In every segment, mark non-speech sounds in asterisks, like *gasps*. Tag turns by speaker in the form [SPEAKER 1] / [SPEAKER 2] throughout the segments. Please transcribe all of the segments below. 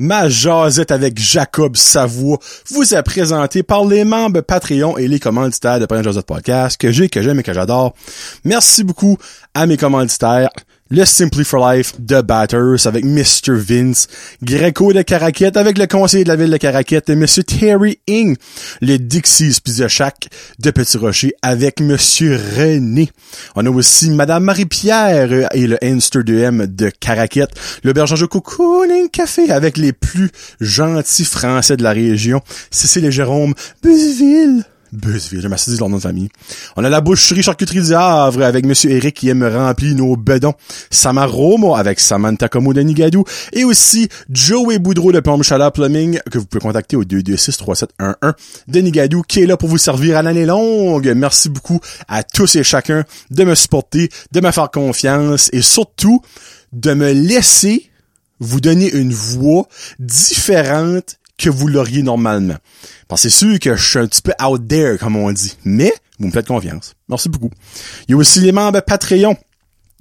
[SPEAKER 1] Ma jasette avec Jacob Savoie vous est présentée par les membres Patreon et les commanditaires de Prince Josette Podcast que j'ai, que j'aime et que j'adore. Merci beaucoup à mes commanditaires. Le Simply for Life de Batters avec Mr. Vince, Greco de Caraquette avec le conseiller de la ville de Caraquette et Monsieur Terry Ing, les Dixies Pizza Shack de Petit Rocher avec Monsieur René. On a aussi Madame Marie-Pierre euh, et le Inster 2M de Caraquette, l'auberge de Cocooning Café avec les plus gentils français de la région, Cécile et Jérôme Buzzeville. Buzzville, je m'assiste leur nom de famille. On a la boucherie charcuterie du Havre avec Monsieur Eric qui aime remplir nos bedons. Samaromo avec Samantha Como de Nigadou. Et aussi Joey Boudreau de Pomme Chala Plumbing que vous pouvez contacter au 226-3711 de Nigadou qui est là pour vous servir à l'année longue. Merci beaucoup à tous et chacun de me supporter, de me faire confiance et surtout de me laisser vous donner une voix différente que vous l'auriez normalement. Parce que c'est sûr que je suis un petit peu out there, comme on dit. Mais, vous me faites confiance. Merci beaucoup. Il y a aussi les membres Patreon.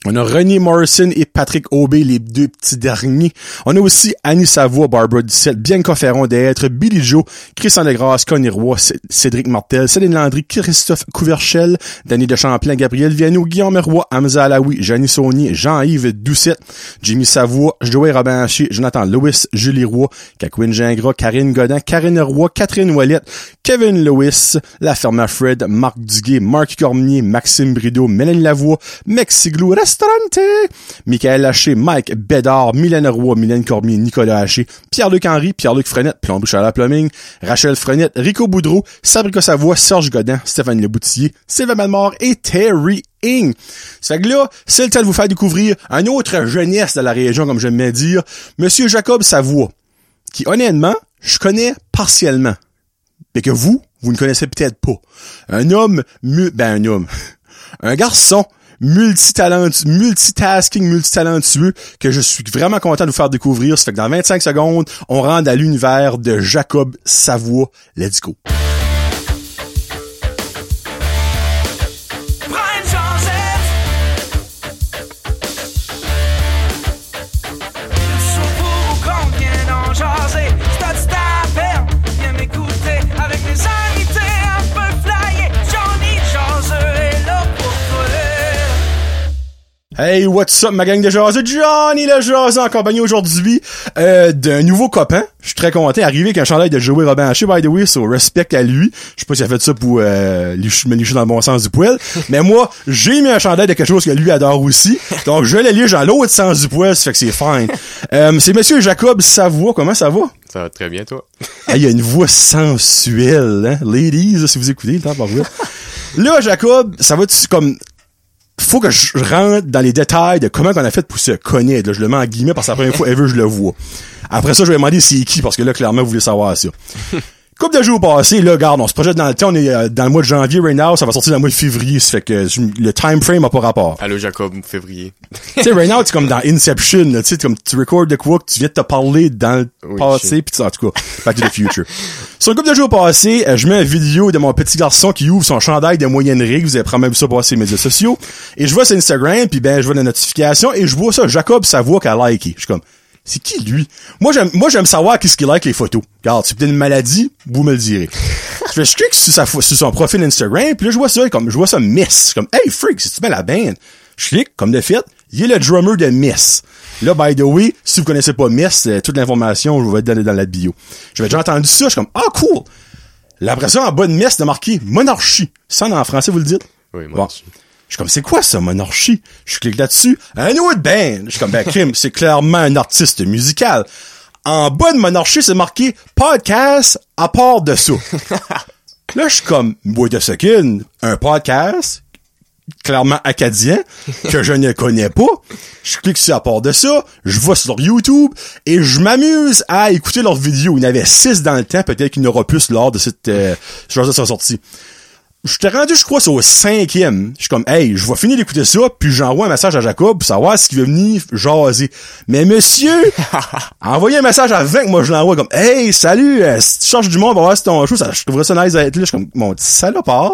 [SPEAKER 1] On a René Morrison et Patrick Aubé, les deux petits derniers. On a aussi Annie Savoie, Barbara Ducette, Bianca Ferron d'être, Billy Joe, Christian Legras, Connie Roy, Cédric Martel, Céline Landry, Christophe Couverchel, Danny de Champlain, Gabriel Viano, Guillaume Roy, Hamza Alaoui, Janie Saunier, Jean-Yves Doucette, Jimmy Savoie, Joël Robin Haché, Jonathan Lewis, Julie Roy, Kakwin Gingras, Karine Godin, Karine Roy, Catherine Ouellette, Kevin Lewis, La Ferme à Fred, Marc Duguay, Marc Cormier, Maxime Brideau, Mélanie Lavoie, Mexiglou, Restaurante, Michael Haché, Mike Bédard, Mylène Roy, Mylène Cormier, Nicolas Haché, Pierre-Luc Henry, Pierre-Luc Frenette, Plomb Chalat Plumbing, Rachel Frenette, Rico Boudreau, Sabrico Savoie, Serge Godin, Stéphanie Leboutillier, Sylvain Malmore et Terry Ing. Ça fait que là, c'est le temps de vous faire découvrir un autre jeunesse de la région, comme j'aime bien dire, Monsieur Jacob Savoie, qui honnêtement, je connais partiellement mais que vous, vous ne connaissez peut-être pas. Un homme, mu ben un homme, un garçon multitalentueux, multitasking, multitalentueux, que je suis vraiment content de vous faire découvrir. Ça fait que dans 25 secondes, on rentre à l'univers de Jacob Savoie. Let's go. Hey, what's up, ma gang de jaseux? Johnny le jaseux en compagnie aujourd'hui euh, d'un nouveau copain. Je suis très content. Arrivé avec un chandail de Joey Robin Haché, by the way, so respect à lui. Je sais pas s'il a fait ça pour euh, me licher dans le bon sens du poil. Mais moi, j'ai mis un chandail de quelque chose que lui adore aussi. Donc, je l'ai lié dans l'autre sens du poil, ça fait que c'est fine. euh, c'est monsieur Jacob Savoie. Comment ça va?
[SPEAKER 2] Ça va très bien, toi.
[SPEAKER 1] Il *laughs* hey, y a une voix sensuelle, hein? Ladies, si vous écoutez, le temps par vous. Là, Jacob, ça va-tu comme faut que je rentre dans les détails de comment qu'on a fait pour se connaître. Là, je le mets en guillemets parce que la première fois ever, je le vois. Après ça, je vais demander c'est qui, parce que là, clairement, vous voulez savoir ça. Coupe de jours passés, là, garde, on se projette dans le temps, on est euh, dans le mois de janvier right now, ça va sortir dans le mois de février, ça fait que je, le time frame a pas rapport.
[SPEAKER 2] Allô, Jacob, *laughs* février.
[SPEAKER 1] tu sais, right now, c'est comme dans Inception, tu sais, comme tu records de quoi que tu viens de te parler dans le
[SPEAKER 2] Oui,
[SPEAKER 1] passé, puis en tout cas, back to the future. *laughs* Sur le couple de jours passés, euh, je mets une vidéo de mon petit garçon qui ouvre son chandail de moyenne rig, vous avez probablement vu ça passer les médias sociaux, et je vois sur Instagram, puis ben, je vois la notification, et je vois ça, Jacob Savoie qui a liké. Je suis comme, c'est qui lui? Moi j'aime moi j'aime savoir qu'est-ce qu'il like les photos. Regarde, c'est peut-être une maladie, vous me le direz. je fais je clique sur, sa, fo- sur son profil Instagram, puis là je vois ça comme je vois ça Miss, comme hey freak, si tu mets la bande. Je clique comme de fait, il est le drummer de Miss. Là by the way, si vous connaissez pas Miss, euh, toute l'information, je vais te donner dans la bio. J'avais déjà entendu ça, je suis comme ah cool. Là, après ça en bas de Miss, de marqué monarchie. Ça en français vous le dites
[SPEAKER 2] Oui, moi
[SPEAKER 1] Bon.
[SPEAKER 2] aussi.
[SPEAKER 1] Je suis comme, c'est quoi ça, Monarchie? Je clique là-dessus. Un autre band! Je suis comme, ben, crime, c'est clairement un artiste musical. En bas de Monarchie, c'est marqué podcast à part de ça. là, je suis comme, wait a second, un podcast, clairement acadien, que je ne connais pas. Je clique sur à part de ça, je vais sur leur YouTube, et je m'amuse à écouter leurs vidéos. Il y en avait six dans le temps, peut-être qu'il n'y en aura plus lors de cette, euh, chose de sa sortie. J'étais rendu, je crois, c'est au cinquième. Je suis comme, hey, je vais finir d'écouter ça, puis j'envoie un message à Jacob pour savoir s'il veut venir jaser. Mais monsieur, envoyer un message à 20 que moi je l'envoie comme, hey, salut, euh, si tu cherches du monde, va voir si ton show, ça, je trouverais ça nice d'être là. Je suis comme, mon petit salopard.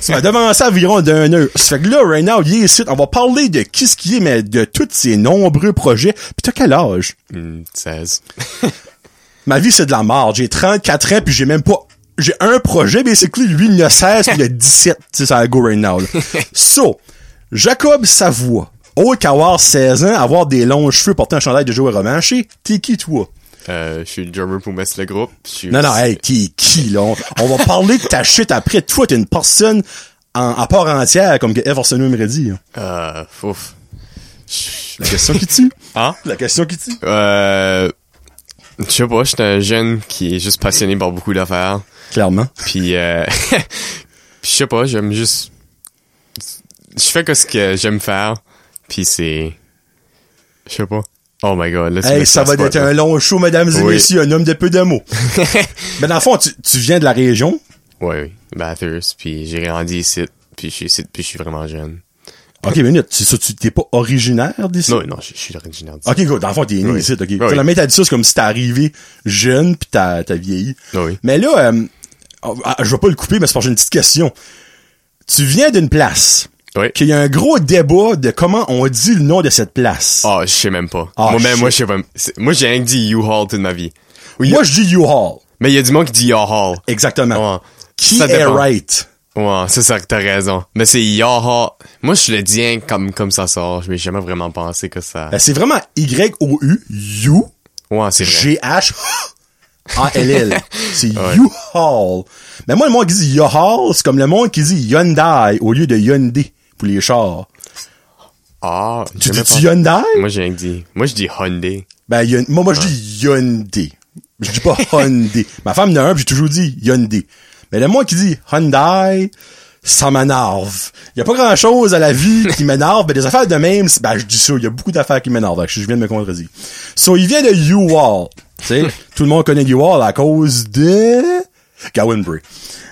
[SPEAKER 1] ça m'a devancé environ d'un heure. Ça fait que là, right now, il est ici, on va parler de qui ce qui est, mais de tous ces nombreux projets. Puis t'as quel âge?
[SPEAKER 2] Hmm, 16.
[SPEAKER 1] Ma vie, c'est de la merde. J'ai 34 ans, puis j'ai même pas... J'ai un projet, basically. Lui, il en a 16, puis il a 17. Tu sais, ça go right now. là. so, Jacob Savoie. Autre qu'avoir 16 ans, avoir des longs cheveux, porter un chandail de joueur romanché, t'es qui, toi?
[SPEAKER 2] Euh, je suis le drummer pour Mess le groupe. Je suis-
[SPEAKER 1] Non, non, hey, t'es qui, là? On, on va parler de ta shit après. Toi, t'es une personne en, à part entière, comme que Eve Arsenault me dit. hein.
[SPEAKER 2] Euh, ouf. Je-
[SPEAKER 1] La question qui tue.
[SPEAKER 2] Hein?
[SPEAKER 1] La question qui tue.
[SPEAKER 2] Euh, je sais pas, je suis un jeune qui est juste passionné par beaucoup d'affaires.
[SPEAKER 1] Clairement.
[SPEAKER 2] Puis, euh, *laughs* puis je sais pas, j'aime juste... Je fais que ce que j'aime faire. Puis c'est... Je sais pas. Oh my god, là, tu me
[SPEAKER 1] Hey, ça va
[SPEAKER 2] transportes,
[SPEAKER 1] être un long show, mesdames et
[SPEAKER 2] Oui.
[SPEAKER 1] messieurs, un homme de peu de mots. Mais dans le fond, tu, tu viens de la région.
[SPEAKER 2] Ouais, oui. Bathurst, puis j'ai grandi ici, puis je suis ici, puis je suis vraiment jeune.
[SPEAKER 1] Ok, mais minute, tu, ça, tu t'es pas originaire d'ici?
[SPEAKER 2] Non, non, je je suis originaire d'ici.
[SPEAKER 1] Ok, good. Dans le fond, t'es né
[SPEAKER 2] Oui.
[SPEAKER 1] ici, ok.
[SPEAKER 2] Oui.
[SPEAKER 1] Tu la t'as dit ça, c'est comme si t'es arrivé jeune pis t'as, t'as vieilli.
[SPEAKER 2] Ah Oui.
[SPEAKER 1] Mais là, euh, oh, ah, je vais pas le couper, mais c'est parce que j'ai une petite question. Tu viens d'une place,
[SPEAKER 2] Oui.
[SPEAKER 1] qu'il y a un gros débat de comment on dit le nom de cette place.
[SPEAKER 2] Ah, je sais même pas.
[SPEAKER 1] Ah,
[SPEAKER 2] Moi-même,
[SPEAKER 1] shit.
[SPEAKER 2] moi, je sais pas. C'est- Moi, j'ai rien que dit U-Haul toute ma vie. Oui,
[SPEAKER 1] Moi, je dis U-Haul.
[SPEAKER 2] mais il y a du monde qui dit U-Haul.
[SPEAKER 1] Exactement.
[SPEAKER 2] Ouais.
[SPEAKER 1] Qui
[SPEAKER 2] Ah. Ça
[SPEAKER 1] est
[SPEAKER 2] dépend.
[SPEAKER 1] right?
[SPEAKER 2] Ouais, c'est ça que t'as raison. Mais c'est U-Haul. Moi, je le dis hein, comme, comme ça sort. Je m'ai jamais vraiment pensé que ça.
[SPEAKER 1] Ben, c'est vraiment Y-O-U, U,
[SPEAKER 2] Ouais, c'est vrai.
[SPEAKER 1] *gasps* G-H,
[SPEAKER 2] *laughs*
[SPEAKER 1] A-L-L. C'est
[SPEAKER 2] Ouais.
[SPEAKER 1] U-Haul. Mais moi, le monde qui dit U-Haul, c'est comme le monde qui dit Hyundai au lieu de Hyundai pour les chars.
[SPEAKER 2] Ah,
[SPEAKER 1] Tu
[SPEAKER 2] j'ai même
[SPEAKER 1] dis
[SPEAKER 2] pas-
[SPEAKER 1] Hyundai?
[SPEAKER 2] Moi, j'ai rien que dit. Moi, je dis Hyundai.
[SPEAKER 1] Ben, Hyun- moi, moi, je dis Hyundai. Je dis pas Hyundai. Ma femme n'a un, puis j'ai toujours dit Hyundai. Mais le moi qui dit Hyundai, ça m'énerve. Il y a pas grand chose à la vie qui m'énerve, mais des affaires de même, c'est- ben, je dis ça. Il y a beaucoup d'affaires qui m'énervent. donc Je viens de me contredire. So, il vient de U-Wall. Tu sais, tout le monde connaît U-Wall à cause de Gawenbury.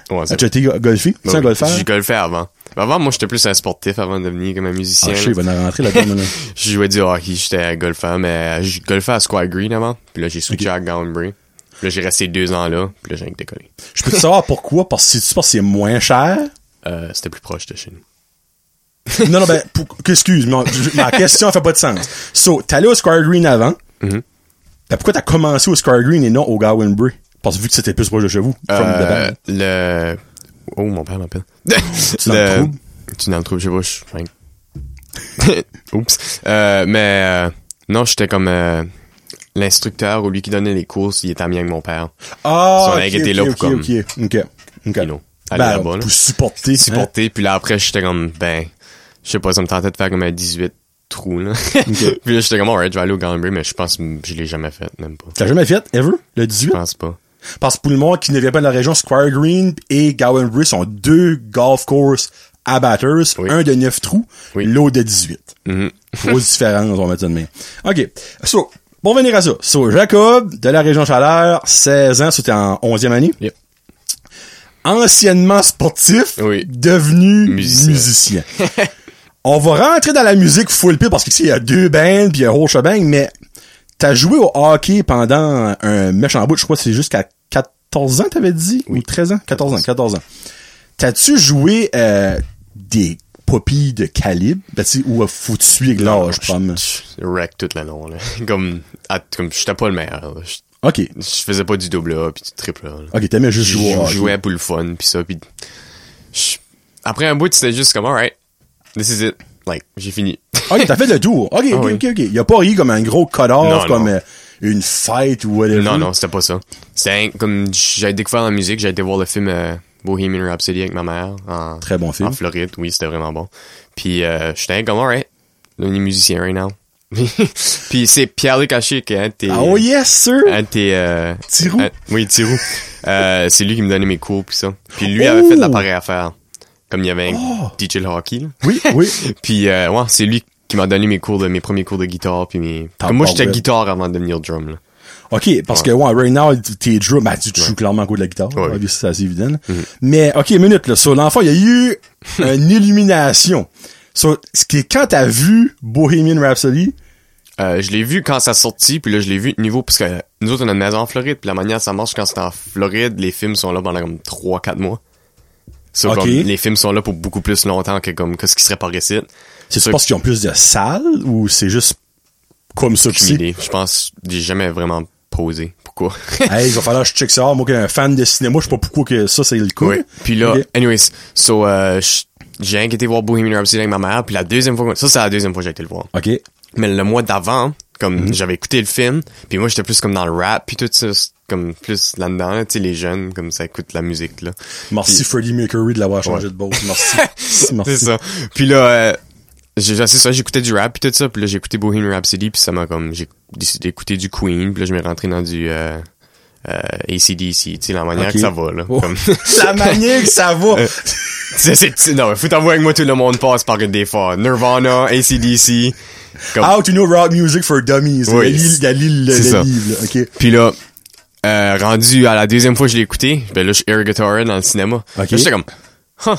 [SPEAKER 2] Ouais, c'est
[SPEAKER 1] As-tu été go- golfé? Tu es un
[SPEAKER 2] Oui,
[SPEAKER 1] golfeur?
[SPEAKER 2] J'ai golfé avant. Mais Avant, moi, j'étais plus un sportif avant de devenir comme un musicien.
[SPEAKER 1] Ah, je
[SPEAKER 2] là.
[SPEAKER 1] sais, il va en rentrer là-dedans. là.
[SPEAKER 2] Je jouais du hockey, j'étais à golfeur, mais euh, je golfais à Square Green avant. Puis là, j'ai switché à Gownbury. Puis là, j'ai resté deux ans là. Puis là, j'ai rien que décollé.
[SPEAKER 1] Je peux te savoir pourquoi? Parce que si tu penses que c'est moins cher,
[SPEAKER 2] Euh, C'était plus proche de chez nous.
[SPEAKER 1] Non, non, ben, pour- excuse, non, je- ma question fait pas de sens. So, t'es allé au Square Green avant.
[SPEAKER 2] Mhm.
[SPEAKER 1] Ben, pourquoi t'as commencé au Square Green et non au Gowan Bray? Parce que vu que c'était plus proche de chez vous. from the
[SPEAKER 2] Euh,
[SPEAKER 1] band.
[SPEAKER 2] le... Oh, mon
[SPEAKER 1] *laughs*
[SPEAKER 2] père m'appelle.
[SPEAKER 1] dans le trouble?
[SPEAKER 2] Tu dans le trouble, je sais pas, je suis fin. *laughs* Oups. Euh, mais euh, non, j'étais comme euh, l'instructeur ou lui qui donnait les courses, il était ami avec mon père.
[SPEAKER 1] Ah,
[SPEAKER 2] si on
[SPEAKER 1] ok,
[SPEAKER 2] avait été
[SPEAKER 1] ok,
[SPEAKER 2] là pour
[SPEAKER 1] ok,
[SPEAKER 2] comme-
[SPEAKER 1] ok, ok, ok.
[SPEAKER 2] You know, aller
[SPEAKER 1] Ben,
[SPEAKER 2] là-bas, là.
[SPEAKER 1] pour supporter. hein.
[SPEAKER 2] supporter. Puis là, après, j'étais comme, ben, je sais pas, ça me tentait de faire comme un 18 trous, là. *laughs* puis là, j'étais comme, alright, je vais aller au Gambry, mais je pense que je l'ai jamais fait, même pas.
[SPEAKER 1] Tu l'as hein. jamais fait, ever, le
[SPEAKER 2] Je
[SPEAKER 1] 18?
[SPEAKER 2] pense pas.
[SPEAKER 1] Parce que pour le monde qui ne vient pas de la région, Square Green et Gowan Bray sont deux golf courses à batters,
[SPEAKER 2] Oui.
[SPEAKER 1] un de 9 trous,
[SPEAKER 2] Oui.
[SPEAKER 1] l'autre de 18.
[SPEAKER 2] Mhm. *laughs*
[SPEAKER 1] Grosse différence, on va mettre ça de même. OK. So, pour venir à ça. So, Jacob, de la région Chaleur, 16 ans, c'était en 11e année.
[SPEAKER 2] Yep.
[SPEAKER 1] Anciennement sportif,
[SPEAKER 2] Oui.
[SPEAKER 1] devenu musicien.
[SPEAKER 2] Musicien. *laughs*
[SPEAKER 1] on va rentrer dans la musique full pit parce qu'ici, il y a deux bands puis il y a un shebang, mais t'as joué au hockey pendant un méchant bout, je crois que c'est jusqu'à 14 ans, t'avais dit? Ou 13 ans? 14 ans, 14 ans. T'as-tu joué euh, des popilles de calibre? Ben, tu sais, ou euh, faut que tu suis avec l'âge,
[SPEAKER 2] Je-
[SPEAKER 1] pomme?
[SPEAKER 2] Je wreck tout le long, là. *laughs* Comme, à- comme j'étais pas le meilleur, là. Je,
[SPEAKER 1] Ok.
[SPEAKER 2] je faisais pas du double A puis du triple A, là.
[SPEAKER 1] Ok, t'aimais juste
[SPEAKER 2] Je
[SPEAKER 1] jouer au
[SPEAKER 2] jou-
[SPEAKER 1] hockey.
[SPEAKER 2] jouais pour le fun, puis ça, puis... je- Après un bout, c'était juste comme, alright, this is it. Like, j'ai fini. *laughs*
[SPEAKER 1] Ok, t'as fait le tour. Ok, ok,
[SPEAKER 2] Ah oui.
[SPEAKER 1] ok, ok. Y a pas eu comme un gros
[SPEAKER 2] Non,
[SPEAKER 1] cut-off,
[SPEAKER 2] non.
[SPEAKER 1] comme euh, une fête ou whatever.
[SPEAKER 2] Non, non, c'était pas ça. C'était un- comme j'avais découvert la musique, j'avais été voir le film euh, Bohemian Rhapsody avec ma mère en,
[SPEAKER 1] Très bon film.
[SPEAKER 2] en Floride. Oui, c'était vraiment bon. Puis euh, j'étais comme, alright, là, on est musicien right now. *laughs* Puis c'est Pierre Lucaché qui est un de tes.
[SPEAKER 1] Ah, oh yes, sir!
[SPEAKER 2] un de tes, euh,
[SPEAKER 1] Tirou.
[SPEAKER 2] un- oui, Tirou. Euh, c'est lui qui me donnait mes cours, puis ça. Puis lui avait fait de l'appareil à faire. Comme il y avait un
[SPEAKER 1] Oh.
[SPEAKER 2] DJ le hockey, là. *laughs*
[SPEAKER 1] Oui, oui.
[SPEAKER 2] Puis euh, ouais, c'est lui qui m'a donné mes cours, de, mes premiers cours de guitare, puis mes.
[SPEAKER 1] T'as
[SPEAKER 2] Comme moi,
[SPEAKER 1] pas
[SPEAKER 2] j'étais
[SPEAKER 1] vrai.
[SPEAKER 2] guitare avant de devenir drum, là.
[SPEAKER 1] OK, parce que, ouais, right now, t- t'es drum, ben, tu, tu joues clairement à coup de la guitare,
[SPEAKER 2] Ouais. Mm-hmm.
[SPEAKER 1] obviously, c'est assez évident. là. Mais, OK, minute, là, sur l'enfant, il y a
[SPEAKER 2] *laughs*
[SPEAKER 1] eu une illumination. Sur, ce qui est quand t'as vu Bohemian Rhapsody,
[SPEAKER 2] Euh, je l'ai vu quand ça sortit, puis là, je l'ai vu de niveau, parce que nous autres, on a une maison en Floride, puis la manière que ça marche quand c'est en Floride, les films sont là pendant comme 3-4 mois. So,
[SPEAKER 1] Ok.
[SPEAKER 2] comme, les films sont là pour beaucoup plus longtemps que comme que ce qui serait par ici.
[SPEAKER 1] c'est
[SPEAKER 2] Ça-
[SPEAKER 1] parce qu'ils ont plus de salles ou c'est juste comme ça que
[SPEAKER 2] J'ai une
[SPEAKER 1] c'est?
[SPEAKER 2] idée. Je pense, j'ai jamais vraiment posé.
[SPEAKER 1] *laughs*
[SPEAKER 2] Pourquoi?
[SPEAKER 1] hey, il va falloir que je check ça. Moi, qui est un fan de cinéma, je sais pas pourquoi que ça, c'est le coup.
[SPEAKER 2] Ouais. Puis là,
[SPEAKER 1] Ok.
[SPEAKER 2] anyways, so, euh, j- j'ai inquiété voir Bohemian Rhapsody avec ma mère, puis la deuxième fois, ça, c'est la deuxième fois que j'ai été le voir.
[SPEAKER 1] OK.
[SPEAKER 2] Mais le mois d'avant, comme
[SPEAKER 1] Mhm.
[SPEAKER 2] j'avais écouté le film, puis moi j'étais plus comme dans le rap, puis tout ça, c'est comme plus là-dedans, là, tu sais, les jeunes, comme ça écoute la musique, là.
[SPEAKER 1] Merci
[SPEAKER 2] Puis-
[SPEAKER 1] Freddie Mercury de l'avoir changé
[SPEAKER 2] Ouais.
[SPEAKER 1] de boss.
[SPEAKER 2] *laughs*
[SPEAKER 1] Merci.
[SPEAKER 2] C'est
[SPEAKER 1] Merci.
[SPEAKER 2] ça. Puis là, euh, j'ai- c'est ça, j'écoutais du rap, puis tout ça, puis là j'ai écouté Bohemian Rhapsody, puis ça m'a comme, j'ai décidé d'écouter du Queen, puis là je m'ai rentré dans du euh, euh, ACDC, tu sais, la manière
[SPEAKER 1] Ok.
[SPEAKER 2] que ça va, là.
[SPEAKER 1] Oh.
[SPEAKER 2] Comme-
[SPEAKER 1] *laughs*
[SPEAKER 2] Euh,
[SPEAKER 1] La manière que ça va.
[SPEAKER 2] *laughs* C'est, c'est, non, faut t'avouer avec moi, tout le monde passe par des fois. Nirvana, ACDC. Comme,
[SPEAKER 1] How to know rock music for dummies.
[SPEAKER 2] Oui,
[SPEAKER 1] Oui. La Lille,
[SPEAKER 2] c'est
[SPEAKER 1] la
[SPEAKER 2] ça.
[SPEAKER 1] Lille, là. OK.
[SPEAKER 2] Puis là, euh, rendu à la deuxième fois que je l'ai écouté, ben là, je suis Air Guitar dans le cinéma.
[SPEAKER 1] Ok.
[SPEAKER 2] Là, J'étais comme, huh,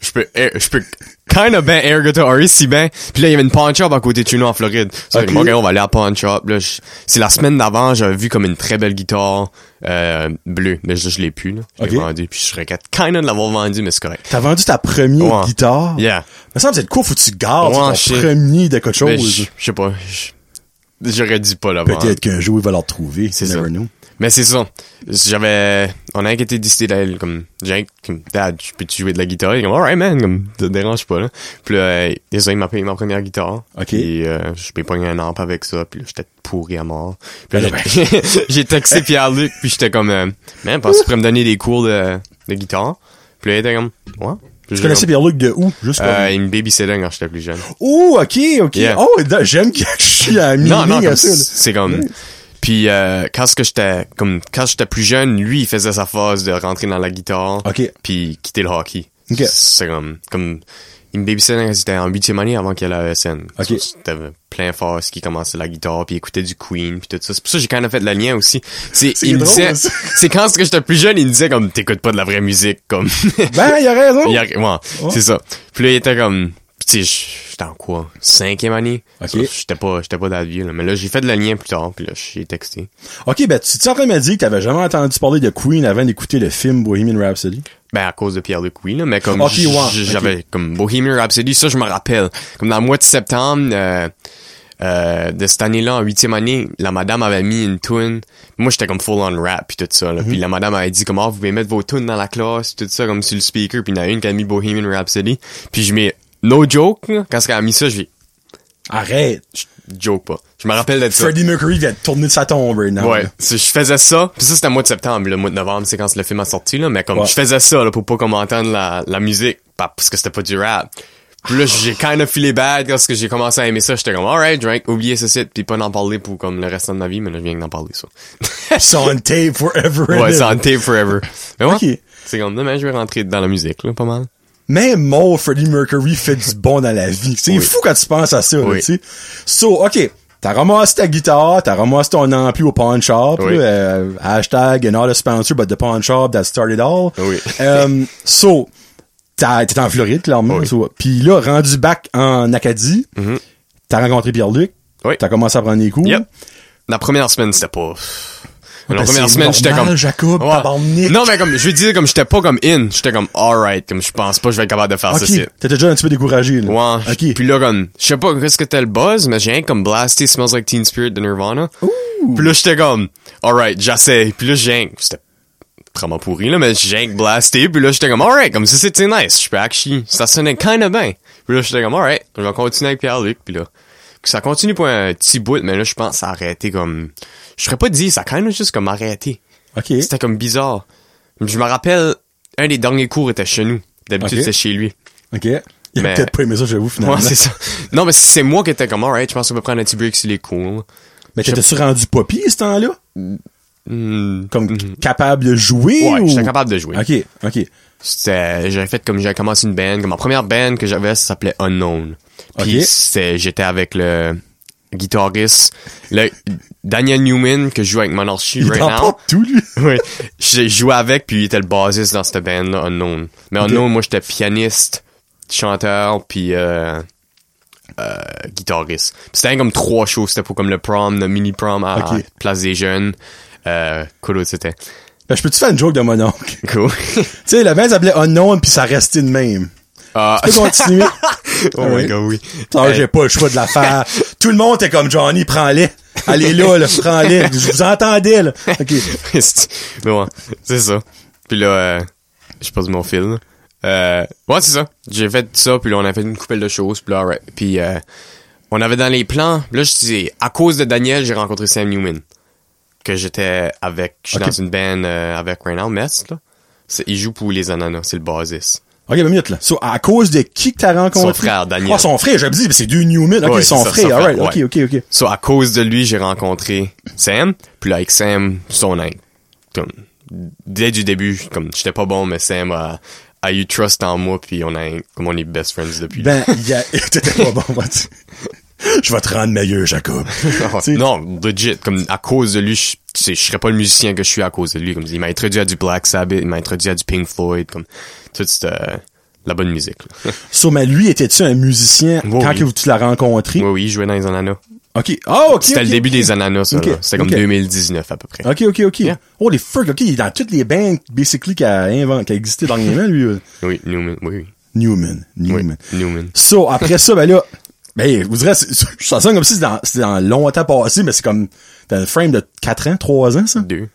[SPEAKER 2] je peux, air- je peux kind of bien Air Guitar si bien. Puis là, il y avait une pawn shop à côté de chez nous en Floride. So,
[SPEAKER 1] Ok.
[SPEAKER 2] j'ai dit, OK, on va aller à la pawn shop. Là, je- c'est la semaine d'avant, j'avais vu comme une très belle guitare euh, bleue. Mais je, je l'ai plus, là. Je l'ai
[SPEAKER 1] Ok.
[SPEAKER 2] vendue. Puis je regrette kind of de l'avoir vendue, mais c'est correct.
[SPEAKER 1] T'as vendu ta première
[SPEAKER 2] Ouais.
[SPEAKER 1] guitare.
[SPEAKER 2] Yeah.
[SPEAKER 1] Mais ça me semble que c'est de quoi faut que tu gardes
[SPEAKER 2] Ouais,
[SPEAKER 1] ton
[SPEAKER 2] je sais.
[SPEAKER 1] premier de quelque
[SPEAKER 2] Mais
[SPEAKER 1] chose.
[SPEAKER 2] Je je sais pas. je- J'aurais dit pas là
[SPEAKER 1] Peut-être qu'un jour, il va le retrouver.
[SPEAKER 2] C'est
[SPEAKER 1] Never
[SPEAKER 2] ça.
[SPEAKER 1] know.
[SPEAKER 2] Mais c'est ça. J'avais. On a inquiété décidé d'aller comme. J'ai comme. Dad, je peux-tu jouer de la guitare? Il est comme, alright man, comme, te dérange pas, là. Puis là, euh, et ça, il m'a payé ma première guitare.
[SPEAKER 1] Ok.
[SPEAKER 2] Puis euh, je peux pogner un amp avec ça, puis là, j'étais pourri à mort. Puis là,
[SPEAKER 1] Ben
[SPEAKER 2] j'ai- *laughs* j'ai texté Pierre-Luc, puis j'étais comme, euh, man, penses-tu pourrais me donner des cours de, de guitare? Puis là, il était comme, ouais. Puis
[SPEAKER 1] Tu
[SPEAKER 2] j'ai
[SPEAKER 1] connaissais
[SPEAKER 2] comme,
[SPEAKER 1] Pierre-Luc de où? Juste comme-
[SPEAKER 2] euh, Il me babysittait quand j'étais plus jeune.
[SPEAKER 1] Oh, ok, ok.
[SPEAKER 2] Yeah.
[SPEAKER 1] Oh, da- j'aime que je
[SPEAKER 2] *laughs*
[SPEAKER 1] suis à mi
[SPEAKER 2] Non, non,
[SPEAKER 1] à
[SPEAKER 2] comme
[SPEAKER 1] ça.
[SPEAKER 2] c-
[SPEAKER 1] là.
[SPEAKER 2] c'est comme. Puis euh, quand ce que j'étais comme quand j'étais plus jeune, lui il faisait sa phase de rentrer dans la guitare,
[SPEAKER 1] Ok.
[SPEAKER 2] puis quitter le hockey.
[SPEAKER 1] Ok.
[SPEAKER 2] C'est comme comme il me babysittait quand j'étais en huitième année avant qu'il y ait la E ESN.
[SPEAKER 1] Ok.
[SPEAKER 2] So, C'était plein phase qui commençait la guitare, puis il écoutait du Queen, puis tout ça. C'est pour ça que j'ai quand même fait le lien aussi. C'est
[SPEAKER 1] C'est
[SPEAKER 2] il me
[SPEAKER 1] drôle,
[SPEAKER 2] disait,
[SPEAKER 1] ça.
[SPEAKER 2] *laughs* c'est quand ce que j'étais plus jeune, il me disait comme t'écoutes pas de la vraie musique,
[SPEAKER 1] *laughs*
[SPEAKER 2] comme
[SPEAKER 1] Ben, il a raison.
[SPEAKER 2] *laughs* il y a- ouais,
[SPEAKER 1] Oh.
[SPEAKER 2] c'est ça. Puis là, il était comme, tu sais, j'étais en quoi? Cinquième année?
[SPEAKER 1] Ok.
[SPEAKER 2] Sauf que J'étais pas, j'étais pas dans le vieux, là. Mais là, j'ai fait le lien plus tard, puis là, j'ai texté.
[SPEAKER 1] Ok, ben, tu t'es en train de me dire que t'avais jamais entendu parler de Queen avant d'écouter le film Bohemian Rhapsody?
[SPEAKER 2] Ben, à cause de Pierre-Luc, oui, là. Mais comme,
[SPEAKER 1] Ok,
[SPEAKER 2] j-
[SPEAKER 1] ouais,
[SPEAKER 2] j-
[SPEAKER 1] ok.
[SPEAKER 2] j'avais, comme, Bohemian Rhapsody, ça, je me rappelle. Comme dans le mois de septembre, euh, euh, de cette année-là, en huitième année, la madame avait mis une tune. Moi, j'étais comme full on rap puis tout ça. Là.
[SPEAKER 1] Mhm.
[SPEAKER 2] Puis la madame avait dit comment vous pouvez mettre vos tunes dans la classe, tout ça, comme sur le speaker. Puis il y en a une qui a mis Bohemian Rhapsody. Puis je mets no joke. là, Quand elle a mis ça, je vais
[SPEAKER 1] Arrête.
[SPEAKER 2] je joke pas. Je me rappelle de ça.
[SPEAKER 1] Freddie Mercury vient de tourner de sa tombe right now.
[SPEAKER 2] Ouais,
[SPEAKER 1] là.
[SPEAKER 2] C'est- je faisais ça. Puis ça c'était le mois de septembre, le mois de novembre, c'est quand le film a sorti là, mais comme
[SPEAKER 1] Ouais.
[SPEAKER 2] je faisais ça là pour pas qu'on m'entende la, la musique pa- parce que c'était pas du rap. Puis là, j'ai kind of filé bad parce que j'ai commencé à aimer ça, j'étais comme alright, drink, oubliez ce site puis pas d'en parler pour comme le restant de ma vie, mais là je viens d'en parler ça. *laughs*
[SPEAKER 1] C'est on tape forever. and
[SPEAKER 2] ouais, c'est
[SPEAKER 1] ever.
[SPEAKER 2] en tape forever. Mais ouais.
[SPEAKER 1] Ok.
[SPEAKER 2] C'est comme demain je vais rentrer dans la musique là, pas mal.
[SPEAKER 1] Même mort, Freddie Mercury fait
[SPEAKER 2] *laughs*
[SPEAKER 1] du bon dans la vie. C'est
[SPEAKER 2] Oui.
[SPEAKER 1] fou quand tu penses à ça, là,
[SPEAKER 2] Oui.
[SPEAKER 1] tu sais. So, ok. T'as ramassé ta guitare, t'as ramassé ton ampli au pawn shop,
[SPEAKER 2] Oui.
[SPEAKER 1] là, euh, hashtag not a sponsor, but the pawn shop that started all.
[SPEAKER 2] Oui.
[SPEAKER 1] Um, so, t'as- t'es en Floride, clairement.
[SPEAKER 2] Oui. Mm-hmm.
[SPEAKER 1] so. Puis là, rendu back en Acadie, t'as rencontré Pierre-Luc,
[SPEAKER 2] Oui.
[SPEAKER 1] t'as commencé à prendre des cours.
[SPEAKER 2] Yep. La première semaine, c'était pas. La
[SPEAKER 1] ben,
[SPEAKER 2] première
[SPEAKER 1] c'est
[SPEAKER 2] semaine, j'étais
[SPEAKER 1] normal,
[SPEAKER 2] comme.
[SPEAKER 1] Jacob, tabarnak.
[SPEAKER 2] Non, mais comme, je veux dire, comme, j'étais pas comme in. J'étais comme, alright, comme, je pense pas que je vais être capable de faire
[SPEAKER 1] Ok,
[SPEAKER 2] ceci.
[SPEAKER 1] t'étais déjà un petit peu découragé. Là.
[SPEAKER 2] Ah, Ouais.
[SPEAKER 1] Ok.
[SPEAKER 2] Puis là, comme, je sais pas qu'est-ce que t'as le buzz, mais j'ai rien comme blasté Smells Like Teen Spirit de Nirvana. Puis là, j'étais comme, alright, j'essaie. Puis là, j'ai rien- C'était vraiment pourri, là, mais j'ai rien blasté. Puis là, j'étais comme, alright, comme ça, c'était nice. Je peux actually, ça sonnait kinda bien. Puis là, j'étais comme, alright, je vais continuer avec Pierre-Luc. Puis là, que ça continue pour un petit bout, mais là, je pense que ça a arrêté comme, je serais pas dit, ça a kinda juste comme arrêté.
[SPEAKER 1] Ok.
[SPEAKER 2] C'était comme bizarre. Je me rappelle, un des derniers cours était chez nous. D'habitude,
[SPEAKER 1] Ok.
[SPEAKER 2] c'est chez lui.
[SPEAKER 1] Ok. Il a
[SPEAKER 2] Mais-
[SPEAKER 1] peut-être pas aimé ça, j'avoue, finalement.
[SPEAKER 2] Ouais, c'est ça. Non, mais c'est moi qui étais comme, alright, je pense qu'on peut prendre un petit break s'il est cool.
[SPEAKER 1] Mais t'étais-tu rendu poppy, ce temps-là?
[SPEAKER 2] Hmm.
[SPEAKER 1] Comme capable de jouer?
[SPEAKER 2] Ouais,
[SPEAKER 1] ou...
[SPEAKER 2] j'étais capable de jouer.
[SPEAKER 1] Ok, ok.
[SPEAKER 2] C'était, j'avais fait comme, j'avais commencé une band, comme ma première band que j'avais, ça s'appelait Unknown. Puis
[SPEAKER 1] Ok.
[SPEAKER 2] c'était, j'étais avec le guitariste, le Daniel Newman, que je joue avec mon archi
[SPEAKER 1] Il
[SPEAKER 2] right
[SPEAKER 1] t'en
[SPEAKER 2] now.
[SPEAKER 1] porte tout, lui.
[SPEAKER 2] *laughs* Oui, j'ai joué avec, puis il était le bassiste dans cette band-là, Unknown. Mais Unknown, moi, j'étais pianiste, chanteur, puis euh, euh, guitariste. Puis c'était comme trois shows. C'était pour comme le prom, le mini-prom à
[SPEAKER 1] Ok.
[SPEAKER 2] Place des Jeunes. Euh, cool, autre, c'était
[SPEAKER 1] Ben, je peux-tu faire une joke de mon oncle? *laughs*
[SPEAKER 2] cool.
[SPEAKER 1] tu sais, la band s'appelait Unknown, puis ça restait de même.
[SPEAKER 2] *laughs* Ah,
[SPEAKER 1] Tu peux continuer?
[SPEAKER 2] oh my
[SPEAKER 1] Ouais.
[SPEAKER 2] god, oui. Euh,
[SPEAKER 1] Ah,
[SPEAKER 2] Hey. *laughs*
[SPEAKER 1] j'ai pas le choix de la faire. tout le monde est comme Johnny, prends-les. Allez là, là,
[SPEAKER 2] *laughs*
[SPEAKER 1] prends-les. Je vous entendais, là. OK.
[SPEAKER 2] Mais ouais, c'est ça. Puis là, euh, je perdu mon fil. Euh, ouais, c'est ça. J'ai fait ça, puis là, on a fait une coupelle de choses, puis là, alright. Puis euh, on avait dans les plans, là, je dis, à cause de Daniel, j'ai rencontré Sam Newman, que j'étais avec, je suis
[SPEAKER 1] Ok.
[SPEAKER 2] dans une band euh, avec Reynald Metz, là. C'est- Il joue pour les Ananas, c'est le bassiste.
[SPEAKER 1] OK, ben minute, là. So, à cause de qui que t'as rencontré?
[SPEAKER 2] Son frère, Daniel.
[SPEAKER 1] Ah, son frère, j'avais dit, mais c'est deux Newman. OK,
[SPEAKER 2] Ouais,
[SPEAKER 1] son
[SPEAKER 2] ça,
[SPEAKER 1] frère.
[SPEAKER 2] son
[SPEAKER 1] Alright,
[SPEAKER 2] frère, ouais.
[SPEAKER 1] OK, OK, OK.
[SPEAKER 2] So, à cause de lui, j'ai rencontré Sam, puis là, avec Sam, son âme. Comme, dès du début, comme, j'étais pas bon, mais Sam a, a eu trust en moi, puis on a, comme on est best friends depuis.
[SPEAKER 1] Ben, il y a... *laughs* t'étais pas bon, vas-tu? Je vais te rendre meilleur,
[SPEAKER 2] *laughs*
[SPEAKER 1] Jacob.
[SPEAKER 2] Ah,
[SPEAKER 1] Tu sais,
[SPEAKER 2] non, legit, comme, à cause de lui, je, tu sais, je serais pas le musicien que je suis à cause de lui, comme, il m'a introduit à du Black Sabbath, il m'a introduit à du Pink Floyd, comme, toute cette, euh, la bonne musique, là.
[SPEAKER 1] So, mais lui, était-tu un musicien
[SPEAKER 2] Oui,
[SPEAKER 1] quand
[SPEAKER 2] oui.
[SPEAKER 1] que tu l'as rencontré?
[SPEAKER 2] Oui, oui, il jouait dans les ananas.
[SPEAKER 1] OK. Ah, OK.
[SPEAKER 2] C'était
[SPEAKER 1] ok,
[SPEAKER 2] le début
[SPEAKER 1] ok.
[SPEAKER 2] des ananas, ça,
[SPEAKER 1] Ok,
[SPEAKER 2] là. C'était comme
[SPEAKER 1] ok.
[SPEAKER 2] 2019, à peu près.
[SPEAKER 1] OK, OK, OK.
[SPEAKER 2] Yeah.
[SPEAKER 1] Oh, les fuck, OK, il est dans toutes les bands, basically, qui a inventé, qui a existé dernièrement, lui. euh,
[SPEAKER 2] Oui, Newman, oui,
[SPEAKER 1] Newman.
[SPEAKER 2] oui,
[SPEAKER 1] Newman.
[SPEAKER 2] oui, Newman.
[SPEAKER 1] So, après ça, ben là, ben, je vous dirais, c'est- c'est- ça sonne comme si c'était dans, c'était dans longtemps passé, mais c'est comme dans le frame de 4 ans, 3 ans, ça?
[SPEAKER 2] Deux.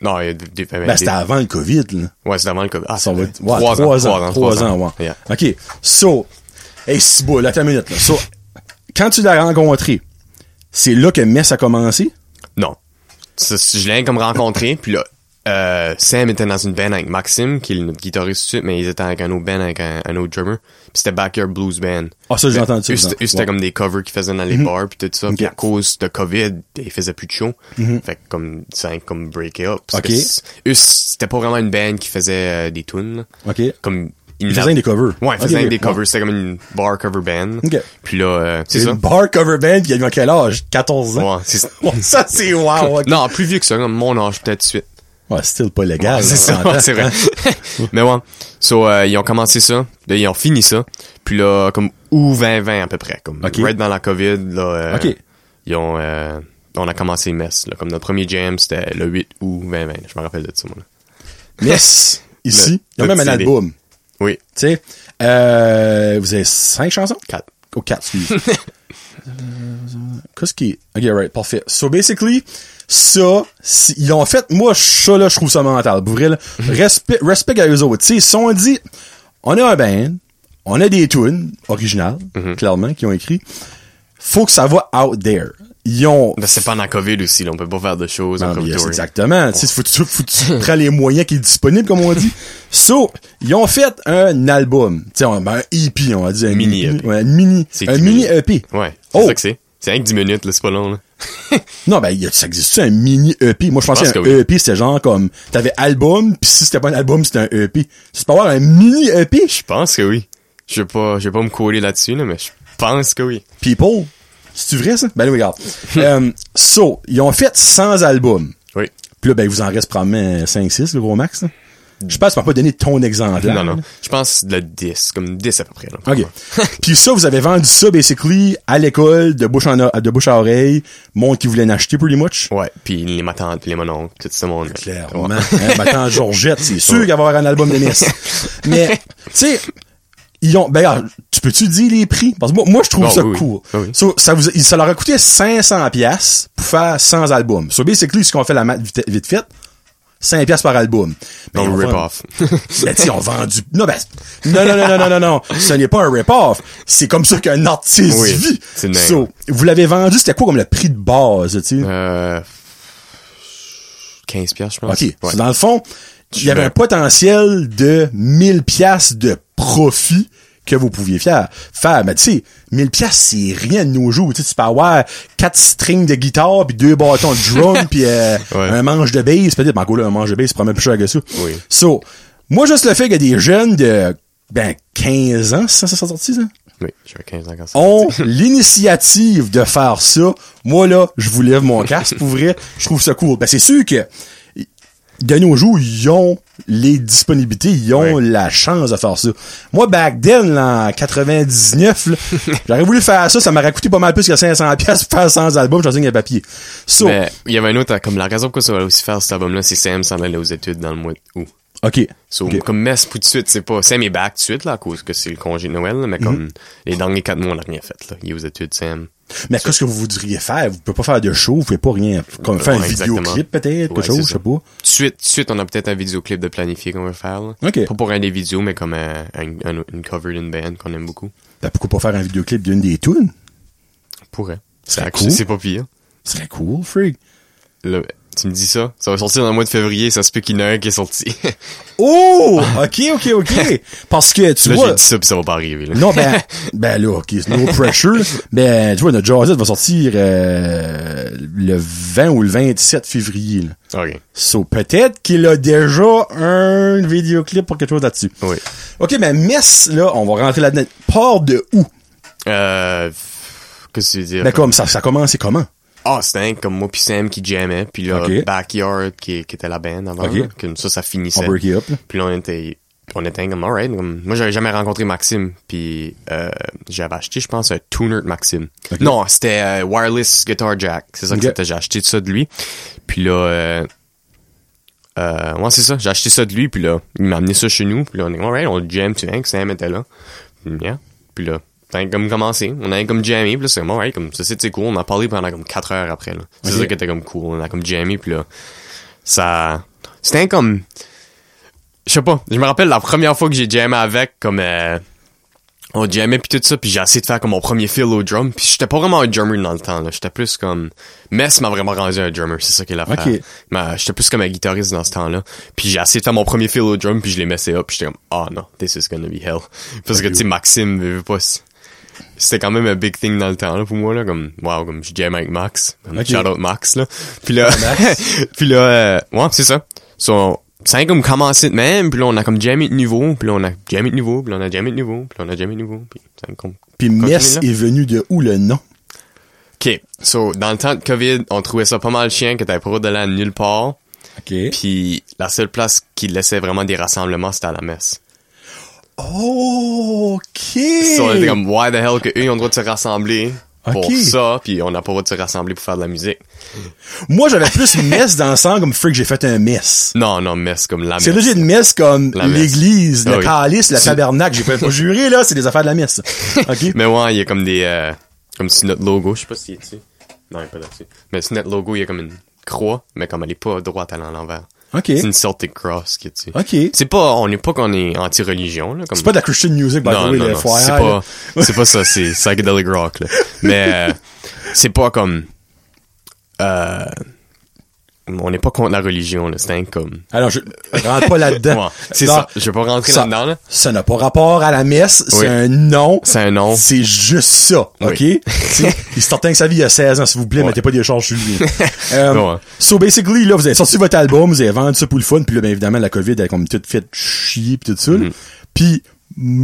[SPEAKER 2] Non, il y a des- des-
[SPEAKER 1] Ben,
[SPEAKER 2] des-
[SPEAKER 1] c'était avant le COVID, là.
[SPEAKER 2] Ouais, c'est avant le COVID. Ah,
[SPEAKER 1] Ça
[SPEAKER 2] c'est
[SPEAKER 1] va
[SPEAKER 2] vrai.
[SPEAKER 1] être, ouais, 3 ans, 3 ans,
[SPEAKER 2] trois
[SPEAKER 1] 3 ans, ouais.
[SPEAKER 2] Yeah.
[SPEAKER 1] OK. So, hey, c'est beau, là, t'as une minute, là. So, quand tu l'as rencontré, c'est là que Mess a commencé?
[SPEAKER 2] Non. Ça, c'est- je l'ai comme rencontré, puis là, euh, Sam était dans une band avec Maxime, qui est notre guitariste tout de suite, mais ils étaient avec un autre band, avec un, un autre drummer. Puis c'était Backyard Blues Band.
[SPEAKER 1] Ah, ça, j'ai
[SPEAKER 2] Mais
[SPEAKER 1] entendu ça, par exemple.
[SPEAKER 2] eux, c'était- eux, c'était
[SPEAKER 1] Ouais. Mhm.
[SPEAKER 2] comme des covers qu'ils faisaient dans les bars, puis tout ça. Puis à cause de COVID, ils faisaient plus de show. Fait que comme, ça a comme break it up. Parce que
[SPEAKER 1] Mhm. Ok.
[SPEAKER 2] c- eux, c'était pas vraiment une band qui faisait euh, des tunes, là.
[SPEAKER 1] OK.
[SPEAKER 2] Comme,
[SPEAKER 1] Ils faisaient des covers.
[SPEAKER 2] Ouais, ils faisaient
[SPEAKER 1] Ok, ok.
[SPEAKER 2] des covers. C'était comme une bar cover band.
[SPEAKER 1] Ok.
[SPEAKER 2] Puis là, euh, c'est
[SPEAKER 1] C'est
[SPEAKER 2] ça.
[SPEAKER 1] une bar cover band, il y a eu à quel âge? 14 ans?
[SPEAKER 2] Ouais, c'est ça.
[SPEAKER 1] Ouais, *laughs* ça, c'est wow, ok.
[SPEAKER 2] Non, plus vieux que ça, comme mon âge, peut-être suite.
[SPEAKER 1] Ouais, Ah, c'est still pas légal.
[SPEAKER 2] c'est
[SPEAKER 1] là,
[SPEAKER 2] ça, *laughs*
[SPEAKER 1] on s'entend.
[SPEAKER 2] c'est
[SPEAKER 1] *laughs*
[SPEAKER 2] vrai. Mais ouais. So, euh, ils ont commencé ça, là, ils ont fini ça, puis là, comme ou 2020 à peu près, comme
[SPEAKER 1] Ok.
[SPEAKER 2] right dans la COVID, là, euh,
[SPEAKER 1] Ok.
[SPEAKER 2] ils ont, euh, on a commencé mess, là, comme notre premier jam, c'était le 8 août 2020, je me rappelle de ça, moi, là.
[SPEAKER 1] Yes, ici. Il y a
[SPEAKER 2] Le
[SPEAKER 1] même un
[SPEAKER 2] petit
[SPEAKER 1] album.
[SPEAKER 2] Oui,
[SPEAKER 1] Tu sais, euh, vous avez cinq chansons?
[SPEAKER 2] 4.
[SPEAKER 1] Oh, quatre, excuse. *laughs* Euh, Qu'est-ce qui est? Ok, right, parfait. So, basically, ça, si- ils ont fait, moi, ça, là, je trouve ça mental. Pour vrai, là. respect, respect à eux autres. Tu sais, ils se sont dit, on a un band, on a des tunes originales, clairement, qui ont écrit. Faut que ça va out there. Ils ont
[SPEAKER 2] Ben, c'est pendant la COVID aussi, là, on peut pas faire de choses en
[SPEAKER 1] non, mais
[SPEAKER 2] COVID.
[SPEAKER 1] yes, exactement. Tu sais, faut, tu- faut, tu *laughs* prends les moyens qui sont disponibles, comme on dit. So, ils ont fait un album. Tu sais, on- ben, un EP, on va dire. Un
[SPEAKER 2] Mini EP.
[SPEAKER 1] ouais, un mini,
[SPEAKER 2] C'est
[SPEAKER 1] un
[SPEAKER 2] dix
[SPEAKER 1] mini
[SPEAKER 2] minutes.
[SPEAKER 1] EP.
[SPEAKER 2] Ouais, c'est
[SPEAKER 1] Oh!
[SPEAKER 2] ça que c'est. C'est rien que 10 minutes, là, c'est pas long, là.
[SPEAKER 1] Non, ben, y a- ça existe un mini EP? Moi, je pensais
[SPEAKER 2] pense
[SPEAKER 1] qu'un
[SPEAKER 2] que oui.
[SPEAKER 1] EP, c'était genre comme, t'avais album, puis si c'était pas un album, c'était un EP. C'est pas avoir un mini E EP,
[SPEAKER 2] Je pense que oui. Je vais pas, je vais pas me coller là-dessus, là, mais je pense que oui.
[SPEAKER 1] people. C'est-tu vrai, ça? Ben, là,
[SPEAKER 2] *laughs*
[SPEAKER 1] regarde. um, so, ils ont fait 100 albums.
[SPEAKER 2] Oui.
[SPEAKER 1] Puis là, ben, il vous en reste probablement 5-6, le gros max, là. Je pense que tu m'as pas donné ton exemple.
[SPEAKER 2] Non, non. Je pense le 10, comme 10 à peu près. Là,
[SPEAKER 1] OK. *laughs* Puis ça, vous avez vendu ça, basically, à l'école, de bouche, en o- de bouche à oreille, monde qui voulait en acheter, pretty much.
[SPEAKER 2] Ouais, puis les matantes, puis les mononcles, tout ce monde.
[SPEAKER 1] Clairement. Hein, ben, attends, Georgette, c'est sûr qu'il va y avoir un album de *laughs* Miss. Mais, tu sais, ils ont, ben, regarde, tu peux-tu dire les prix? Parce que moi, moi, je trouve
[SPEAKER 2] Oh,
[SPEAKER 1] ça
[SPEAKER 2] oui, oui.
[SPEAKER 1] cool.
[SPEAKER 2] Oui, oui.
[SPEAKER 1] So, ça, vous, ça leur a coûté 500 pièces pour faire 100 albums. So, basically, ce qu'on fait la maths vite, vite fait, 5 pièces par album. Ben, ils
[SPEAKER 2] Donc,
[SPEAKER 1] ont
[SPEAKER 2] rip
[SPEAKER 1] vendu- *laughs*
[SPEAKER 2] off.
[SPEAKER 1] ben, tu sais, on vend du... Non, ben, non, non, non, non, non, non, non. Ce n'est pas un rip-off. C'est comme ça qu'un artiste
[SPEAKER 2] Oui,
[SPEAKER 1] vit.
[SPEAKER 2] c'est dingue.
[SPEAKER 1] So, vous l'avez vendu, c'était quoi comme le prix de base, tu sais?
[SPEAKER 2] Euh, 15 piastres, je pense.
[SPEAKER 1] OK.
[SPEAKER 2] Ouais.
[SPEAKER 1] So, dans le fond, il y avait
[SPEAKER 2] me-
[SPEAKER 1] un potentiel de 1000 piastres de profit que vous pouviez faire. Faire, ben, tu sais, 1000 piastres, c'est rien de nos jours. Tu sais, tu peux avoir quatre strings de guitare, puis deux bâtons de
[SPEAKER 2] *laughs*
[SPEAKER 1] drum, puis euh,
[SPEAKER 2] Ouais.
[SPEAKER 1] un manche de bass. Peut-être, ben, encore là, un manche de bass, c'est probablement plus cher que ça.
[SPEAKER 2] Oui.
[SPEAKER 1] So, moi, juste le fait que des jeunes de, ben, 15 ans, ça, ça, ça sorti, ça?
[SPEAKER 2] Oui, j'avais 15 ans quand ça.
[SPEAKER 1] ont l'initiative de faire ça, moi là, je vous lève mon casque pour vrai, je trouve ça cool. Ben c'est sûr que de nos jours, ils ont les disponibilités, ils ont
[SPEAKER 2] Ouais.
[SPEAKER 1] la chance de faire ça. Moi, back then, là, en 99, là, j'aurais voulu faire ça, ça m'aurait coûté pas mal plus que 500 pièces pour faire 100 albums, je signe un papier. So,
[SPEAKER 2] Mais il y avait un autre, comme la raison pourquoi ça va aussi faire cet album-là, c'est Sam s'en allait aux études dans le mois d'août.
[SPEAKER 1] OK.
[SPEAKER 2] So,
[SPEAKER 1] Ok.
[SPEAKER 2] Comme Mess, tout de suite, c'est pas. Sam est back tout de suite, là, à cause que c'est le congé de Noël, là, mais comme
[SPEAKER 1] Mm-hmm.
[SPEAKER 2] les derniers quatre mois, on n'a rien fait, là. Il est aux études, Sam.
[SPEAKER 1] Mais qu'est-ce que vous voudriez faire? Vous pouvez pas faire de show, vous pouvez pas rien. Comme faire un
[SPEAKER 2] Ouais, exactement.
[SPEAKER 1] vidéoclip peut-être,
[SPEAKER 2] Ouais,
[SPEAKER 1] quelque chose,
[SPEAKER 2] c'est
[SPEAKER 1] je sais
[SPEAKER 2] ça.
[SPEAKER 1] pas.
[SPEAKER 2] Tout de suite, tout de suite, on a peut-être un vidéoclip de planifier qu'on veut faire, là.
[SPEAKER 1] Ok.
[SPEAKER 2] Pas pour un des vidéos, mais comme euh, un- un- une cover d'une band qu'on aime beaucoup.
[SPEAKER 1] Ben, pourquoi pas faire un vidéoclip d'une des tunes?
[SPEAKER 2] On pourrait.
[SPEAKER 1] serait
[SPEAKER 2] Fait que
[SPEAKER 1] cool.
[SPEAKER 2] C'est pas pire.
[SPEAKER 1] Ce serait cool, freak.
[SPEAKER 2] Là, tu me dis ça? Ça va sortir dans le mois de février, ça se peut qu'il y en a un qui est sorti. *laughs*
[SPEAKER 1] Oh! OK, OK, OK. Parce que, tu
[SPEAKER 2] là,
[SPEAKER 1] vois...
[SPEAKER 2] j'ai dit ça, puis ça va pas arriver, là.
[SPEAKER 1] Non,
[SPEAKER 2] *laughs*
[SPEAKER 1] ben, ben là, OK, c'est no pressure. là. Ben, tu vois, notre Jaws va sortir euh, le 20 ou le 27 février. Là.
[SPEAKER 2] Ok.
[SPEAKER 1] So, peut-être qu'il a déjà un vidéoclip pour quelque chose là-dessus.
[SPEAKER 2] Oui.
[SPEAKER 1] OK, ben, Metz, là, on va rentrer là-dedans. Part de où?
[SPEAKER 2] Euh. f- Qu'est-ce que tu veux dire?
[SPEAKER 1] Ben, comme, ça, ça commence, c'est comment?
[SPEAKER 2] Austin, comme moi puis Sam qui jammait, puis là,
[SPEAKER 1] Ok.
[SPEAKER 2] Backyard qui, qui était la band avant,
[SPEAKER 1] Ok.
[SPEAKER 2] là, que ça, ça
[SPEAKER 1] On
[SPEAKER 2] finissait.
[SPEAKER 1] break it up, là.
[SPEAKER 2] Puis là, on était, on était comme, alright, comme, moi j'avais jamais rencontré Maxime, puis euh, j'avais acheté, je pense, un tuner de Maxime. Non, c'était euh, Wireless Guitar Jack, c'est ça
[SPEAKER 1] Ok.
[SPEAKER 2] que c'était, j'ai acheté ça de lui. Puis là, euh, euh, ouais, c'est ça, j'ai acheté ça de lui, puis là, il m'a amené ça chez nous, puis là, on est, alright, on jam, tu vois, que Sam était là. Yeah. Puis là, on a comme commencé, on a comme jammé, puis là, c'est comme, alright, comme, ça c'était cool, on a parlé pendant comme 4 heures après, là. C'est
[SPEAKER 1] Ok.
[SPEAKER 2] ça qui était comme cool, on a comme jammé, puis là, ça, c'était comme, je sais pas, je me rappelle la première fois que j'ai jammé avec, comme, euh, on jammait puis tout ça, puis j'ai essayé de faire comme mon premier feel au drum, puis j'étais pas vraiment un drummer dans le temps, là, j'étais plus comme, Mess m'a vraiment rendu un drummer, c'est ça qu'il a fait.
[SPEAKER 1] Ok.
[SPEAKER 2] J'étais plus comme un guitariste dans ce temps-là, puis j'ai essayé de faire mon premier feel au drum, puis je l'ai messé up, puis j'étais comme, ah non, this is gonna be hell. *laughs* Parce que, tu sais, Maxime, veut veut pas, c- c'était quand même un big thing dans le temps, là, pour moi, là, comme, wow, comme je jamme avec Max, comme
[SPEAKER 1] Ok.
[SPEAKER 2] shout out Euh, Max, là. Puis là, *laughs* puis là, euh, ouais, c'est ça. So, ça a comme commencé de même, puis là, on a comme jammé de nouveau, puis là, on a jammé de nouveau, puis là, on a jammé de nouveau, puis là, on a jammé de nouveau, puis ça me com-
[SPEAKER 1] Puis
[SPEAKER 2] continue,
[SPEAKER 1] Metz
[SPEAKER 2] là.
[SPEAKER 1] est venu de où, le nom?
[SPEAKER 2] OK, so, dans le temps de COVID, on trouvait ça pas mal chiant que t'avais pas de là nulle part,
[SPEAKER 1] OK.
[SPEAKER 2] puis la seule place qui laissait vraiment des rassemblements, c'était à la messe.
[SPEAKER 1] oh, OK!
[SPEAKER 2] So, on était comme, why the hell que eux, ils ont le droit de se rassembler pour
[SPEAKER 1] Ok.
[SPEAKER 2] ça, puis on n'a pas le droit de se rassembler pour faire de la musique.
[SPEAKER 1] Moi, j'avais plus messe dans le sens comme freak, j'ai fait un messe.
[SPEAKER 2] Non, non, messe comme la
[SPEAKER 1] C'est
[SPEAKER 2] messe.
[SPEAKER 1] logique, une messe comme
[SPEAKER 2] La messe.
[SPEAKER 1] l'église,
[SPEAKER 2] Ah
[SPEAKER 1] le
[SPEAKER 2] oui.
[SPEAKER 1] calice, le
[SPEAKER 2] Tu-
[SPEAKER 1] tabernacle. J'ai pas pas juré, là, c'est des affaires de la
[SPEAKER 2] *laughs*
[SPEAKER 1] messe. OK?
[SPEAKER 2] Mais ouais, il y a comme des. euh, comme si notre logo, je sais pas s'il est dessus. Non, il est pas dessus. Mais sur notre logo, il y a comme une croix, mais comme elle est pas droite, elle est à l'envers.
[SPEAKER 1] OK.
[SPEAKER 2] C'est une Celtic Cross qui est dessus.
[SPEAKER 1] OK.
[SPEAKER 2] C'est pas. On n'est pas qu'on est anti-religion, là. Comme...
[SPEAKER 1] C'est pas de la Christian music, by the
[SPEAKER 2] Non,
[SPEAKER 1] way,
[SPEAKER 2] non,
[SPEAKER 1] le
[SPEAKER 2] non,
[SPEAKER 1] foyer.
[SPEAKER 2] c'est
[SPEAKER 1] là.
[SPEAKER 2] pas, c'est pas ça, c'est
[SPEAKER 1] *laughs*
[SPEAKER 2] psychedelic rock, là. Mais euh, c'est pas comme. euh, on n'est pas contre la religion, là. C'est un comme.
[SPEAKER 1] Alors, je rentre pas là-dedans.
[SPEAKER 2] Ouais, c'est
[SPEAKER 1] Non,
[SPEAKER 2] ça. Je vais pas rentrer
[SPEAKER 1] ça-
[SPEAKER 2] là-dedans, là.
[SPEAKER 1] Ça n'a pas rapport à la messe, c'est
[SPEAKER 2] Oui.
[SPEAKER 1] un nom.
[SPEAKER 2] C'est un nom.
[SPEAKER 1] C'est juste ça,
[SPEAKER 2] Oui.
[SPEAKER 1] OK?
[SPEAKER 2] *laughs*
[SPEAKER 1] C'est- Il se tentait que sa vie il y a 16 ans, s'il vous plaît, mettez pas des charges sur lui. Euh,
[SPEAKER 2] Ouais.
[SPEAKER 1] So, basically, là, vous avez sorti votre album, vous avez vendu ça pour le fun, puis là, bien évidemment, la COVID, elle a comme tout fait chier, puis tout ça. là.
[SPEAKER 2] Mm-hmm.
[SPEAKER 1] Puis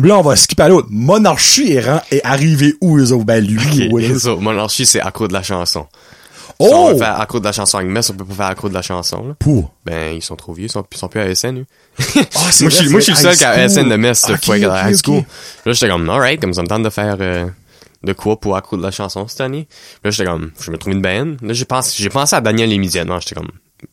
[SPEAKER 1] là, on va skipper à l'autre. Monarchie est, ren- est arrivé où, eux autres? Ben, lui,
[SPEAKER 2] Ok,
[SPEAKER 1] ouais, là.
[SPEAKER 2] so, Monarchie, c'est accro de la chanson. Si on
[SPEAKER 1] Oh!
[SPEAKER 2] veut faire accro de la chanson avec Metz, on peut pas faire accro de la chanson. Là.
[SPEAKER 1] Pour.
[SPEAKER 2] Ben, ils sont trop vieux, ils sont, ils sont plus à SN, eux.
[SPEAKER 1] Ah, c'est
[SPEAKER 2] moi, je suis
[SPEAKER 1] vrai,
[SPEAKER 2] moi, je suis le
[SPEAKER 1] c'est
[SPEAKER 2] seul
[SPEAKER 1] high
[SPEAKER 2] qui a
[SPEAKER 1] school.
[SPEAKER 2] SN de Metz,
[SPEAKER 1] Ok,
[SPEAKER 2] cette fois, qu'à la
[SPEAKER 1] ok,
[SPEAKER 2] high
[SPEAKER 1] ok.
[SPEAKER 2] school. Là, j'étais comme, alright, comme ça me tente de faire euh, de quoi pour accro de la chanson cette année. Là, j'étais comme, je me trouve une band. Là, j'ai pensé, j'ai pensé à Daniel Émidiennement. J'étais comme,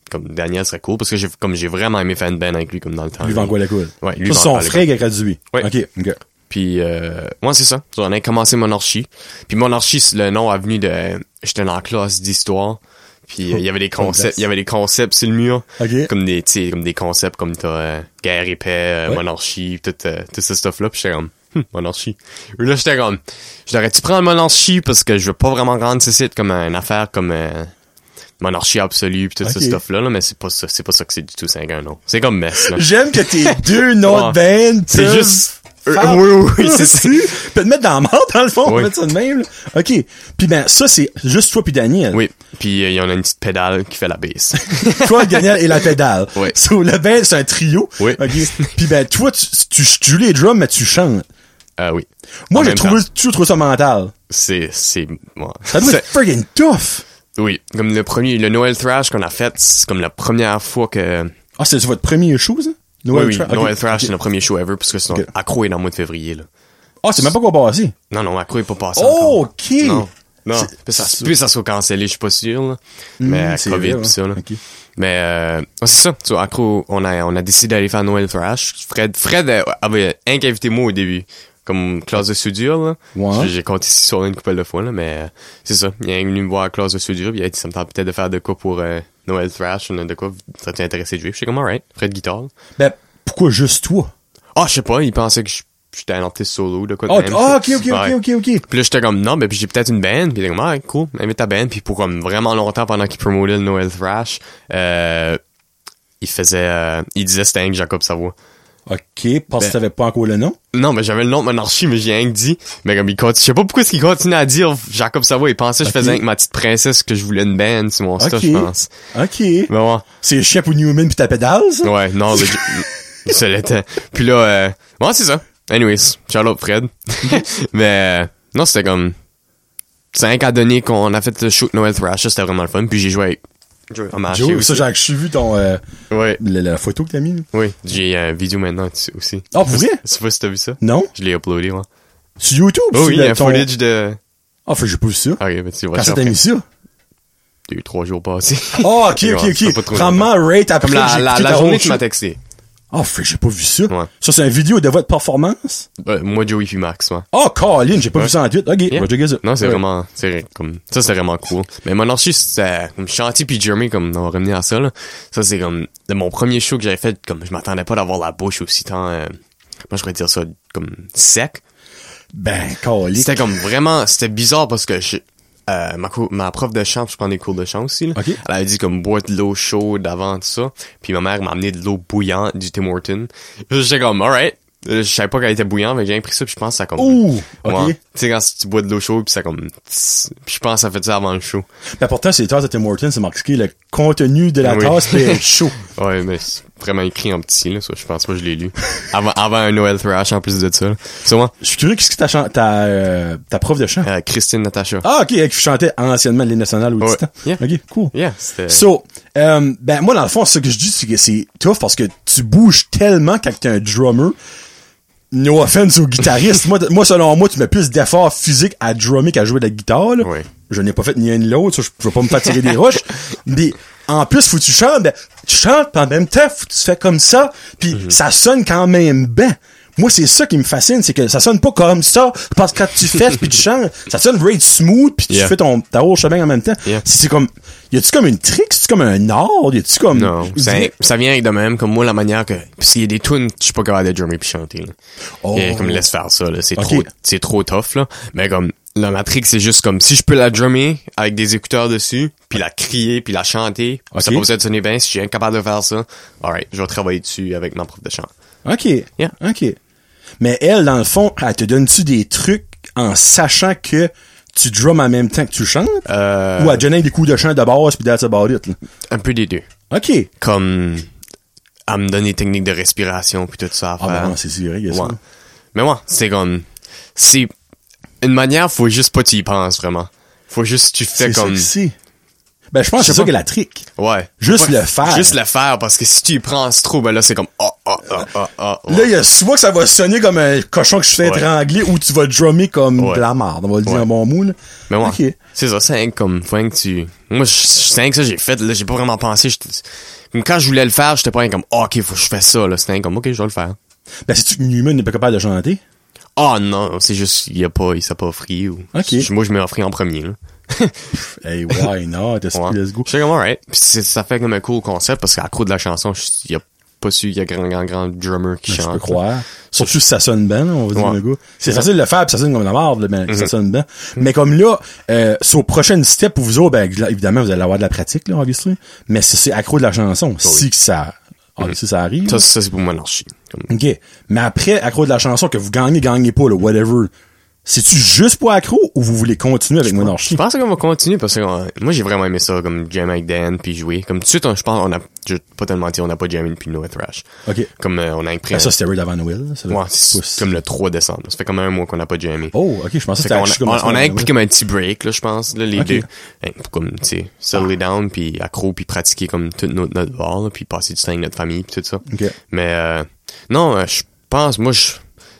[SPEAKER 2] comme Daniel serait cool, parce que j'ai, comme j'ai vraiment aimé faire une band avec lui, comme dans le temps.
[SPEAKER 1] Lui, Van Guadalcool.
[SPEAKER 2] Ouais, lui,
[SPEAKER 1] Ça,
[SPEAKER 2] Van
[SPEAKER 1] son
[SPEAKER 2] Guadalcool.
[SPEAKER 1] frère qui a gradué.
[SPEAKER 2] Ouais.
[SPEAKER 1] OK, OK.
[SPEAKER 2] Puis, euh, ouais, c'est ça. On a commencé Monarchie. Puis Monarchie, c'est le nom est venu de... J'étais dans la classe d'histoire. Puis euh, il y avait des concepts, il y avait des concepts sur le mur.
[SPEAKER 1] Ok.
[SPEAKER 2] *laughs* Comme des, tu sais, comme des concepts comme t'as euh, guerre et paix, euh,
[SPEAKER 1] Ouais.
[SPEAKER 2] monarchie, tout, euh, tout ce stuff-là. Puis j'étais comme, Hum, monarchie. Puis là, j'étais comme, je devrais-tu prendre monarchie parce que je veux pas vraiment rendre ce site comme une affaire comme euh, monarchie absolue puis tout
[SPEAKER 1] Ok.
[SPEAKER 2] ce stuff-là, là, mais c'est pas ça, c'est pas ça que c'est du tout, c'est un nom. C'est comme mess, là.
[SPEAKER 1] J'aime que
[SPEAKER 2] *laughs*
[SPEAKER 1] tes deux noms de band,
[SPEAKER 2] C'est
[SPEAKER 1] peuvent
[SPEAKER 2] juste- Euh,
[SPEAKER 1] faire-
[SPEAKER 2] oui, oui, oui,
[SPEAKER 1] *laughs*
[SPEAKER 2] c'est ça.
[SPEAKER 1] Tu peux te mettre dans la mort, dans le fond, on va
[SPEAKER 2] Oui.
[SPEAKER 1] mettre ça de même. là. OK. Puis ben, ça, c'est juste toi puis Daniel.
[SPEAKER 2] Oui, puis euh, il y en a une petite pédale qui fait la baisse.
[SPEAKER 1] *laughs* Toi, Daniel et la pédale.
[SPEAKER 2] Oui.
[SPEAKER 1] So, le band, c'est un trio.
[SPEAKER 2] Oui.
[SPEAKER 1] OK. Puis ben, toi, tu, tu, tu joues les drums, mais tu chantes.
[SPEAKER 2] Euh, oui.
[SPEAKER 1] Moi,
[SPEAKER 2] En
[SPEAKER 1] j'ai
[SPEAKER 2] même
[SPEAKER 1] trouvé,
[SPEAKER 2] temps,
[SPEAKER 1] tu trouves ça mental.
[SPEAKER 2] C'est, c'est, moi.
[SPEAKER 1] Ça doit être friggin' tough.
[SPEAKER 2] Oui, comme le premier, le Noël Thrash qu'on a fait, c'est comme la première fois que.
[SPEAKER 1] Ah, c'est votre premier show, ça?
[SPEAKER 2] Oui,
[SPEAKER 1] Noël
[SPEAKER 2] oui,
[SPEAKER 1] Thrash? OK.
[SPEAKER 2] Noël Thrash, c'est notre premier show ever, parce que sinon,
[SPEAKER 1] Ok.
[SPEAKER 2] Accro est dans le mois de février, là.
[SPEAKER 1] Ah, c'est même pas quoi passer.
[SPEAKER 2] Non, non, Accro est pas passé.
[SPEAKER 1] Oh,
[SPEAKER 2] encore.
[SPEAKER 1] OK.
[SPEAKER 2] Non. Non,
[SPEAKER 1] C'est-
[SPEAKER 2] puis
[SPEAKER 1] c'est
[SPEAKER 2] ça,
[SPEAKER 1] Hmm,
[SPEAKER 2] se peut que ça soit cancellé, je suis pas sûr. Là. Mais
[SPEAKER 1] c'est
[SPEAKER 2] COVID
[SPEAKER 1] vrai,
[SPEAKER 2] pis ça, là.
[SPEAKER 1] Ok.
[SPEAKER 2] Mais euh, ouais, c'est ça, tu vois, accro, on a, on a décidé d'aller faire Noël Thrash. Fred, Fred euh, avait un qui invité moi au début, comme classe de soudure, là.
[SPEAKER 1] Ouais.
[SPEAKER 2] J'ai- J'ai compté six soirées une couple de fois, là, mais euh, c'est ça. Il est venu me voir à classe de soudure, puis il a dit, ça me tente peut-être de faire de quoi pour euh, Noël Thrash, ou de quoi, ça t'est intéressé de jouer. Puis j'étais comme, alright, Fred Guitare.
[SPEAKER 1] Ben, pourquoi juste toi?
[SPEAKER 2] Ah, je sais pas, il pensait que je- j'étais un artiste solo, de quoi de
[SPEAKER 1] Ah,
[SPEAKER 2] même.
[SPEAKER 1] ah, ok, ok,
[SPEAKER 2] Ouais.
[SPEAKER 1] ok, ok, ok.
[SPEAKER 2] Puis là, j'étais comme, non, mais puis j'ai peut-être une band. Puis il était comme, ah, cool, invite ta band. Puis pour comme vraiment longtemps, pendant qu'il promotait le Noël Thrash, euh, il faisait, euh, il disait c'était Hank Jacob Savoie.
[SPEAKER 1] Ok, parce
[SPEAKER 2] Ben.
[SPEAKER 1] que t'avais pas encore le nom.
[SPEAKER 2] Non, mais j'avais le nom de mon archi, mais j'ai Hank dit. Mais comme il continue, je sais pas pourquoi ce qu'il continue à dire Jacob Savoie. Il pensait que
[SPEAKER 1] Ok.
[SPEAKER 2] je faisais avec ma petite princesse que je voulais une band sur mon stuff,
[SPEAKER 1] Ok.
[SPEAKER 2] je pense.
[SPEAKER 1] Ok.
[SPEAKER 2] Mais ouais.
[SPEAKER 1] C'est Shep ou Newman pis ta pédale, ça?
[SPEAKER 2] Ouais, non, le... ça l'était. Puis là, euh... ouais, c'est ça. Anyways, shout out Fred. *laughs* Mais euh, non, c'était comme 5 à donner qu'on a fait le shoot Noël Thrash, ça, c'était vraiment le fun. Puis j'ai joué avec Joey Amaché
[SPEAKER 1] Joe,
[SPEAKER 2] aussi.
[SPEAKER 1] ça, j'ai- j'ai vu ton, euh,
[SPEAKER 2] Ouais,
[SPEAKER 1] la, la photo que t'as mis, là.
[SPEAKER 2] oui, j'ai une vidéo maintenant dessus aussi.
[SPEAKER 1] Ah, pour vrai?
[SPEAKER 2] Je sais pas si t'as vu ça.
[SPEAKER 1] Non?
[SPEAKER 2] Je l'ai uploadé, ouais.
[SPEAKER 1] Sur YouTube?
[SPEAKER 2] Oh
[SPEAKER 1] sur
[SPEAKER 2] oui, il y
[SPEAKER 1] le-
[SPEAKER 2] a un
[SPEAKER 1] ton-
[SPEAKER 2] footage de.
[SPEAKER 1] Ah, fait que j'ai pas vu ça.
[SPEAKER 2] Ok, mais tu vois,
[SPEAKER 1] Quand ça
[SPEAKER 2] ça
[SPEAKER 1] t'a
[SPEAKER 2] fait
[SPEAKER 1] mis ça?
[SPEAKER 2] deux, trois jours passés.
[SPEAKER 1] Ah,
[SPEAKER 2] *laughs*
[SPEAKER 1] ok,
[SPEAKER 2] Ouais,
[SPEAKER 1] ok,
[SPEAKER 2] ça fait pas
[SPEAKER 1] ok.
[SPEAKER 2] trop
[SPEAKER 1] Vraiment, rate après
[SPEAKER 2] Comme
[SPEAKER 1] que
[SPEAKER 2] la,
[SPEAKER 1] j'ai
[SPEAKER 2] la,
[SPEAKER 1] écouté
[SPEAKER 2] la
[SPEAKER 1] ta
[SPEAKER 2] journée
[SPEAKER 1] whole
[SPEAKER 2] que tu m'as
[SPEAKER 1] show.
[SPEAKER 2] texté.
[SPEAKER 1] Ah, fait que j'ai pas vu ça.
[SPEAKER 2] Ouais.
[SPEAKER 1] Ça, c'est une vidéo de votre performance?
[SPEAKER 2] Euh, moi, Joey puis Max, ouais.
[SPEAKER 1] Ah, Colin, j'ai pas
[SPEAKER 2] Ouais.
[SPEAKER 1] vu ça en tweet. Ok,
[SPEAKER 2] Yeah.
[SPEAKER 1] je vais checker ça.
[SPEAKER 2] Non, c'est
[SPEAKER 1] Ouais.
[SPEAKER 2] vraiment, c'est comme, ça c'était vraiment cool. Mais mon archi, c'était comme Chanty puis Jeremy, comme, on va revenir à ça, là. Ça, c'est comme, de mon premier show que j'avais fait, comme, je m'attendais pas d'avoir la bouche aussi tant, euh, moi, je pourrais dire ça, comme, sec.
[SPEAKER 1] Ben, Colin.
[SPEAKER 2] C'était comme vraiment, c'était bizarre parce que je, euh, ma, cou- ma prof de chant, je prends des cours de chant aussi, là.
[SPEAKER 1] Ok.
[SPEAKER 2] Elle avait dit, comme, boire de l'eau chaude avant tout ça. Puis ma mère m'a amené de l'eau bouillante du Tim Horton. J'étais comme, alright. Euh, Je savais pas qu'elle était bouillante, mais j'ai pris ça, puis je pense que ça, comme,
[SPEAKER 1] Ouh! Ok.
[SPEAKER 2] Ouais. Tu sais, quand tu bois de l'eau chaude, pis ça comme. tss, Pis je pense que ça fait ça avant le show.
[SPEAKER 1] Ben, pourtant, c'est les tasses de Tim Hortons, c'est marqué le contenu de la
[SPEAKER 2] Oui.
[SPEAKER 1] tasse
[SPEAKER 2] *laughs*
[SPEAKER 1] est chaud.
[SPEAKER 2] Ouais, mais c'est vraiment écrit en petit, là. Ça, je pense pas que je l'ai lu. Avant, avant un Noël Thrash, en plus de ça. là. C'est moi,
[SPEAKER 1] Je suis curieux, qu'est-ce que ta, chan- ta, euh, ta prof de chant?
[SPEAKER 2] euh, Christine Natacha.
[SPEAKER 1] Ah, ok, elle qui chantait anciennement les nationales ou
[SPEAKER 2] Ouais.
[SPEAKER 1] du temps.
[SPEAKER 2] Yeah.
[SPEAKER 1] Ok, cool.
[SPEAKER 2] Yeah, c'était.
[SPEAKER 1] So, euh, ben, moi, dans le fond, ce que je dis, c'est que c'est tough parce que tu bouges tellement quand t'es un drummer. No offense aux
[SPEAKER 2] *laughs*
[SPEAKER 1] guitaristes. moi, t- moi, selon moi, tu mets plus d'efforts physiques à drummer qu'à jouer de la guitare, là.
[SPEAKER 2] Oui.
[SPEAKER 1] Je n'ai pas fait ni un ni l'autre, ça, je je vais pas me fatiguer des roches.
[SPEAKER 2] *laughs*
[SPEAKER 1] Mais, en plus, faut que tu chantes, ben, tu chantes, pis en même temps, faut que tu fais comme ça, puis
[SPEAKER 2] Mhm.
[SPEAKER 1] ça sonne quand même bien. Moi, c'est ça qui me fascine, c'est que ça sonne pas comme ça, parce que quand tu fais puis tu chantes, ça sonne great smooth, puis tu
[SPEAKER 2] Yeah.
[SPEAKER 1] fais ton, ta whole shebang en même temps.
[SPEAKER 2] Yeah.
[SPEAKER 1] C'est comme, y a-tu comme une trick? C'est comme un art? Y a-tu comme...
[SPEAKER 2] Non,
[SPEAKER 1] Je
[SPEAKER 2] ça,
[SPEAKER 1] dirais-
[SPEAKER 2] ça vient de même, comme moi, la manière que. Pis s'il y a des tunes, je suis pas capable de drummer pis chanter, là.
[SPEAKER 1] Oh.
[SPEAKER 2] Et comme laisse faire ça, là. C'est
[SPEAKER 1] Ok.
[SPEAKER 2] trop, c'est trop tough, là. Mais comme, la matrix, c'est juste comme, si je peux la drummer avec des écouteurs dessus, puis la crier, puis la chanter,
[SPEAKER 1] Ok.
[SPEAKER 2] ça peut vous sonner bien, si je suis incapable de faire ça, alright, je vais travailler dessus avec ma prof de chant.
[SPEAKER 1] OK.
[SPEAKER 2] Yeah.
[SPEAKER 1] OK. Mais elle, dans le fond, elle te donne-tu des trucs en sachant que tu drums en même temps que tu chantes?
[SPEAKER 2] Euh,
[SPEAKER 1] Ou elle te donne des coups de chant de base puis that's about it, là?
[SPEAKER 2] un peu des deux.
[SPEAKER 1] OK.
[SPEAKER 2] Comme, à me donner des techniques de respiration, puis tout ça à
[SPEAKER 1] Ah,
[SPEAKER 2] faire.
[SPEAKER 1] ben non, c'est sûr, il y a ça.
[SPEAKER 2] Ouais. Mais ouais, c'est comme. C'est une manière, faut juste pas que tu y penses vraiment. Faut juste que tu fais
[SPEAKER 1] C'est ça
[SPEAKER 2] comme.
[SPEAKER 1] que c'est. Ben, je pense que c'est
[SPEAKER 2] Je sais
[SPEAKER 1] ça
[SPEAKER 2] pas.
[SPEAKER 1] qui est la trick.
[SPEAKER 2] Ouais.
[SPEAKER 1] Juste
[SPEAKER 2] Pas-
[SPEAKER 1] le faire.
[SPEAKER 2] Juste le faire, parce que si tu y prends trop, ben là, c'est comme. Oh, oh, oh, oh, oh, oh.
[SPEAKER 1] Là, il y a soit que ça va sonner comme un cochon que je fais
[SPEAKER 2] Ouais.
[SPEAKER 1] étrangler ou tu vas drummer comme
[SPEAKER 2] Ouais.
[SPEAKER 1] de la marde. On va le dire
[SPEAKER 2] Ouais.
[SPEAKER 1] en bon mot, là.
[SPEAKER 2] Mais ouais.
[SPEAKER 1] OK.
[SPEAKER 2] C'est ça, c'est un comme. Faut un que tu. Moi, je- je- c'est un que ça, j'ai fait, là, j'ai pas vraiment pensé. j'étais- Comme quand je voulais le faire, j'étais pas un comme, oh, ok, faut que je fasse ça, là. C'était un comme, ok, je vais le faire.
[SPEAKER 1] Ben, si tu que Newman n'est pas capable de chanter?
[SPEAKER 2] Oh non, c'est juste, il y a pas, il s'est pas offri ou.
[SPEAKER 1] Ok.
[SPEAKER 2] Je- Moi, je m'ai offri en premier, là.
[SPEAKER 1] Hey, why not? Esprit,
[SPEAKER 2] Ouais.
[SPEAKER 1] Let's go.
[SPEAKER 2] Je sais comme, alright. Puis c'est- ça fait comme un cool concept parce qu'à cause de la chanson, je- il y a pas su, il y a grand, grand, grand drummer qui
[SPEAKER 1] Ben, Je
[SPEAKER 2] chante.
[SPEAKER 1] peux croire. Surtout si ça sonne bien, là, on va dire
[SPEAKER 2] Ouais. Mm-hmm.
[SPEAKER 1] le gars. C'est facile de le faire, pis ça sonne comme la marde, là, mais ça sonne bien. Mais comme là, euh, sur prochaine step pour vous autres, ben, là, évidemment, vous allez avoir de la pratique, là, obviously. Mais c'est c'est accro de la chanson. Si que ça, obviously, ça arrive.
[SPEAKER 2] Mm-hmm. Ça, ça c'est pour moi l'anarchie. Comme-
[SPEAKER 1] OK. Mais après, accro de la chanson, que vous gagnez, gagnez pas, là, whatever. C'est-tu juste pour accro ou vous voulez continuer avec
[SPEAKER 2] Je
[SPEAKER 1] Monarchie?
[SPEAKER 2] pense qu'on va continuer parce que euh, moi j'ai vraiment aimé ça comme jam avec Dan puis jouer. Comme tout de suite, on- je pense on a je vais pas te le mentir, on n'a pas jammé depuis No Thrash.
[SPEAKER 1] OK.
[SPEAKER 2] Comme euh, on a pris
[SPEAKER 1] Ben,
[SPEAKER 2] un-
[SPEAKER 1] ça, c'était Ray avant Noël. là. Ça doit
[SPEAKER 2] ouais,
[SPEAKER 1] être
[SPEAKER 2] c'est
[SPEAKER 1] pouce.
[SPEAKER 2] comme le 3 décembre. Ça fait comme un mois qu'on n'a pas jammé.
[SPEAKER 1] Oh, OK, je pensais
[SPEAKER 2] Fait
[SPEAKER 1] que
[SPEAKER 2] qu'on
[SPEAKER 1] c'était
[SPEAKER 2] a- on, on a pris comme un petit break, là, je pense, là, les
[SPEAKER 1] Ok. Ah.
[SPEAKER 2] deux. Hein, pour comme, tu sais, settle down, puis accro, puis pratiquer comme toute notre, notre bord, là, puis passer du temps avec notre famille, puis tout ça.
[SPEAKER 1] OK.
[SPEAKER 2] Mais euh, non, euh, je pense, moi, je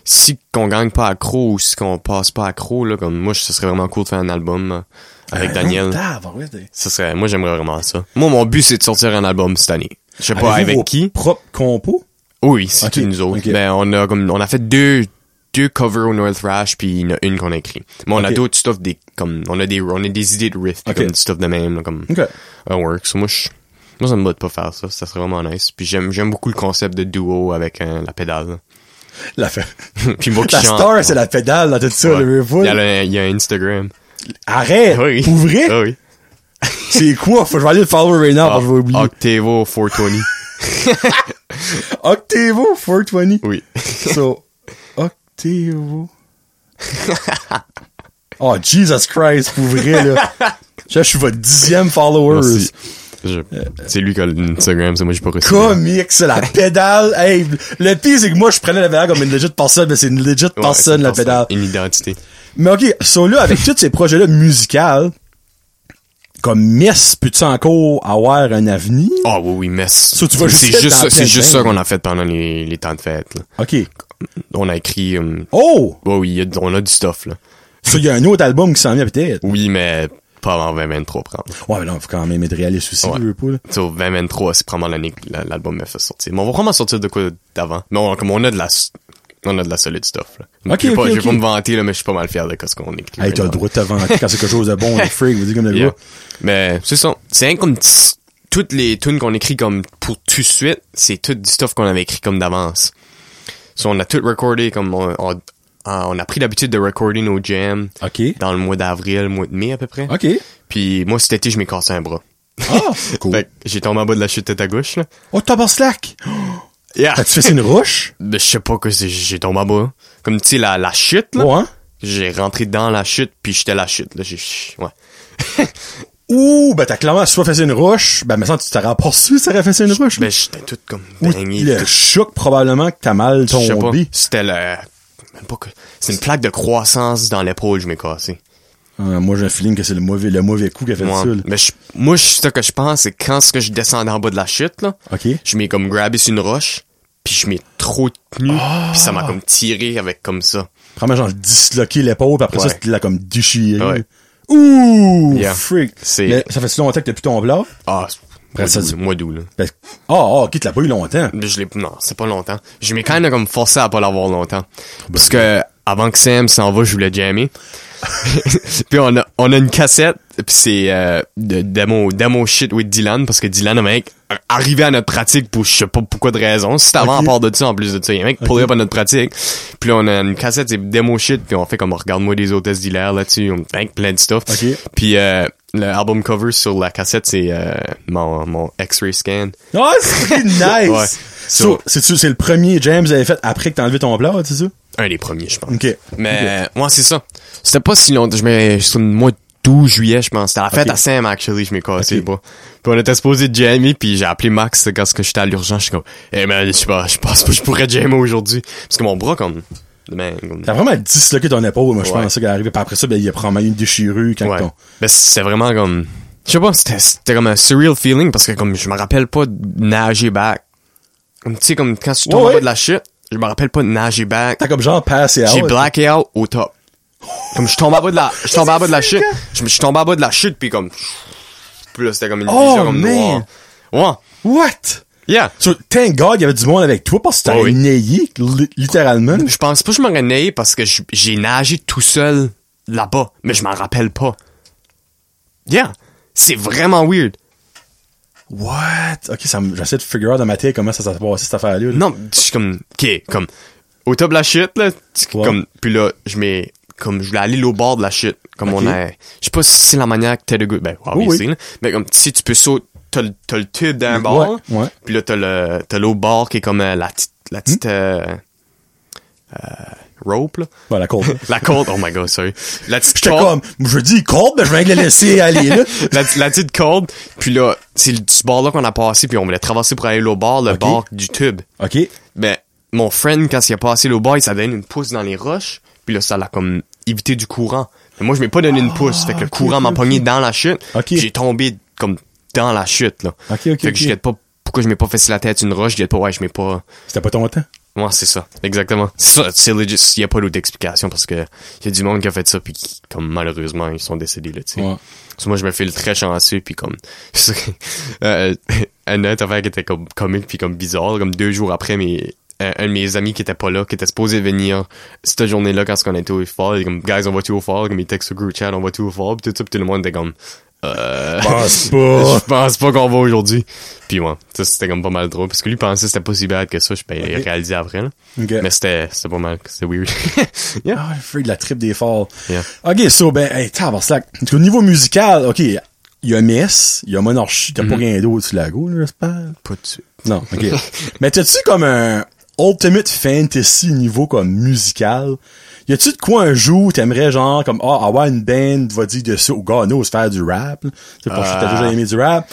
[SPEAKER 2] si qu'on gagne pas accro ou si qu'on passe pas accro, là, comme moi, ce serait vraiment cool de faire un album euh, avec
[SPEAKER 1] Ah,
[SPEAKER 2] Daniel.
[SPEAKER 1] non, tabarouette, des-
[SPEAKER 2] Ce serait, moi, j'aimerais vraiment ça. Moi, mon but, c'est de sortir un album cette année. Je sais
[SPEAKER 1] Avez-vous
[SPEAKER 2] pas avec
[SPEAKER 1] vos
[SPEAKER 2] qui.
[SPEAKER 1] propres compos?
[SPEAKER 2] Oui, c'est
[SPEAKER 1] Ok,
[SPEAKER 2] tous nous autres.
[SPEAKER 1] ok.
[SPEAKER 2] Ben, on a comme, on a fait deux, deux covers au North Thrash, puis il y en a une qu'on a écrit. Mais on a
[SPEAKER 1] Ok.
[SPEAKER 2] d'autres stuff des, comme, on a des, on a des idées de riff, puis
[SPEAKER 1] Ok.
[SPEAKER 2] comme du stuff de même, là, comme,
[SPEAKER 1] OK.
[SPEAKER 2] un work. So, moi, je, moi, ça me botte pas faire ça. Ça serait vraiment nice. Puis j'aime, j'aime beaucoup le concept de duo avec euh, la pédale. *laughs*
[SPEAKER 1] La, fa-
[SPEAKER 2] puis moi qui
[SPEAKER 1] la
[SPEAKER 2] chante.
[SPEAKER 1] star, c'est la pédale dans tout ça,
[SPEAKER 2] Ouais.
[SPEAKER 1] le
[SPEAKER 2] Il
[SPEAKER 1] revoil.
[SPEAKER 2] y a le- il y a Instagram.
[SPEAKER 1] Arrête!
[SPEAKER 2] Oui.
[SPEAKER 1] Pour vrai?
[SPEAKER 2] Ah oui.
[SPEAKER 1] C'est quoi? Faut que je vais aller le follow right now,
[SPEAKER 2] Ah,
[SPEAKER 1] parce que je vais oublier.
[SPEAKER 2] Octavo
[SPEAKER 1] *laughs*
[SPEAKER 2] 420.
[SPEAKER 1] Octavo 420.
[SPEAKER 2] oui.
[SPEAKER 1] So,
[SPEAKER 2] *laughs*
[SPEAKER 1] Octavo. oh, Jesus Christ, pour vrai, là. Je suis votre dixième follower.
[SPEAKER 2] Merci. Je- c'est lui qui a l'Instagram, c'est moi j'ai pas reçu.
[SPEAKER 1] Comique, c'est la pédale. Hey, le pire, c'est que moi, je prenais la pédale comme une legit personne, mais c'est une legit
[SPEAKER 2] Ouais, c'est
[SPEAKER 1] personne,
[SPEAKER 2] une
[SPEAKER 1] la pédale.
[SPEAKER 2] Une identité.
[SPEAKER 1] Mais ok, sont là, avec tous ces projets-là musicaux, comme Miss, peux-tu encore avoir un avenir?
[SPEAKER 2] Ah oui, oui, mais c'est
[SPEAKER 1] Ça, tu vas juste
[SPEAKER 2] c'est
[SPEAKER 1] être
[SPEAKER 2] juste,
[SPEAKER 1] dans
[SPEAKER 2] ça- c'est
[SPEAKER 1] plein
[SPEAKER 2] juste
[SPEAKER 1] de
[SPEAKER 2] ça
[SPEAKER 1] temps.
[SPEAKER 2] qu'on a fait pendant les, les temps de fête. là.
[SPEAKER 1] Ok.
[SPEAKER 2] On a écrit... euh,
[SPEAKER 1] Oh!
[SPEAKER 2] ouais, oui, il y a- on a du stuff. là.
[SPEAKER 1] Ça, il y a un autre album qui s'en vient, peut-être.
[SPEAKER 2] Oui, mais pas avant 2023, prendre.
[SPEAKER 1] Ouais, mais là, faut quand même être réaliste aussi,
[SPEAKER 2] Ouais.
[SPEAKER 1] je veux pas, là.
[SPEAKER 2] So, 2023, c'est probablement l'année que la- l'album m'a fait sortir. Mais on va vraiment sortir de quoi d'avant. Mais on, comme on a de la, s- on a de la solide stuff, là.
[SPEAKER 1] Ok,
[SPEAKER 2] je vais pas,
[SPEAKER 1] ok,
[SPEAKER 2] je vais
[SPEAKER 1] ok.
[SPEAKER 2] pas me vanter, là, mais je suis pas mal fier de ce qu'on écrit.
[SPEAKER 1] Hey, t'as le
[SPEAKER 2] maintenant.
[SPEAKER 1] droit de te vanter quand c'est quelque chose de bon,
[SPEAKER 2] *laughs*
[SPEAKER 1] les freaks, vous dites comme le
[SPEAKER 2] Yeah.
[SPEAKER 1] gars.
[SPEAKER 2] Mais, c'est ça. C'est rien comme tss- toutes les tunes qu'on écrit comme pour tout de suite, c'est tout du stuff qu'on avait écrit comme d'avance. So, on a tout recordé comme on, on- ah, on a pris l'habitude de recorder nos jams
[SPEAKER 1] Ok.
[SPEAKER 2] dans le mois d'avril, mois de mai à peu près.
[SPEAKER 1] Ok.
[SPEAKER 2] Puis moi cet été je m'ai cassé un bras.
[SPEAKER 1] Ah! Cool.
[SPEAKER 2] Fait que j'ai tombé en bas de la chute tête à gauche là.
[SPEAKER 1] Oh, t'as slack! Ah,
[SPEAKER 2] Yeah. *laughs*
[SPEAKER 1] T'as-tu fait c'est une roche?
[SPEAKER 2] Ben, Je sais pas que c'est- j'ai tombé en bas. Comme tu sais la, la chute là.
[SPEAKER 1] Ouais. hein?
[SPEAKER 2] J'ai rentré dans la chute puis j'étais à la chute là. J'ai- Ouais.
[SPEAKER 1] Ouh, ben t'as clairement soit fait c'est une roche, ben, mais ça, tu t'aurais pas su si t'aurais fait c'est une roche, là.
[SPEAKER 2] Ben j'étais tout comme
[SPEAKER 1] Ou
[SPEAKER 2] dingue.
[SPEAKER 1] le choc, probablement, que t'as mal
[SPEAKER 2] Je sais pas.
[SPEAKER 1] tombé.
[SPEAKER 2] C'était le même pas que c'est une plaque de croissance dans l'épaule je m'ai cassé.
[SPEAKER 1] Ah, moi, j'ai un feeling que c'est le mauvais, le mauvais coup qui a fait
[SPEAKER 2] Moi,
[SPEAKER 1] ça, là.
[SPEAKER 2] mais je- moi je- ce que je pense c'est quand ce que je descendais en bas de la chute là,
[SPEAKER 1] Ok.
[SPEAKER 2] je m'ai comme grabé sur une roche puis je m'ai trop tenu
[SPEAKER 1] Ah!
[SPEAKER 2] puis ça m'a comme tiré avec comme ça.
[SPEAKER 1] Vraiment, genre, disloquer l'épaule, puis après ça,
[SPEAKER 2] Ouais.
[SPEAKER 1] c'était là, comme déchiré.
[SPEAKER 2] Ouais.
[SPEAKER 1] Ouh!
[SPEAKER 2] Yeah.
[SPEAKER 1] Freak!
[SPEAKER 2] C'est-
[SPEAKER 1] Mais ça fait-tu longtemps que t'as plus ton blanc?
[SPEAKER 2] Ah,
[SPEAKER 1] Après ça,
[SPEAKER 2] moi
[SPEAKER 1] c'est-
[SPEAKER 2] d'où, moi d'où, là.
[SPEAKER 1] Ah, ah, ok, tu l'as pas eu longtemps.
[SPEAKER 2] Mais Je l'ai, non, c'est pas longtemps. Je m'ai quand même comme forcé à pas l'avoir longtemps. Parce
[SPEAKER 1] Ben
[SPEAKER 2] que, avant que Sam s'en va, je
[SPEAKER 1] *laughs*
[SPEAKER 2] voulais jammer. puis on a, on a une cassette, puis c'est, euh, de demo, demo shit with Dylan, parce que Dylan, le mec, arrivé à notre pratique pour je sais pas pourquoi de raison. C'était avant,
[SPEAKER 1] Ok.
[SPEAKER 2] à part de ça, en plus de ça. Il y a un mec pour up à notre pratique. Puis là, on a une cassette, c'est demo shit, puis on fait comme, regarde-moi des hôtesses d'hilaire là-dessus, on tank plein de stuff.
[SPEAKER 1] Ok.
[SPEAKER 2] Puis, euh, le album cover sur la cassette, c'est, euh, mon, mon X-ray scan.
[SPEAKER 1] Ah,
[SPEAKER 2] *laughs*
[SPEAKER 1] c'est nice!
[SPEAKER 2] Ouais.
[SPEAKER 1] So,
[SPEAKER 2] So-
[SPEAKER 1] c'est-tu- c'est le premier James avait fait après que t'as enlevé ton blanc, c'est ça?
[SPEAKER 2] Un des premiers, je pense.
[SPEAKER 1] Ok.
[SPEAKER 2] Mais moi c'est ça. C'était pas si longtemps. Je me sur le mois de 12 juillet, je pense. C'était à la fête
[SPEAKER 1] Ok.
[SPEAKER 2] à Sam, actually, je m'ai cassé
[SPEAKER 1] Ok.
[SPEAKER 2] le bras. Puis on était supposé jammer, puis j'ai appelé Max quand ce que j'étais à l'urgence. Je suis comme, hey man, je sais pas, je pense pas que je pourrais jammer aujourd'hui. Parce que mon bras, comme, ben, comme-
[SPEAKER 1] T'as vraiment disloqué ton épaule, moi, je
[SPEAKER 2] Ouais.
[SPEAKER 1] pense, ça qui est arrivé. Puis après ça, ben, il a probablement eu une déchirure quand
[SPEAKER 2] ouais.
[SPEAKER 1] ton.
[SPEAKER 2] Ben, c'était vraiment comme, je sais pas, c'était, c'était comme un surreal feeling parce que comme, je me rappelle pas de nager back. Comme, tu sais, comme quand tu tombes
[SPEAKER 1] Ouais,
[SPEAKER 2] en bas
[SPEAKER 1] ouais.
[SPEAKER 2] de la chute, je me rappelle pas de nager back.
[SPEAKER 1] T'as comme genre passé à
[SPEAKER 2] J'ai
[SPEAKER 1] out.
[SPEAKER 2] blackout au top. Comme je tombe en bas de la, je tombe en bas de la chute. Je, me- je tombe en bas de la chute puis comme, puis là c'était comme une
[SPEAKER 1] Oh,
[SPEAKER 2] vision comme
[SPEAKER 1] man.
[SPEAKER 2] noire.
[SPEAKER 1] What?
[SPEAKER 2] Ouais. Yeah.
[SPEAKER 1] So, thank God, il y avait du monde avec toi parce que t'as
[SPEAKER 2] Oh oui. Mm.
[SPEAKER 1] nayé, li- littéralement.
[SPEAKER 2] Je pense pas que je m'aurais nagé parce que je- j'ai nagé tout seul là-bas, mais je m'en rappelle pas. Yeah. C'est vraiment weird.
[SPEAKER 1] What? Ok, ça me- j'essaie de figure out dans ma tête comment ça s'est passé, cette affaire-là. là.
[SPEAKER 2] Non, je suis comme, ok, comme, au top de la chute, là, tu-
[SPEAKER 1] Ouais.
[SPEAKER 2] comme, puis là, je mets, comme, je voulais aller au bord de la chute, comme
[SPEAKER 1] Ok.
[SPEAKER 2] on a, je sais pas si c'est la manière que t'as de goût, ben, obviously, là, mais comme, si tu peux sauter, t'as le- t'as le tube d'un bord,
[SPEAKER 1] ouais.
[SPEAKER 2] puis là, t'as le, t'as l'autre bord qui est comme euh, la petite, la
[SPEAKER 1] Hmm?
[SPEAKER 2] petite, euh, euh, rope, là.
[SPEAKER 1] Ouais, Ben, la
[SPEAKER 2] *laughs*
[SPEAKER 1] courbe.
[SPEAKER 2] La corde, oh my god, sorry. La petite
[SPEAKER 1] J'étais
[SPEAKER 2] corde.
[SPEAKER 1] comme, je dis cold, mais je viens de le
[SPEAKER 2] *laughs*
[SPEAKER 1] laisser aller, là.
[SPEAKER 2] la, la petite corde, puis là, c'est le- ce bord-là qu'on a passé, puis on voulait traverser pour aller au bord, le
[SPEAKER 1] Ok.
[SPEAKER 2] bord du tube.
[SPEAKER 1] Ok.
[SPEAKER 2] Ben, mon friend, quand il a passé le boy, ça donné une pousse dans les roches. Puis là, ça l'a comme évité du courant. Mais moi, je m'ai pas donné une pousse. Fait que le
[SPEAKER 1] Ah, ok,
[SPEAKER 2] courant
[SPEAKER 1] ok,
[SPEAKER 2] m'a
[SPEAKER 1] ok.
[SPEAKER 2] pogné dans la chute.
[SPEAKER 1] Ok.
[SPEAKER 2] puis J'ai tombé comme dans la chute, là.
[SPEAKER 1] Ok, ok,
[SPEAKER 2] Fait que
[SPEAKER 1] ok.
[SPEAKER 2] je guette pas pourquoi je m'ai pas fait sur la tête une roche. Je guette pas, ouais, je m'ai pas.
[SPEAKER 1] C'était pas ton temps.
[SPEAKER 2] Ouais, c'est ça. Exactement. C'est ça. C'est legit. Il n'y a pas d'autre explication parce que il y a du monde qui a fait ça puis qui, comme malheureusement, ils sont décédés, là, tu sais.
[SPEAKER 1] Ouais.
[SPEAKER 2] Parce que moi, je me file très chanceux puis comme, *laughs* euh, une autre affaire qui était comme comique puis comme bizarre, comme deux jours après, mes, un, un de mes amis qui était pas là, qui était supposé venir cette journée-là quand on était au fort, il est comme, guys, on va tout au fort, comme il texte sur group chat, on va tout au fort puis tout ça puis tout le monde était comme, euh,
[SPEAKER 1] Pense
[SPEAKER 2] *laughs*
[SPEAKER 1] pas.
[SPEAKER 2] je pense pas qu'on va aujourd'hui. Puis ouais, ça c'était comme pas mal drôle parce que lui pensait que c'était pas si bad que ça, je ben, il a
[SPEAKER 1] Ok.
[SPEAKER 2] réalisé après là.
[SPEAKER 1] Ok.
[SPEAKER 2] Mais c'était c'était pas mal, c'était weird. *laughs* yeah.
[SPEAKER 1] Ah, freak de la trip des forts.
[SPEAKER 2] Yeah.
[SPEAKER 1] OK, so, ben, hey, tabarnak. En tout cas, au niveau musical, OK, il y a Miss, il y a Monarchie,
[SPEAKER 2] Mm-hmm.
[SPEAKER 1] t'as pas rien d'autre sur la go, là, j'espère?
[SPEAKER 2] Pas de suite.
[SPEAKER 1] Non,
[SPEAKER 2] *laughs*
[SPEAKER 1] OK. Mais t'as-tu comme un Ultimate Fantasy niveau comme musical? Y a-tu de quoi un jour t'aimerais genre comme ah avoir une band va dire de ça ou gars nous se faire du rap là. c'est pour ça que t'as
[SPEAKER 2] Ah.
[SPEAKER 1] déjà aimé du rap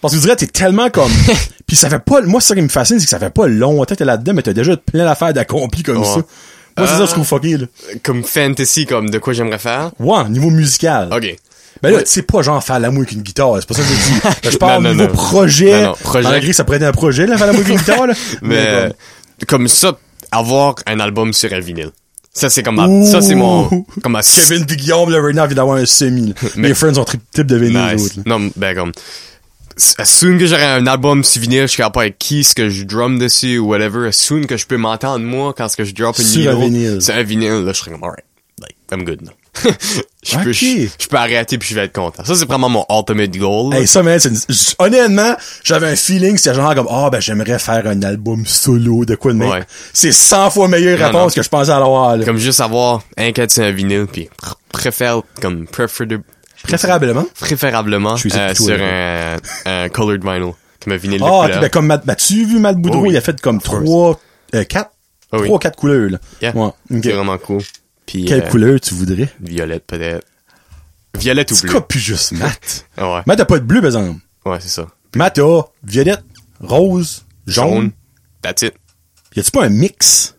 [SPEAKER 1] parce que je dirais t'es tellement
[SPEAKER 2] *laughs*
[SPEAKER 1] comme puis ça fait pas moi c'est ça qui me fascine c'est que ça fait pas longtemps que t'es là-dedans mais t'as déjà plein d'affaires d'accompli comme
[SPEAKER 2] Ouais. Euh.
[SPEAKER 1] ça moi c'est ça que je trouve fucké là
[SPEAKER 2] Comme fantasy, comme de quoi j'aimerais faire.
[SPEAKER 1] Ouais, niveau musical.
[SPEAKER 2] Ok.
[SPEAKER 1] Ben là,
[SPEAKER 2] Ouais.
[SPEAKER 1] tu sais pas genre faire l'amour avec une guitare, c'est pas ça que je dis.
[SPEAKER 2] *laughs*
[SPEAKER 1] Ben, je parle
[SPEAKER 2] Non, non,
[SPEAKER 1] niveau
[SPEAKER 2] non.
[SPEAKER 1] projet.
[SPEAKER 2] Non, non, projet.
[SPEAKER 1] Malgré que ça pourrait être un projet, là, faire l'amour avec une guitare, là.
[SPEAKER 2] *laughs* Mais euh,
[SPEAKER 1] comme-
[SPEAKER 2] comme ça, avoir un album sur un vinyle. Ça c'est comme ma,
[SPEAKER 1] Ouh.
[SPEAKER 2] Ah, ça c'est mon comme ma
[SPEAKER 1] Kevin puis Guillaume, là, right now, vient d'avoir un semi, là.
[SPEAKER 2] *laughs* Mais-
[SPEAKER 1] Mes friends ont tri- type de vénile,
[SPEAKER 2] Nice.
[SPEAKER 1] autres, là.
[SPEAKER 2] Non, ben comme. s- As soon que j'aurai un album souvenir, je suis capable avec qui, ce que je drum dessus ou whatever, as soon que je peux m'entendre moi quand ce que je drop une
[SPEAKER 1] Sur
[SPEAKER 2] vidéo,
[SPEAKER 1] un vinyle.
[SPEAKER 2] C'est un vinyle, là, je serais comme, alright, like, I'm good, là. *laughs* je,
[SPEAKER 1] Ok.
[SPEAKER 2] peux, je, je peux arrêter puis je vais être content. Ça, c'est vraiment mon ultimate goal. là.
[SPEAKER 1] Hey, ça, man, c'est une- j- honnêtement, j'avais un feeling, c'était genre comme, ah, ben, j'aimerais faire un album solo de quoi de même.
[SPEAKER 2] Ouais.
[SPEAKER 1] C'est 100 fois meilleure
[SPEAKER 2] Non,
[SPEAKER 1] réponse
[SPEAKER 2] non.
[SPEAKER 1] que je pensais avoir, là.
[SPEAKER 2] Comme juste avoir un cas c'est un vinyle puis pr- préfère, comme, préférable-
[SPEAKER 1] Préférablement.
[SPEAKER 2] préférablement,
[SPEAKER 1] suis
[SPEAKER 2] euh,
[SPEAKER 1] plutôt
[SPEAKER 2] sur
[SPEAKER 1] heureux.
[SPEAKER 2] un, un colored vinyl, comme un vinyle
[SPEAKER 1] Ah,
[SPEAKER 2] de
[SPEAKER 1] ok,
[SPEAKER 2] couleur.
[SPEAKER 1] ben, comme Matt, ben, tu vu Matt Boudreau,
[SPEAKER 2] Oh, oui.
[SPEAKER 1] il a fait comme
[SPEAKER 2] course.
[SPEAKER 1] trois, euh, quatre,
[SPEAKER 2] Oh, oui.
[SPEAKER 1] trois, quatre couleurs, là.
[SPEAKER 2] Yeah.
[SPEAKER 1] Ouais, ok.
[SPEAKER 2] C'est vraiment cool. Puis,
[SPEAKER 1] Quelle
[SPEAKER 2] euh,
[SPEAKER 1] couleur tu voudrais?
[SPEAKER 2] Violette, peut-être. Violette ou
[SPEAKER 1] Tu
[SPEAKER 2] bleu.
[SPEAKER 1] copies juste Matt.
[SPEAKER 2] Ah Ouais.
[SPEAKER 1] Matt a pas de bleu, par exemple.
[SPEAKER 2] Ouais, c'est ça.
[SPEAKER 1] Matt a violette, rose, jaune.
[SPEAKER 2] That's it.
[SPEAKER 1] Y a-tu pas un mix?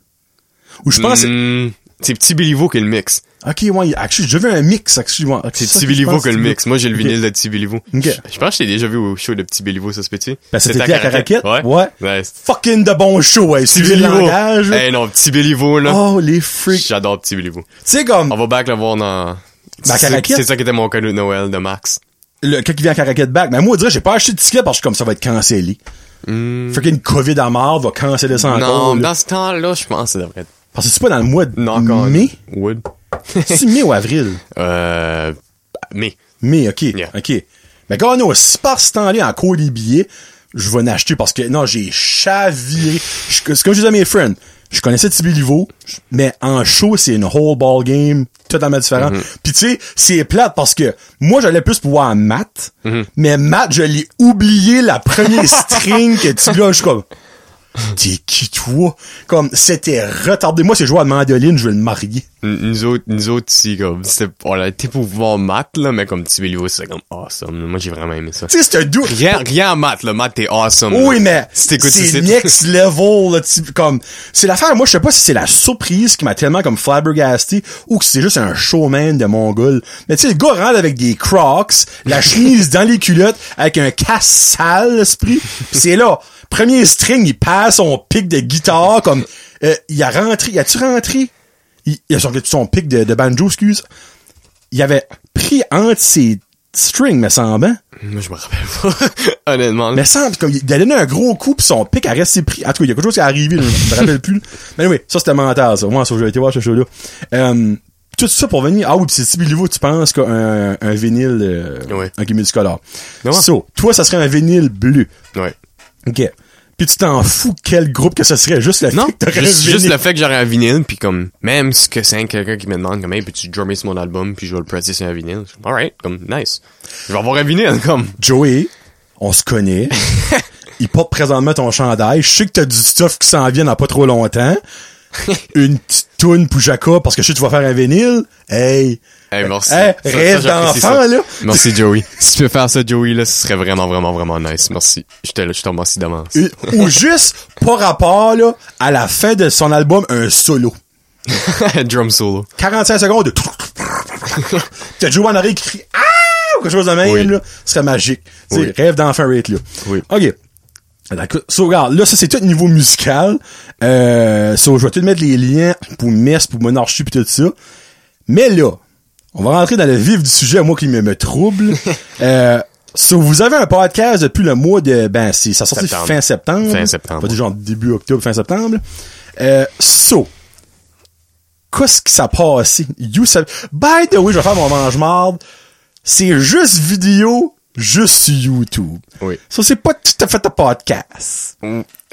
[SPEAKER 1] Ou je pense...
[SPEAKER 2] Mm, c'est Petit Béliveau qui est le mix.
[SPEAKER 1] Ok, ouais, actually, je veux un mix, actually. ouais.
[SPEAKER 2] C'est
[SPEAKER 1] ça
[SPEAKER 2] Petit
[SPEAKER 1] que je
[SPEAKER 2] Béliveau
[SPEAKER 1] pense
[SPEAKER 2] qui est le
[SPEAKER 1] que-
[SPEAKER 2] mix. Moi, j'ai le
[SPEAKER 1] Ok.
[SPEAKER 2] vinyle de Petit Béliveau.
[SPEAKER 1] Ok.
[SPEAKER 2] Je je pense que je t'ai déjà vu au show de Petit Béliveau, ça se peut-tu?
[SPEAKER 1] Ben, c'était
[SPEAKER 2] C'était
[SPEAKER 1] à Caraquette, ouais.
[SPEAKER 2] Ouais. Ouais.
[SPEAKER 1] Fucking de bon show, ouais.
[SPEAKER 2] Petit
[SPEAKER 1] Suivez le
[SPEAKER 2] Béliveau.
[SPEAKER 1] langage. là.
[SPEAKER 2] Eh non, Petit Béliveau, là.
[SPEAKER 1] Oh, les freaks.
[SPEAKER 2] J'adore Petit Béliveau.
[SPEAKER 1] Tu sais, comme,
[SPEAKER 2] On va back le voir dans...
[SPEAKER 1] Dans
[SPEAKER 2] C'est
[SPEAKER 1] Caraquette?
[SPEAKER 2] c'est ça qui était mon cadeau de Noël de Max.
[SPEAKER 1] le, quand il vient à Caraquette back, mais moi, on dirait, j'ai pas acheté de ticket parce que comme ça va être cancellé. Freaking COVID à mort va canceller ça encore.
[SPEAKER 2] Mm. Non,
[SPEAKER 1] là.
[SPEAKER 2] dans ce temps-là, je pense que ça devrait être...
[SPEAKER 1] Parce que c'est pas dans le mois de
[SPEAKER 2] Non, encore.
[SPEAKER 1] mai?
[SPEAKER 2] Wood.
[SPEAKER 1] C'est mai ou
[SPEAKER 2] *laughs*
[SPEAKER 1] avril?
[SPEAKER 2] Euh... Mais...
[SPEAKER 1] Mais, OK,
[SPEAKER 2] Yeah.
[SPEAKER 1] OK. Mais quand on est au sport Stanley en cours des billets, je vais en acheter parce que, non, j'ai chaviré. Je- C'est comme je disais à mes friends. Je connaissais Tibi Livo, mais en show, c'est une whole ball game totalement différent. Puis tu sais, c'est plate parce que moi, j'allais plus pouvoir en maths, mais maths, je l'ai oublié la première string que Tibi a. Je suis comme, t'es qui toi? Comme, c'était retardé. Moi, c'est jouer à la mandoline, je vais le marier.
[SPEAKER 2] N- Nous autres, nous autres, si, comme, c'était, on a été pour voir Matt, là, mais comme petit Béliveau, c'était comme awesome. là. Moi, j'ai vraiment aimé ça.
[SPEAKER 1] Tu sais, c'est un doux.
[SPEAKER 2] Rien, rien à Matt, là. Matt, t'es awesome.
[SPEAKER 1] Oui,
[SPEAKER 2] là.
[SPEAKER 1] mais
[SPEAKER 2] Si t'écoutes
[SPEAKER 1] c'est
[SPEAKER 2] ici-
[SPEAKER 1] next level, là, tu- comme c'est l'affaire. Moi, je sais pas si c'est la surprise qui m'a tellement comme flabbergasté ou que c'est juste un showman de mongol. Mais tu sais, le gars rentre avec des Crocs, la chemise dans les culottes, avec un casse sale, l'esprit. Pis c'est là, premier string, il passe son pic de guitare comme euh, il a rentré. Il a-tu rentré Il, il a sorti son pic de, de banjo, excuse. Il avait pris entre ses strings, me semble. hein?
[SPEAKER 2] *laughs* Moi, je me rappelle pas. *laughs* Honnêtement. là.
[SPEAKER 1] Mais semble comme il a donné un gros coup puis son pic a resté pris. En tout cas, il y a quelque chose qui est arrivé, là, je me rappelle plus. Mais oui, ça c'était mental ça. Moi, ça j'ai été voir ce show là. tout ça pour venir. Ah oui, puis c'est Tibi Livo, tu penses qu'un un vinyle euh,
[SPEAKER 2] Ouais.
[SPEAKER 1] ok, multicolore.
[SPEAKER 2] Ouais.
[SPEAKER 1] So, toi ça serait un vinyle bleu.
[SPEAKER 2] Ouais.
[SPEAKER 1] OK. Puis tu t'en fous quel groupe que ce serait juste le *laughs*
[SPEAKER 2] Non,
[SPEAKER 1] fait que t'aurais
[SPEAKER 2] juste,
[SPEAKER 1] un
[SPEAKER 2] juste
[SPEAKER 1] vinyle.
[SPEAKER 2] le fait que j'aurais un vinyle, puis comme, même si que c'est un quelqu'un qui me demande, comme, hey, peux-tu drummer sur mon album, puis je vais le pratiquer sur un vinyle. Je suis comme, Alright, comme, nice. Je vais avoir un vinyle, *laughs* comme.
[SPEAKER 1] Joey, on se connaît. Il porte présentement ton chandail. Je sais que t'as du stuff qui s'en vient dans pas trop longtemps. Une petite toune pour Jacob parce que je sais que tu vas faire un vinyle. Hey!
[SPEAKER 2] Hey, merci.
[SPEAKER 1] Hey,
[SPEAKER 2] Ça- ça,
[SPEAKER 1] rêve
[SPEAKER 2] j'apprécie
[SPEAKER 1] d'enfant,
[SPEAKER 2] ça.
[SPEAKER 1] là.
[SPEAKER 2] Merci,
[SPEAKER 1] *laughs*
[SPEAKER 2] Joey. si tu peux faire ça, Joey, là, ce serait vraiment, vraiment, vraiment nice. Merci. Je te, je te remercie d'avance.
[SPEAKER 1] Une- ou juste, par rapport, là, à la fin de son album, un solo.
[SPEAKER 2] *laughs* Drum solo.
[SPEAKER 1] 45
[SPEAKER 2] *laughs*
[SPEAKER 1] secondes de... T'as Joe en oreille qui crie « Ah! » ou quelque chose de même,
[SPEAKER 2] Oui.
[SPEAKER 1] là. Ce serait magique. Tu sais,
[SPEAKER 2] Oui.
[SPEAKER 1] Rêve d'enfant rate, là.
[SPEAKER 2] Oui.
[SPEAKER 1] OK. D'accord. So, regarde, là, ça, c'est tout niveau musical. Euh, so, je vais tout mettre les liens pour Mess, pour Monarchie, puis tout ça. Mais là, on va rentrer dans le vif du sujet, moi, qui me, me trouble.
[SPEAKER 2] *laughs*
[SPEAKER 1] euh, so, vous avez un podcast depuis le mois de... Ben, c'est, ça sorti
[SPEAKER 2] Septembre.
[SPEAKER 1] fin septembre.
[SPEAKER 2] Fin septembre.
[SPEAKER 1] Pas Mm-hmm. du genre début octobre, fin septembre. Euh, so, qu'est-ce qui s'est passé? You said... By the way, je vais faire mon mange-marde. C'est juste vidéo, juste sur YouTube.
[SPEAKER 2] Oui.
[SPEAKER 1] Ça, c'est pas tout à fait un podcast.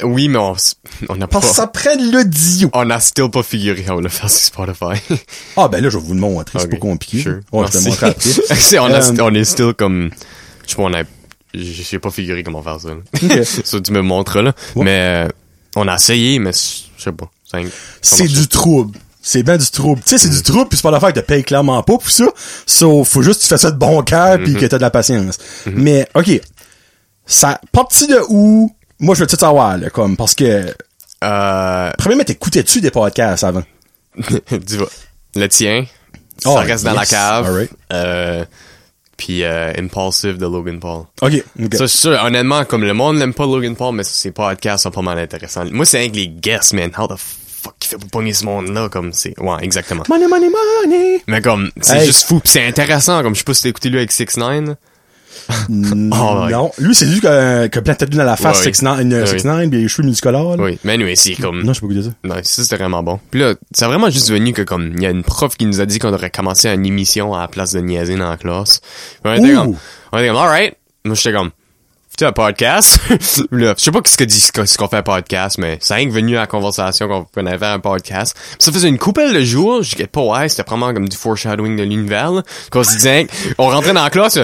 [SPEAKER 2] Oui, mais on s- on n'a pas.
[SPEAKER 1] Parce que ça prend de l'audio.
[SPEAKER 2] On n'a still pas figuré comment le faire sur Spotify.
[SPEAKER 1] Ah, ben là, je vais vous le montrer. C'est
[SPEAKER 2] Ok,
[SPEAKER 1] pas compliqué.
[SPEAKER 2] sure.
[SPEAKER 1] Ouais, je te le
[SPEAKER 2] Merci.
[SPEAKER 1] montre après.
[SPEAKER 2] *laughs* C'est- on, a-
[SPEAKER 1] Euh,
[SPEAKER 2] on est still comme. Je sais pas, on a. Je sais pas figuré comment faire ça. là.
[SPEAKER 1] Ok.
[SPEAKER 2] *laughs* ça, tu me montres là.
[SPEAKER 1] Ouais.
[SPEAKER 2] Mais euh, on a essayé, mais c- je sais pas. ça- ça
[SPEAKER 1] C'est
[SPEAKER 2] marche Mm-hmm.
[SPEAKER 1] du trouble. C'est bien du trouble. Tu sais, c'est du trouble, puis c'est pas l'affaire que te paye clairement pas pour ça. Sauf, faut juste que tu fasses ça de bon cœur,
[SPEAKER 2] Mm-hmm.
[SPEAKER 1] puis que t'as de la patience. Mais, OK. Ça, parti de où? Moi, je veux tout savoir, là, comme, parce que,
[SPEAKER 2] pas.
[SPEAKER 1] premièrement, t'écoutais-tu des podcasts avant?
[SPEAKER 2] Euh, *laughs* dis-moi. Le tien.
[SPEAKER 1] Oh,
[SPEAKER 2] ça reste dans la
[SPEAKER 1] yes.
[SPEAKER 2] cave.
[SPEAKER 1] Alright.
[SPEAKER 2] Euh, puis euh, Impulsive de Logan Paul.
[SPEAKER 1] OK. ok.
[SPEAKER 2] Ça, c'est sûr, honnêtement, comme le monde n'aime pas Logan Paul, mais ses podcasts sont pas mal intéressants. Moi, c'est avec les guests, man. How the fuck il fait pour pogner ce monde-là, comme c'est... Ouais, exactement.
[SPEAKER 1] money, money, money!
[SPEAKER 2] Mais comme, c'est
[SPEAKER 1] Hey.
[SPEAKER 2] juste fou, pis c'est intéressant, comme je sais pas si t'as écouté lui avec 6 9 Oh,
[SPEAKER 1] Ah, non. Lui, c'est lui qui a, qui a plein de tatouages dans la face,
[SPEAKER 2] Ouais,
[SPEAKER 1] 6ix9ine,
[SPEAKER 2] oui.
[SPEAKER 1] euh, 6ix9ine, puis les cheveux multicolores, là.
[SPEAKER 2] Oui, Mm. mais anyway, c'est comme...
[SPEAKER 1] Mm. Non, je sais pas goûter ça.
[SPEAKER 2] Non, ça c'était vraiment bon. Puis là, c'est vraiment juste venu que comme il y a une prof qui nous a dit qu'on aurait commencé une émission à la place de niaiser dans la classe. Puis on était
[SPEAKER 1] Ouh.
[SPEAKER 2] comme on était comme alright. Moi j'étais comme tu un podcast. *laughs* Puis là, je sais pas ce que dit ce qu'on ce qu'on fait un podcast, mais c'est rien que venu à la conversation qu'on qu'on avait un podcast. Puis ça faisait une coupelle de jours, je disais pas ouais, c'était vraiment comme du foreshadowing de l'univers. là. Qu'on se disait on rentrait dans la classe,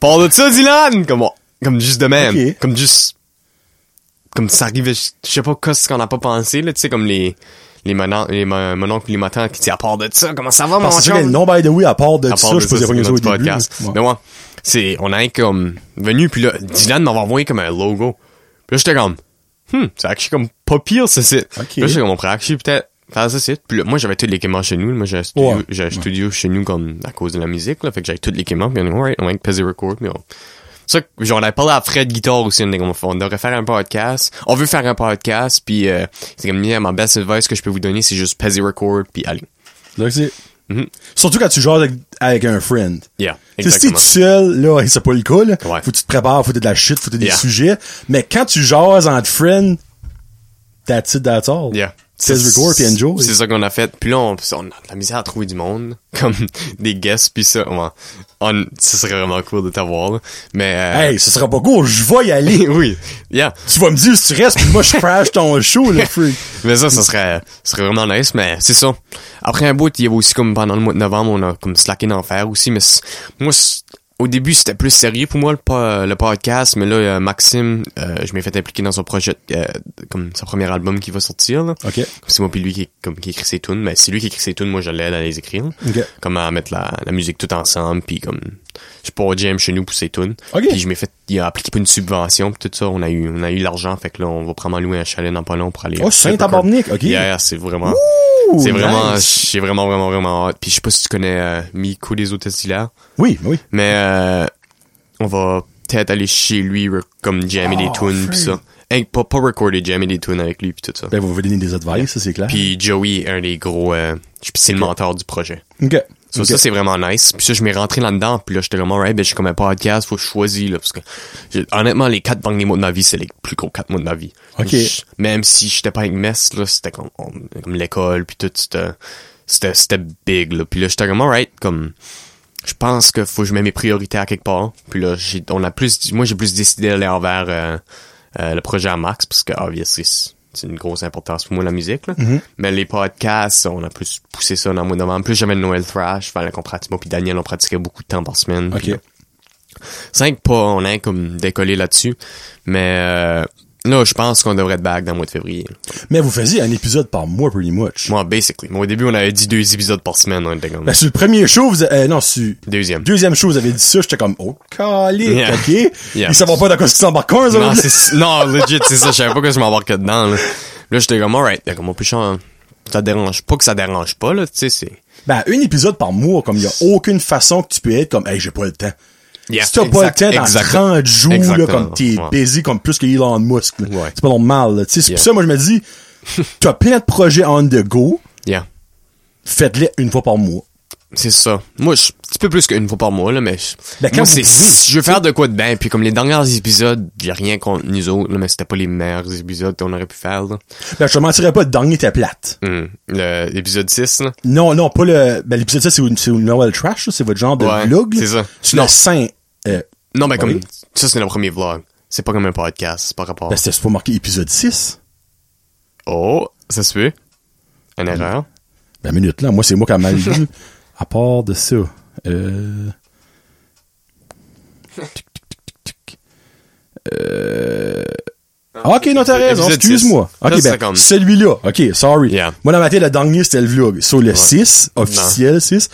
[SPEAKER 2] parle de ça Dylan comme comme juste de même,
[SPEAKER 1] Ok.
[SPEAKER 2] comme juste comme ça arrivait, je je sais pas quoi ce qu'on n'a pas pensé, là, tu sais, comme les, les monon- les mon- mon oncle et les matins qui disent à part de ça, comment ça va, mon
[SPEAKER 1] Parce que
[SPEAKER 2] chum?
[SPEAKER 1] non, by the way, à part de
[SPEAKER 2] À
[SPEAKER 1] ça,
[SPEAKER 2] part de
[SPEAKER 1] je posais
[SPEAKER 2] c'est
[SPEAKER 1] pas une
[SPEAKER 2] notre
[SPEAKER 1] chose au début. là.
[SPEAKER 2] podcast.
[SPEAKER 1] Ouais.
[SPEAKER 2] Mais ouais, c'est, on est comme venu, puis là, Dylan m'avait envoyé comme un logo. Puis là, j'étais comme, hmm, c'est actually comme pas pire, ce site.
[SPEAKER 1] Ok.
[SPEAKER 2] Puis là, j'étais comme, on pourrait actually peut-être faire ce site. Puis là, moi, j'avais tout l'équipement chez nous, là. moi, j'ai un studio,
[SPEAKER 1] Ouais.
[SPEAKER 2] j'ai un studio chez nous, comme, à cause de la musique, là, fait que j'avais tout l'équipement, puis on est comme, alright, on va peser record, puis on- ça, j'en avais parlé à Fred Guitare aussi, on était comme, on devrait faire un podcast. On veut faire un podcast, puis euh, c'est comme, yeah, ma best advice que je peux vous donner, c'est juste peser record, puis allez.
[SPEAKER 1] Donc, c'est- Surtout quand tu joues avec, avec un friend.
[SPEAKER 2] Mm-hmm. Yeah,
[SPEAKER 1] Tu sais, Si t'es
[SPEAKER 2] exactement.
[SPEAKER 1] tout seul, là, *laughs* c'est pas le cas, là.
[SPEAKER 2] Ouais.
[SPEAKER 1] Faut que tu te prépares, faut que t'aies de la shit, faut que t'aies des
[SPEAKER 2] Yeah.
[SPEAKER 1] sujets. Mais quand tu jases entre friends, that's it, that's all.
[SPEAKER 2] Yeah.
[SPEAKER 1] Says record puis enjoy.
[SPEAKER 2] C'est ça qu'on a fait. Puis là, on, on a de la misère à trouver du monde, *laughs* comme des guests, puis ça, ouais. On- ça serait vraiment cool de t'avoir, là. Mais, euh,
[SPEAKER 1] Hey, ce sera pas cool, je vais y aller.
[SPEAKER 2] *laughs* oui, yeah.
[SPEAKER 1] tu vas me dire si tu restes, puis moi,
[SPEAKER 2] *laughs*
[SPEAKER 1] je crash ton show, le freak.
[SPEAKER 2] Mais ça, ça serait, ça serait vraiment nice, mais c'est ça. Après un bout, il y avait aussi comme pendant le mois de novembre, on a comme slacké d'enfer aussi, mais c'est- moi, c'est- au début, c'était plus sérieux pour moi le, po- le podcast, mais là, euh, Maxime, euh, je m'ai fait impliquer dans son projet, euh, comme son premier album qui va sortir, là.
[SPEAKER 1] OK.
[SPEAKER 2] C'est moi puis lui qui, comme, qui écrit ses tunes, mais c'est lui qui écrit ses tunes, moi je l'aide à les écrire.
[SPEAKER 1] OK.
[SPEAKER 2] Comme à mettre la, la musique tout ensemble, puis comme, je suis pas au gym chez nous pour ses tunes.
[SPEAKER 1] Ok.
[SPEAKER 2] Puis je m'ai fait, il a appliqué pour une subvention, puis tout ça, on a eu, on a eu l'argent, fait que là, on va probablement louer un chalet dans pas long pour aller.
[SPEAKER 1] Oh, saint tabarnak, OK.
[SPEAKER 2] Yeah, c'est vraiment.
[SPEAKER 1] Ouh,
[SPEAKER 2] C'est vraiment,
[SPEAKER 1] nice.
[SPEAKER 2] j'ai vraiment, vraiment, vraiment hâte. Puis je sais pas si tu connais euh, Miko des Autostilaires,
[SPEAKER 1] Oui, oui.
[SPEAKER 2] mais euh, on va peut-être aller chez lui re- comme jammer
[SPEAKER 1] Oh,
[SPEAKER 2] des tunes pis
[SPEAKER 1] frère.
[SPEAKER 2] ça. Hein, pas, pas recorder, jammer des tunes avec lui pis tout ça.
[SPEAKER 1] Ben, vous vous donner des advice, ça, c'est clair.
[SPEAKER 2] Puis Joey est un des gros, euh, je- c'est le mentor du projet.
[SPEAKER 1] OK.
[SPEAKER 2] So,
[SPEAKER 1] OK.
[SPEAKER 2] Ça, c'est vraiment nice. Puis ça, je m'ai rentré là-dedans. Puis là, j'étais comme, alright, ben, j'ai comme un podcast, faut que je choisisse, là. Parce que, j'ai- honnêtement, les quatre banques des mots de ma vie, c'est les plus gros quatre mots de ma vie.
[SPEAKER 1] Ok.
[SPEAKER 2] Je- même si j'étais pas avec Mess, là, c'était comme, on- comme l'école, puis tout, c'était, c'était, c'était big, là. Puis là, j'étais comme, alright, comme, je pense que faut que je mette mes priorités à quelque part. Puis là, j'ai, on a plus, moi, j'ai plus décidé d'aller envers euh, euh, le projet à Max, parce que, obviously, c'est- c'est une grosse importance pour moi, la musique. Là. Mais les podcasts, on a plus poussé ça dans le mois de novembre. En Plus jamais de Noël Thrash, fallait qu'on pratique. Moi puis Daniel, on pratiquait beaucoup de temps par semaine.
[SPEAKER 1] OK.
[SPEAKER 2] Puis là, Cinq pas, on a comme décollé là-dessus. Mais euh, là, je pense qu'on devrait être back dans le mois de février.
[SPEAKER 1] Mais vous faisiez un épisode par mois, pretty much.
[SPEAKER 2] Moi, basically. Moi, au début, on avait dit deux épisodes par semaine. On était comme...
[SPEAKER 1] Ben, sur le premier show, vous, euh, non, sur
[SPEAKER 2] Deuxième.
[SPEAKER 1] deuxième show, vous avez dit ça, j'étais comme, oh, calique,
[SPEAKER 2] Yeah.
[SPEAKER 1] ok.
[SPEAKER 2] *laughs* Yeah.
[SPEAKER 1] Ils savent pas dans quoi ils s'embarquent, eux
[SPEAKER 2] Non,
[SPEAKER 1] autres.
[SPEAKER 2] c'est- non, legit, c'est ça. Je savais pas que je m'embarquais dedans. Là, là j'étais comme, alright. Là, Comme, on peut changer. Ça dérange pas que ça dérange pas, là. Tu sais, c'est...
[SPEAKER 1] Ben, un épisode par mois, comme il y a aucune façon que tu peux être comme, hey, j'ai pas le temps.
[SPEAKER 2] Yeah,
[SPEAKER 1] si t'as pas le
[SPEAKER 2] exact-
[SPEAKER 1] temps dans
[SPEAKER 2] exact-
[SPEAKER 1] 30 jours, là,
[SPEAKER 2] exactement,
[SPEAKER 1] comme t'es
[SPEAKER 2] ouais.
[SPEAKER 1] busy, comme plus que Elon Musk, là.
[SPEAKER 2] Ouais.
[SPEAKER 1] c'est pas normal. là. Tu sais, c'est pour
[SPEAKER 2] Yeah.
[SPEAKER 1] ça, moi, je me
[SPEAKER 2] *laughs*
[SPEAKER 1] dis, t'as plein de projets on the go,
[SPEAKER 2] Yeah.
[SPEAKER 1] faites-les une fois par mois.
[SPEAKER 2] C'est ça. Moi, je, un petit peu plus qu'une fois par mois, là, mais je,
[SPEAKER 1] Ben, quand
[SPEAKER 2] moi,
[SPEAKER 1] vous
[SPEAKER 2] c'est,
[SPEAKER 1] pouvez,
[SPEAKER 2] si je veux faire de quoi de bien. Puis comme les derniers épisodes, j'ai rien contre nous autres, là, mais c'était pas les meilleurs épisodes qu'on aurait pu faire, là.
[SPEAKER 1] Ben, je te mentirais pas, le dernier était plate.
[SPEAKER 2] Hmm. Le- L'épisode 6, là.
[SPEAKER 1] Non, non, pas le, ben, l'épisode 7, c'est au- c'est au Noël Trash, ça, c'est votre genre de
[SPEAKER 2] Ouais,
[SPEAKER 1] vlog. là.
[SPEAKER 2] c'est ça.
[SPEAKER 1] C'est
[SPEAKER 2] Non.
[SPEAKER 1] le 5, euh,
[SPEAKER 2] Non, mais comme,
[SPEAKER 1] Oui.
[SPEAKER 2] ça, c'est le premier vlog. C'est pas comme un podcast, c'est pas rapport.
[SPEAKER 1] ben, c'était pas marqué épisode 6.
[SPEAKER 2] Oh, ça se peut. Une erreur.
[SPEAKER 1] Ben, minute, là, moi, c'est moi qui a mal vu. À part de ça, euh... Tic, tic, tic, tic, tic. Euh... Ok, non, t'as raison,
[SPEAKER 2] Ah, Épisode
[SPEAKER 1] excuse-moi.
[SPEAKER 2] six.
[SPEAKER 1] Ok,
[SPEAKER 2] Ça,
[SPEAKER 1] ben,
[SPEAKER 2] c'est comme-
[SPEAKER 1] celui-là, ok, sorry.
[SPEAKER 2] Yeah.
[SPEAKER 1] Moi, dans ma tête, le dernier, c'était le vlog. Sur le 6, officiel 6,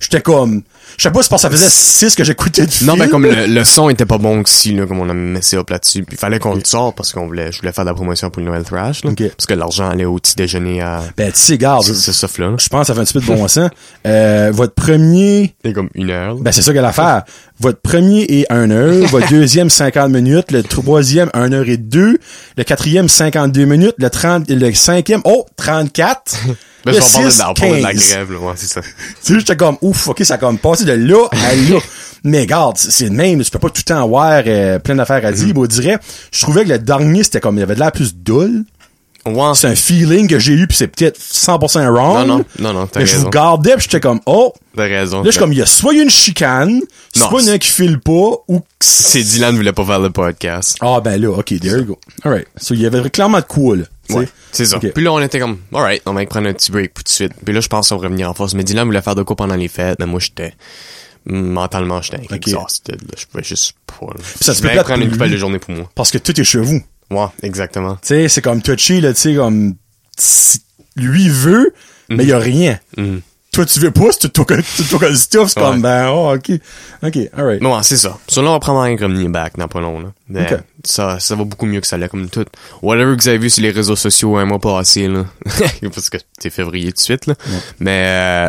[SPEAKER 1] j'étais comme... Je sais pas si parce que ça faisait 6 que j'écoutais du
[SPEAKER 2] Non,
[SPEAKER 1] film.
[SPEAKER 2] mais comme le, le son était pas bon aussi, là, comme on a messé up là-dessus. Puis il fallait qu'on le sorte parce qu'on voulait, je voulais faire de la promotion pour le Noël Thrash, là.
[SPEAKER 1] Ok.
[SPEAKER 2] Parce que l'argent allait au petit déjeuner à
[SPEAKER 1] Ben, tu sais, garde,
[SPEAKER 2] ce
[SPEAKER 1] je,
[SPEAKER 2] ce stuff-là. là.
[SPEAKER 1] je pense que ça fait un petit peu de bon sens. Euh, votre premier...
[SPEAKER 2] C'était comme une heure. là.
[SPEAKER 1] Ben, c'est ça qu'elle a affaire. Votre premier est 1
[SPEAKER 2] *laughs*
[SPEAKER 1] heure, votre deuxième 50 minutes, le troisième 1 heure et 2, le quatrième 52 minutes, le 30, le cinquième, oh,
[SPEAKER 2] *laughs*
[SPEAKER 1] 34.
[SPEAKER 2] Ben,
[SPEAKER 1] le
[SPEAKER 2] je vais parler de-
[SPEAKER 1] 6,
[SPEAKER 2] on parlait de la
[SPEAKER 1] 15.
[SPEAKER 2] grève, là, ouais, c'est ça.
[SPEAKER 1] Tu sais, j'étais comme, ouf, ok, ça a comme passé de là à
[SPEAKER 2] *laughs*
[SPEAKER 1] là. Mais regarde, c'est c'est le même, tu peux pas tout le temps avoir euh, plein d'affaires à
[SPEAKER 2] Mm-hmm.
[SPEAKER 1] dire, mais on dirait, je trouvais que le dernier, c'était comme, il y avait de l'air plus dull.
[SPEAKER 2] Ouais.
[SPEAKER 1] C'est un feeling que j'ai eu, puis c'est peut-être 100% wrong.
[SPEAKER 2] Non, non, non, non, t'as
[SPEAKER 1] Mais je
[SPEAKER 2] raison.
[SPEAKER 1] regardais, puis j'étais comme, oh,
[SPEAKER 2] T'as raison.
[SPEAKER 1] Là, je suis comme, il y a soit une chicane,
[SPEAKER 2] Non,
[SPEAKER 1] soit il y en a un qui file pas, ou...
[SPEAKER 2] C'est Dylan voulait pas faire le podcast.
[SPEAKER 1] Ah, ben là, OK, there you go. All right. So, il y avait clairement de quoi, là. tu sais.
[SPEAKER 2] Ouais, c'est ça.
[SPEAKER 1] Ok.
[SPEAKER 2] Puis là, on était comme, alright, on va prendre un petit break tout de suite. Puis là, je pense qu'on va revenir en force. Mais Dylan voulait faire de quoi pendant les fêtes, mais moi, j'étais, mentalement, j'étais exhausted, là. Je pouvais juste pas, là.
[SPEAKER 1] ça se
[SPEAKER 2] je
[SPEAKER 1] peut
[SPEAKER 2] voulais
[SPEAKER 1] pas
[SPEAKER 2] prendre
[SPEAKER 1] pour
[SPEAKER 2] une
[SPEAKER 1] lui.
[SPEAKER 2] nouvelle journée pour moi.
[SPEAKER 1] Parce que tout est chez vous. Tu
[SPEAKER 2] Ouais, exactement.
[SPEAKER 1] sais, c'est comme touchy, là, tu sais, comme... si Lui, il veut, mais
[SPEAKER 2] Mhm.
[SPEAKER 1] il y a rien. Toi, tu veux pas, c'est tout ton- tout ton le stuff, c'est comme,
[SPEAKER 2] Ouais.
[SPEAKER 1] ben, oh, OK. OK, all right.
[SPEAKER 2] Mais ouais, c'est ça. Ça, là, on va prendre un Gremlin back dans pas long, là. Mais
[SPEAKER 1] Ok.
[SPEAKER 2] ça, ça va beaucoup mieux que ça allait, comme tout. Whatever que vous avez vu sur les réseaux sociaux un mois passé, là. *laughs* Parce que c'est février tout de suite, là. Mais, euh,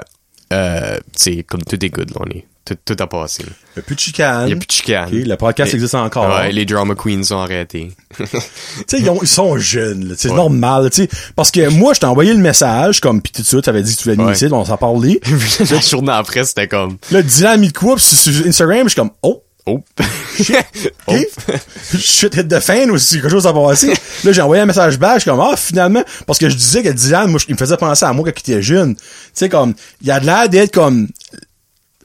[SPEAKER 2] euh, c'est comme tout est good, là, on est. Tout, tout a passé, là.
[SPEAKER 1] Il y a plus de chicane.
[SPEAKER 2] Il y a plus de chicane.
[SPEAKER 1] Hein? OK, le podcast
[SPEAKER 2] Et-
[SPEAKER 1] existe encore. hein?
[SPEAKER 2] Ouais, les drama queens
[SPEAKER 1] *laughs*
[SPEAKER 2] ont arrêté.
[SPEAKER 1] Tu sais, ils, ont- ils sont jeunes, là. C'est normal, là, tu sais. Parce que moi, je t'ai envoyé le message, comme, pis tout de suite, t'avais dit que tu voulais venir
[SPEAKER 2] Ouais.
[SPEAKER 1] ici, on s'en parlait.
[SPEAKER 2] la journée après, c'était comme,
[SPEAKER 1] Là, Dylan a mis de quoi, pis sur sur Instagram, je suis comme, oh,
[SPEAKER 2] oh. Oh.
[SPEAKER 1] *laughs* OK? Shit hit the fan ou si quelque chose à passer. là, j'ai envoyé un message back, je suis comme, ah, finalement, parce que je disais que Dylan, moi, je- il me faisait penser à moi quand il était jeune. Tu sais, comme, il a de l'air d'être comme,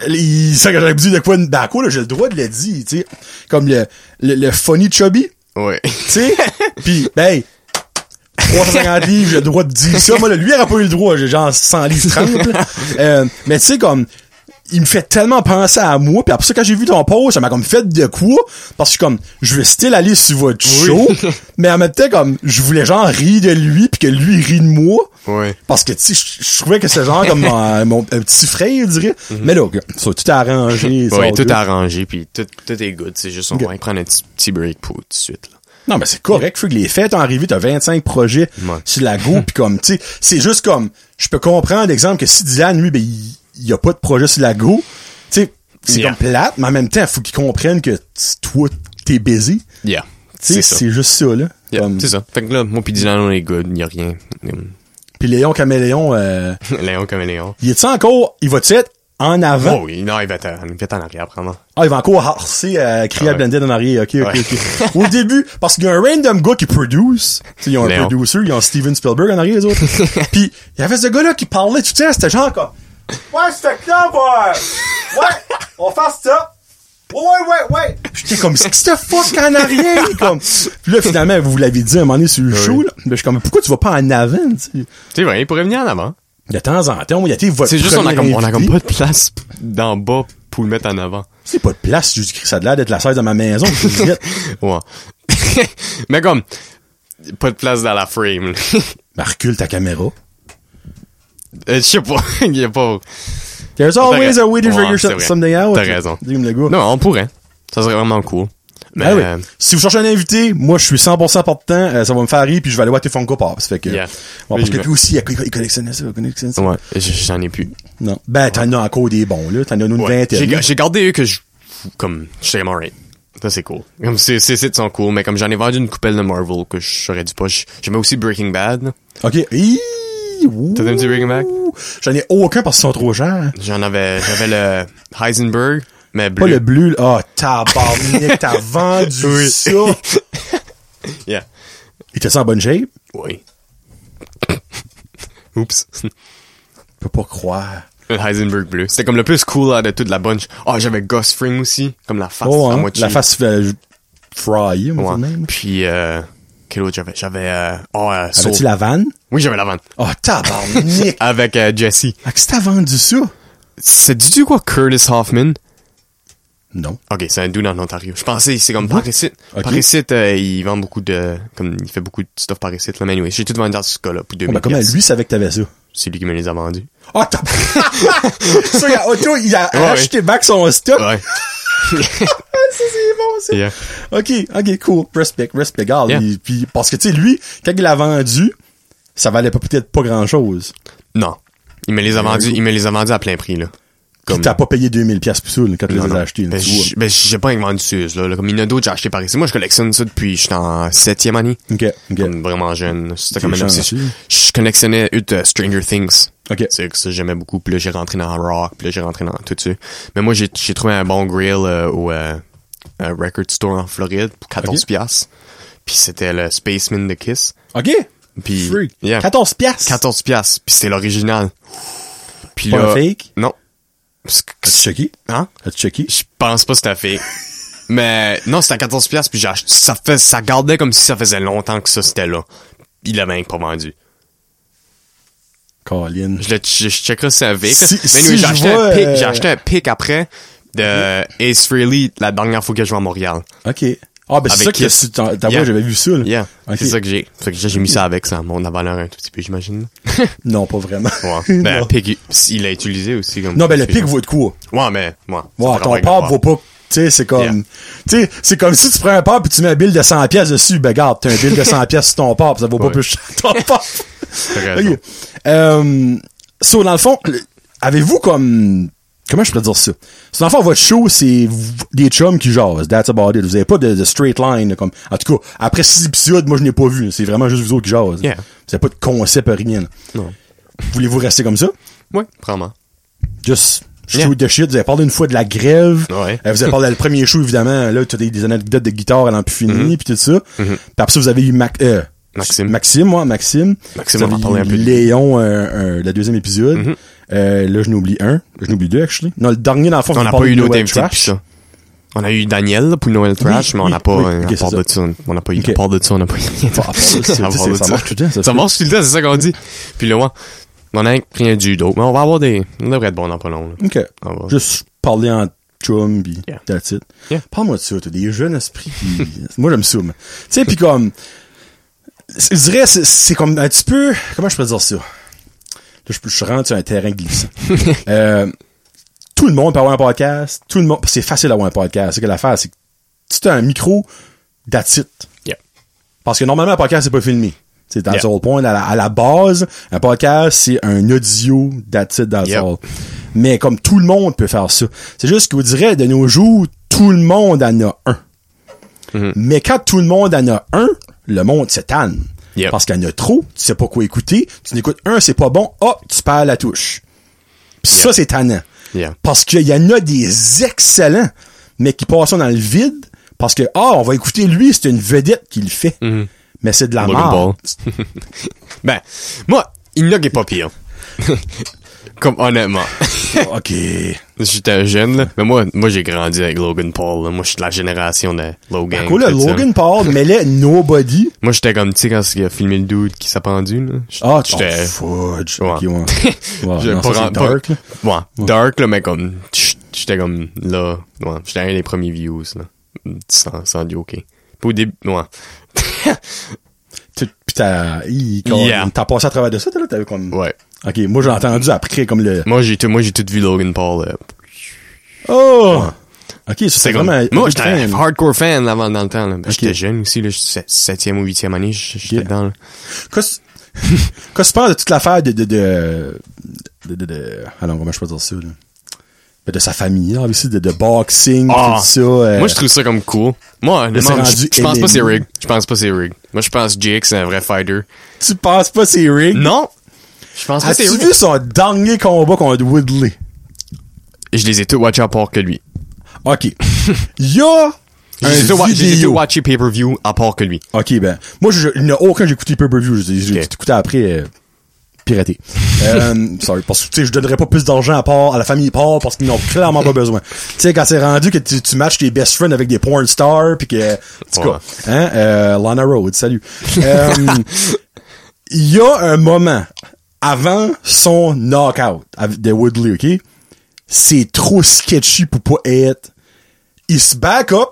[SPEAKER 1] il sait que j'aurais dit de quoi, ben, à quoi, là, j'ai le droit de le dire, tu sais. Comme le, le, le funny chubby,
[SPEAKER 2] Ouais.
[SPEAKER 1] tu sais. Pis, ben, 350 livres, j'ai le droit de dire ça. Moi, là, lui, il aurait pas eu le droit, j'ai genre 100 livres 30, là. Euh, mais tu sais, comme, il me fait tellement penser à moi puis après ça quand j'ai vu ton post ça m'a comme fait de quoi parce que je suis comme je veux still aller sur votre show mais en même temps comme je voulais genre rire de lui puis que lui il rit de moi
[SPEAKER 2] Ouais.
[SPEAKER 1] parce que tu sais je- je trouvais que c'est genre comme mon, mon- un petit frère je dirais mais là ça tout est arrangé ça,
[SPEAKER 2] Ouais,
[SPEAKER 1] on
[SPEAKER 2] tout
[SPEAKER 1] peut-
[SPEAKER 2] arrangé, puis tout, tout est good. C'est juste, on
[SPEAKER 1] Ok.
[SPEAKER 2] va prendre un petit, petit break pour tout de suite, là.
[SPEAKER 1] non mais c'est correct faut que les fêtes ont arrivé t'as 25 projets
[SPEAKER 2] Ouais.
[SPEAKER 1] sur la
[SPEAKER 2] *laughs*
[SPEAKER 1] go puis comme tu sais c'est juste comme je peux comprendre exemple que si Dylan lui ben il- il y a pas de projet sur la go tu sais c'est
[SPEAKER 2] Yeah.
[SPEAKER 1] comme plate mais en même temps faut qu'il comprenne que t- toi t'es busy
[SPEAKER 2] Yeah.
[SPEAKER 1] Tu sais,
[SPEAKER 2] C'est ça.
[SPEAKER 1] c'est juste ça, là.
[SPEAKER 2] Yeah,
[SPEAKER 1] Comme-
[SPEAKER 2] c'est ça. Fait que là, moi pis Dylan, on est good, y a rien. Hum.
[SPEAKER 1] Puis Léon Caméléon, euh,
[SPEAKER 2] *laughs* Léon comme Léon.
[SPEAKER 1] il est-tu encore, il va-tu être en avant?
[SPEAKER 2] Oh oui, non, il va être en, il va être en arrière, vraiment.
[SPEAKER 1] Ah, il va encore harcer, euh, crier à
[SPEAKER 2] Ah Ouais.
[SPEAKER 1] Blended en arrière, ok, ok,
[SPEAKER 2] Ouais.
[SPEAKER 1] ok. Au *laughs* début, parce qu'il y a un random gars qui produce, tu sais, il y a un
[SPEAKER 2] Léon.
[SPEAKER 1] producer, il y a un Steven Spielberg en arrière, les
[SPEAKER 2] *laughs*
[SPEAKER 1] autres. Puis, il y avait ce gars-là qui parlait tout le temps, c'était genre comme, ouais, c'était clair, ouais, ouais, on va faire ça. Ouais, ouais, ouais, ouais. Puis J'étais comme, c'est que ce fuck en arrière, comme. Puis là, finalement, vous l'avez dit à un moment donné sur le show, là. Mais je suis comme, pourquoi tu vas pas en avant, tu sais?
[SPEAKER 2] C'est vrai, il pourrait venir en avant.
[SPEAKER 1] De temps en temps, il y a été votre
[SPEAKER 2] C'est juste, on a,
[SPEAKER 1] premier
[SPEAKER 2] comme, on a comme
[SPEAKER 1] invité.
[SPEAKER 2] pas de place d'en bas pour le mettre en avant.
[SPEAKER 1] C'est pas de place, Jésus-Christ, ça a l'air d'être la chaise de ma maison. je vous dis.
[SPEAKER 2] Ouais. *laughs* Mais comme, pas de place dans la frame, là. *laughs*
[SPEAKER 1] ben, recule ta caméra.
[SPEAKER 2] Euh, Je sais pas, *laughs* il y a pas.
[SPEAKER 1] There's always a way to
[SPEAKER 2] Ouais,
[SPEAKER 1] figure
[SPEAKER 2] c'est vrai.
[SPEAKER 1] something out.
[SPEAKER 2] T'as raison.
[SPEAKER 1] Dis-me le gars.
[SPEAKER 2] Non, on pourrait. Ça serait vraiment cool. Mais,
[SPEAKER 1] Ah oui.
[SPEAKER 2] euh,
[SPEAKER 1] Si vous cherchez un invité, moi je suis 100% portant, euh, ça va me faire rire puis je vais aller voir tes Funko Pops. Fait que,
[SPEAKER 2] Yeah.
[SPEAKER 1] Ouais, parce
[SPEAKER 2] Oui,
[SPEAKER 1] que
[SPEAKER 2] je-
[SPEAKER 1] lui aussi, il, il collectionnait ça, il collectionnait ça.
[SPEAKER 2] ouais, j- j'en ai plus.
[SPEAKER 1] Non. Ben, t'en as encore des bons, là. T'en as une
[SPEAKER 2] Ouais. J'ai
[SPEAKER 1] vingtaine.
[SPEAKER 2] j'ai gardé eux que je fou. Comme, j'étais comme, alright. Ça, c'est cool. Comme, ces ces sites sont cool, mais comme j'en ai vendu une coupelle de Marvel que je saurais du pas. j- J'aimais aussi Breaking Bad. là.
[SPEAKER 1] OK. Hi! Ouh!
[SPEAKER 2] T'as un petit Breaking Bad?
[SPEAKER 1] J'en ai aucun parce qu'ils sont trop chers.
[SPEAKER 2] J'en avais, j'avais le Heisenberg, mais bleu.
[SPEAKER 1] Pas le bleu, là. Ah, tabarnak,
[SPEAKER 2] *laughs*
[SPEAKER 1] t'as vendu
[SPEAKER 2] Oui.
[SPEAKER 1] ça!
[SPEAKER 2] Yeah.
[SPEAKER 1] Il était en bonne shape?
[SPEAKER 2] Oui. *laughs* Oups.
[SPEAKER 1] Je peux pas croire.
[SPEAKER 2] Le Heisenberg bleu. C'était comme le plus cool là, de toute la bunch. Ah, j'avais Ghost Fring aussi, comme la face
[SPEAKER 1] Oh,
[SPEAKER 2] à
[SPEAKER 1] hein,
[SPEAKER 2] moitié.
[SPEAKER 1] la face euh, fry, on va
[SPEAKER 2] Ouais.
[SPEAKER 1] dire même.
[SPEAKER 2] Puis, euh, quel autre j'avais? J'avais, euh, oh, euh, Soul.
[SPEAKER 1] Avais-tu la vanne?
[SPEAKER 2] Oui, j'avais la vanne.
[SPEAKER 1] Ah, oh, tabarnak! *laughs*
[SPEAKER 2] Avec euh, Jesse.
[SPEAKER 1] Ah, que t'as vendu ça?
[SPEAKER 2] C'est du du quoi Curtis Hoffman?
[SPEAKER 1] Non.
[SPEAKER 2] Ok, c'est un dude en Ontario. Je pensais, c'est comme par ici.
[SPEAKER 1] Ok.
[SPEAKER 2] Par ici, euh, il vend beaucoup de, comme, il fait beaucoup de stuff par ici, là. Mais anyway, j'ai tout vendu à ce gars-là, puis 2000
[SPEAKER 1] Oh, ben, comment
[SPEAKER 2] pièces.
[SPEAKER 1] lui savait que t'avais ça?
[SPEAKER 2] C'est lui qui me les a vendus.
[SPEAKER 1] Ah, t'as... *laughs* ça, il a, Otto, il a
[SPEAKER 2] Ouais,
[SPEAKER 1] acheté back son stock.
[SPEAKER 2] Ouais.
[SPEAKER 1] Ça, c'est bon, ça.
[SPEAKER 2] Yeah.
[SPEAKER 1] OK, OK, cool. Respect, respect. Regarde,
[SPEAKER 2] Yeah.
[SPEAKER 1] il- puis, parce que, tu sais, lui, quand il l'a vendu, ça valait pas- peut-être pas grand-chose.
[SPEAKER 2] Non. Il me les a
[SPEAKER 1] Ouais,
[SPEAKER 2] vendus,
[SPEAKER 1] oui.
[SPEAKER 2] il me les a vendus à plein prix, là.
[SPEAKER 1] Puis t'as pas payé 2000 pièces pour ça, là, quand tu les
[SPEAKER 2] Non, non.
[SPEAKER 1] as achetés. hein. là,
[SPEAKER 2] Ben,
[SPEAKER 1] tu vois.
[SPEAKER 2] j'- ben, j'ai pas inventé ça, là. là. Comme il y en a d'autres, j'ai acheté par ici. Moi, je collectionne ça depuis, j'étais en septième année.
[SPEAKER 1] OK, OK.
[SPEAKER 2] Comme vraiment jeune. C'était comme
[SPEAKER 1] T'es
[SPEAKER 2] un
[SPEAKER 1] chanceux.
[SPEAKER 2] obsession. Je collectionnais euh, de Stranger Things.
[SPEAKER 1] OK.
[SPEAKER 2] C'est que ça, j'aimais beaucoup. Puis là, j'ai rentré dans rock. Puis là, j'ai rentré dans tout ça. Mais moi, j'ai j'ai trouvé un bon grill euh, au euh, euh, record store en Floride pour 14
[SPEAKER 1] Ok.
[SPEAKER 2] piastres. Puis c'était le Spaceman de Kiss.
[SPEAKER 1] OK.
[SPEAKER 2] Puis,
[SPEAKER 1] Freak.
[SPEAKER 2] yeah.
[SPEAKER 1] 14 piastres.
[SPEAKER 2] 14 piastres. Puis c'était l'original. Puis
[SPEAKER 1] Pas
[SPEAKER 2] là...
[SPEAKER 1] un fake?
[SPEAKER 2] Non. Parce que-
[SPEAKER 1] As-tu checké?
[SPEAKER 2] Hein?
[SPEAKER 1] As-tu checké?
[SPEAKER 2] Je pense pas que c'était fake. Mais non, c'était à 14 piastres. Puis j'ai acheté- ça, fait, ça gardait comme si ça faisait longtemps que ça, c'était là. Il l'avait même pas vendu.
[SPEAKER 1] Colin.
[SPEAKER 2] Je, le, je, je checkerai si c'est un vape.
[SPEAKER 1] Si-
[SPEAKER 2] mais
[SPEAKER 1] si je
[SPEAKER 2] anyway, j'ai acheté,
[SPEAKER 1] vois,
[SPEAKER 2] un pic-
[SPEAKER 1] euh,
[SPEAKER 2] j'ai acheté un pic après de Ace Frehley la dernière fois que je jouais à Montréal.
[SPEAKER 1] OK. Ah, ben c'est
[SPEAKER 2] Avec
[SPEAKER 1] ça que
[SPEAKER 2] Kiss.
[SPEAKER 1] tu- t'as t'as-
[SPEAKER 2] Yeah.
[SPEAKER 1] ouais, j'avais vu ça. là.
[SPEAKER 2] Yeah.
[SPEAKER 1] Ok.
[SPEAKER 2] C'est ça que j'ai. Fait que j'ai mis ça avec, ça monte la valeur un tout petit
[SPEAKER 1] *laughs*
[SPEAKER 2] peu, j'imagine.
[SPEAKER 1] Non, pas vraiment.
[SPEAKER 2] Ouais.
[SPEAKER 1] *laughs*
[SPEAKER 2] Ben,
[SPEAKER 1] non.
[SPEAKER 2] un pic, il il l'a utilisé aussi comme.
[SPEAKER 1] non, ben le pic vaut de quoi?
[SPEAKER 2] Ouais, mais, ouais. ça
[SPEAKER 1] Ouais,
[SPEAKER 2] prend
[SPEAKER 1] ton
[SPEAKER 2] rien
[SPEAKER 1] pub
[SPEAKER 2] à
[SPEAKER 1] vaut
[SPEAKER 2] voir.
[SPEAKER 1] pas. Tu sais, c'est comme.
[SPEAKER 2] Yeah.
[SPEAKER 1] Tu sais, c'est comme si tu prends un pub puis tu mets un bill de 100 pièces dessus. Ben, garde, t'as un bill de
[SPEAKER 2] *laughs*
[SPEAKER 1] 100 pièces sur ton pub, ça vaut pas
[SPEAKER 2] Ouais.
[SPEAKER 1] plus cher que ton pub.
[SPEAKER 2] T'as *laughs* raison.
[SPEAKER 1] OK. Euh, so, dans le fond, le- avez-vous comme. Comment je pourrais dire ça? So, dans le fond, votre show, c'est v- des chums qui jasent. That's about it. Vous avez pas de, de straight line. là, Comme, en tout cas, après six épisodes, moi, je n'ai pas vu. C'est vraiment juste vous autres qui jasent.
[SPEAKER 2] Yeah.
[SPEAKER 1] Vous avez pas de concept, rien. là.
[SPEAKER 2] Non.
[SPEAKER 1] Voulez-vous rester comme ça?
[SPEAKER 2] Ouais, vraiment.
[SPEAKER 1] Just shoot
[SPEAKER 2] Yeah.
[SPEAKER 1] the shit. Vous avez parlé une fois de la grève.
[SPEAKER 2] Ouais.
[SPEAKER 1] Euh, vous avez
[SPEAKER 2] *laughs*
[SPEAKER 1] parlé le premier show, évidemment. Là, tu as des, des anecdotes de guitare à n'en plus fini, puis tout ça. Puis après ça, vous avez eu Mac- euh,
[SPEAKER 2] Mhm. Maxime.
[SPEAKER 1] Maxime, moi, Maxime.
[SPEAKER 2] Maxime,
[SPEAKER 1] Vous
[SPEAKER 2] on va
[SPEAKER 1] avez
[SPEAKER 2] parler un
[SPEAKER 1] eu
[SPEAKER 2] peu de- Mhm.
[SPEAKER 1] Léon, euh, euh, le deuxième épisode. Euh, là, je n'oublie un. Je n'oublie deux, actually. Non, le dernier, dans le fond,
[SPEAKER 2] On
[SPEAKER 1] vous
[SPEAKER 2] n'a
[SPEAKER 1] parlez
[SPEAKER 2] pas eu
[SPEAKER 1] de
[SPEAKER 2] d'autres
[SPEAKER 1] Noël
[SPEAKER 2] invités depuis
[SPEAKER 1] Trash.
[SPEAKER 2] ça. On a eu Daniel là, pour Noël Trash, mais on
[SPEAKER 1] oui,
[SPEAKER 2] n'a pas,
[SPEAKER 1] oui.
[SPEAKER 2] euh,
[SPEAKER 1] Ok,
[SPEAKER 2] à part
[SPEAKER 1] c'est
[SPEAKER 2] de
[SPEAKER 1] ça.
[SPEAKER 2] ça, on- on n'a pas eu,
[SPEAKER 1] Ok.
[SPEAKER 2] à part de ça,
[SPEAKER 1] *laughs*
[SPEAKER 2] on n'a pas eu
[SPEAKER 1] Enfin, à part de ça, tu sais,
[SPEAKER 2] À part de
[SPEAKER 1] ça marche tout le temps, ça,
[SPEAKER 2] Ça
[SPEAKER 1] je
[SPEAKER 2] marche tout le temps, c'est ça qu'on dit. Puis là, ouais, on a rien du d'autre, mais on va avoir des, on devrait être bon dans pas long, là.
[SPEAKER 1] OK.
[SPEAKER 2] Ah, bon.
[SPEAKER 1] Juste parler en chum, pis
[SPEAKER 2] Yeah.
[SPEAKER 1] that's it.
[SPEAKER 2] Yeah.
[SPEAKER 1] Parle-moi de ça, t'as des jeunes esprits, pis *laughs* moi, j'aime ça, mais... Tu sais, pis comme... Je dirais, c'est- c'est comme un petit peu... Comment je peux dire ça? Là, je, je rentre sur un terrain
[SPEAKER 2] *laughs*
[SPEAKER 1] glissant. euh, tout le monde peut avoir un podcast, tout le monde... C'est facile d'avoir un podcast. C'est que l'affaire, c'est que si t'as un micro, that's it.
[SPEAKER 2] Yeah.
[SPEAKER 1] Parce que normalement, un podcast, c'est pas filmé. C'est dans
[SPEAKER 2] Yeah.
[SPEAKER 1] le point, à la, à la base, un podcast, c'est un audio d'attitude dans
[SPEAKER 2] Yep.
[SPEAKER 1] le Mais comme tout le monde peut faire ça. C'est juste que vous direz, de nos jours, tout le monde en a un.
[SPEAKER 2] Mhm.
[SPEAKER 1] Mais quand tout le monde en a un, le monde se tanne.
[SPEAKER 2] Yep.
[SPEAKER 1] Parce qu'il y en a trop, tu sais pas quoi écouter, tu n'écoutes un, c'est pas bon, hop, tu perds la touche. Puis ça, c'est tannant.
[SPEAKER 2] Yeah.
[SPEAKER 1] Parce qu'il y en a des excellents, mais qui passent ça dans le vide, parce que, ah, on va écouter lui, c'est une vedette qui le fait. Mais c'est de la
[SPEAKER 2] Mm-hmm. Logan
[SPEAKER 1] merde.
[SPEAKER 2] Paul. *laughs* ben, moi, il n'y a qui est
[SPEAKER 1] *laughs*
[SPEAKER 2] pas pire. Comme, honnêtement.
[SPEAKER 1] Ah,
[SPEAKER 2] *laughs*
[SPEAKER 1] OK.
[SPEAKER 2] J'étais jeune, là. Mais moi, moi, j'ai grandi avec Logan Paul, là. Moi, je suis de la génération de Logan.
[SPEAKER 1] Ah, Cool, là,
[SPEAKER 2] tout ça.
[SPEAKER 1] Logan Paul mêlait Nobody.
[SPEAKER 2] Moi, j'étais comme, tu sais, quand il a filmé le dude qui s'est pendu, là. J-
[SPEAKER 1] Ah, tu
[SPEAKER 2] j'étais.
[SPEAKER 1] fudge.
[SPEAKER 2] Ouais.
[SPEAKER 1] OK,
[SPEAKER 2] *laughs*
[SPEAKER 1] ouais. Ouais,
[SPEAKER 2] J'ai
[SPEAKER 1] non,
[SPEAKER 2] pas
[SPEAKER 1] ça, c'est
[SPEAKER 2] rendu-
[SPEAKER 1] dark, là.
[SPEAKER 2] pas- Ouais, dark, là, mais comme, j- j'étais comme, là, ouais, j'étais un des premiers views, là, sans, sans joker. Puis au début, ouais, *laughs*
[SPEAKER 1] Tu- Pis t'as... hi, quand-
[SPEAKER 2] Yeah.
[SPEAKER 1] T'as passé à travers de ça, toi, là? T'avais comme...
[SPEAKER 2] ouais. Mm.
[SPEAKER 1] OK, moi, j'ai entendu après, comme le...
[SPEAKER 2] Moi, j'ai tout, moi, j'ai tout vu Logan Paul, là.
[SPEAKER 1] Oh! OK, ça, c'est
[SPEAKER 2] C'est comme,
[SPEAKER 1] vraiment...
[SPEAKER 2] moi,
[SPEAKER 1] un
[SPEAKER 2] j'étais
[SPEAKER 1] fan.
[SPEAKER 2] un hardcore fan avant, dans le temps, là. J'étais jeune aussi, là, j'étais 7e ou 8e année, j- j'étais
[SPEAKER 1] Yeah.
[SPEAKER 2] dedans, là.
[SPEAKER 1] Qu'est-ce *laughs* qu'est-ce que tu penses de toute l'affaire de de de, de, de, de- Alors, comment je peux dire ça, là? ben, de sa famille, là, aussi, de, de boxing,
[SPEAKER 2] Ah.
[SPEAKER 1] tout ça. euh,
[SPEAKER 2] Moi, je trouve ça comme cool. Moi, honnêtement,
[SPEAKER 1] c'est
[SPEAKER 2] je
[SPEAKER 1] rendu
[SPEAKER 2] je pense pas
[SPEAKER 1] ennemi.
[SPEAKER 2] c'est rig. Je pense pas c'est rig. Moi, je pense Jake, c'est un vrai fighter.
[SPEAKER 1] tu penses pas c'est Rick?
[SPEAKER 2] Non! Je pense pas c'est
[SPEAKER 1] As-tu
[SPEAKER 2] rig.
[SPEAKER 1] vu son dernier combat contre Woodley?
[SPEAKER 2] Je les ai tous watchés à part que lui. *laughs*
[SPEAKER 1] OK. Il y a
[SPEAKER 2] Je les ai tous
[SPEAKER 1] un
[SPEAKER 2] wa- je les ai tous
[SPEAKER 1] vidéo.
[SPEAKER 2] watchés pay-per-view à part que lui.
[SPEAKER 1] OK, ben, moi, je, il n'y en a aucun que j'ai écouté pay-per-view. Je les ai- je les ai
[SPEAKER 2] Ok.
[SPEAKER 1] écoutés après euh, piraté. *laughs* euh, sorry, parce que, tu sais, je donnerais pas plus d'argent à part, à la famille part parce qu'ils n'ont clairement pas besoin. *laughs* Tu sais, quand c'est rendu que tu, tu matches tes best friends avec des porn stars, puis que, en tout
[SPEAKER 2] Ouais.
[SPEAKER 1] cas, hein, euh, Lana Rhodes, salut. Euh, Il *laughs* y a un moment avant son knockout avec- de Woodley, OK? C'est trop sketchy pour pas être il se back up.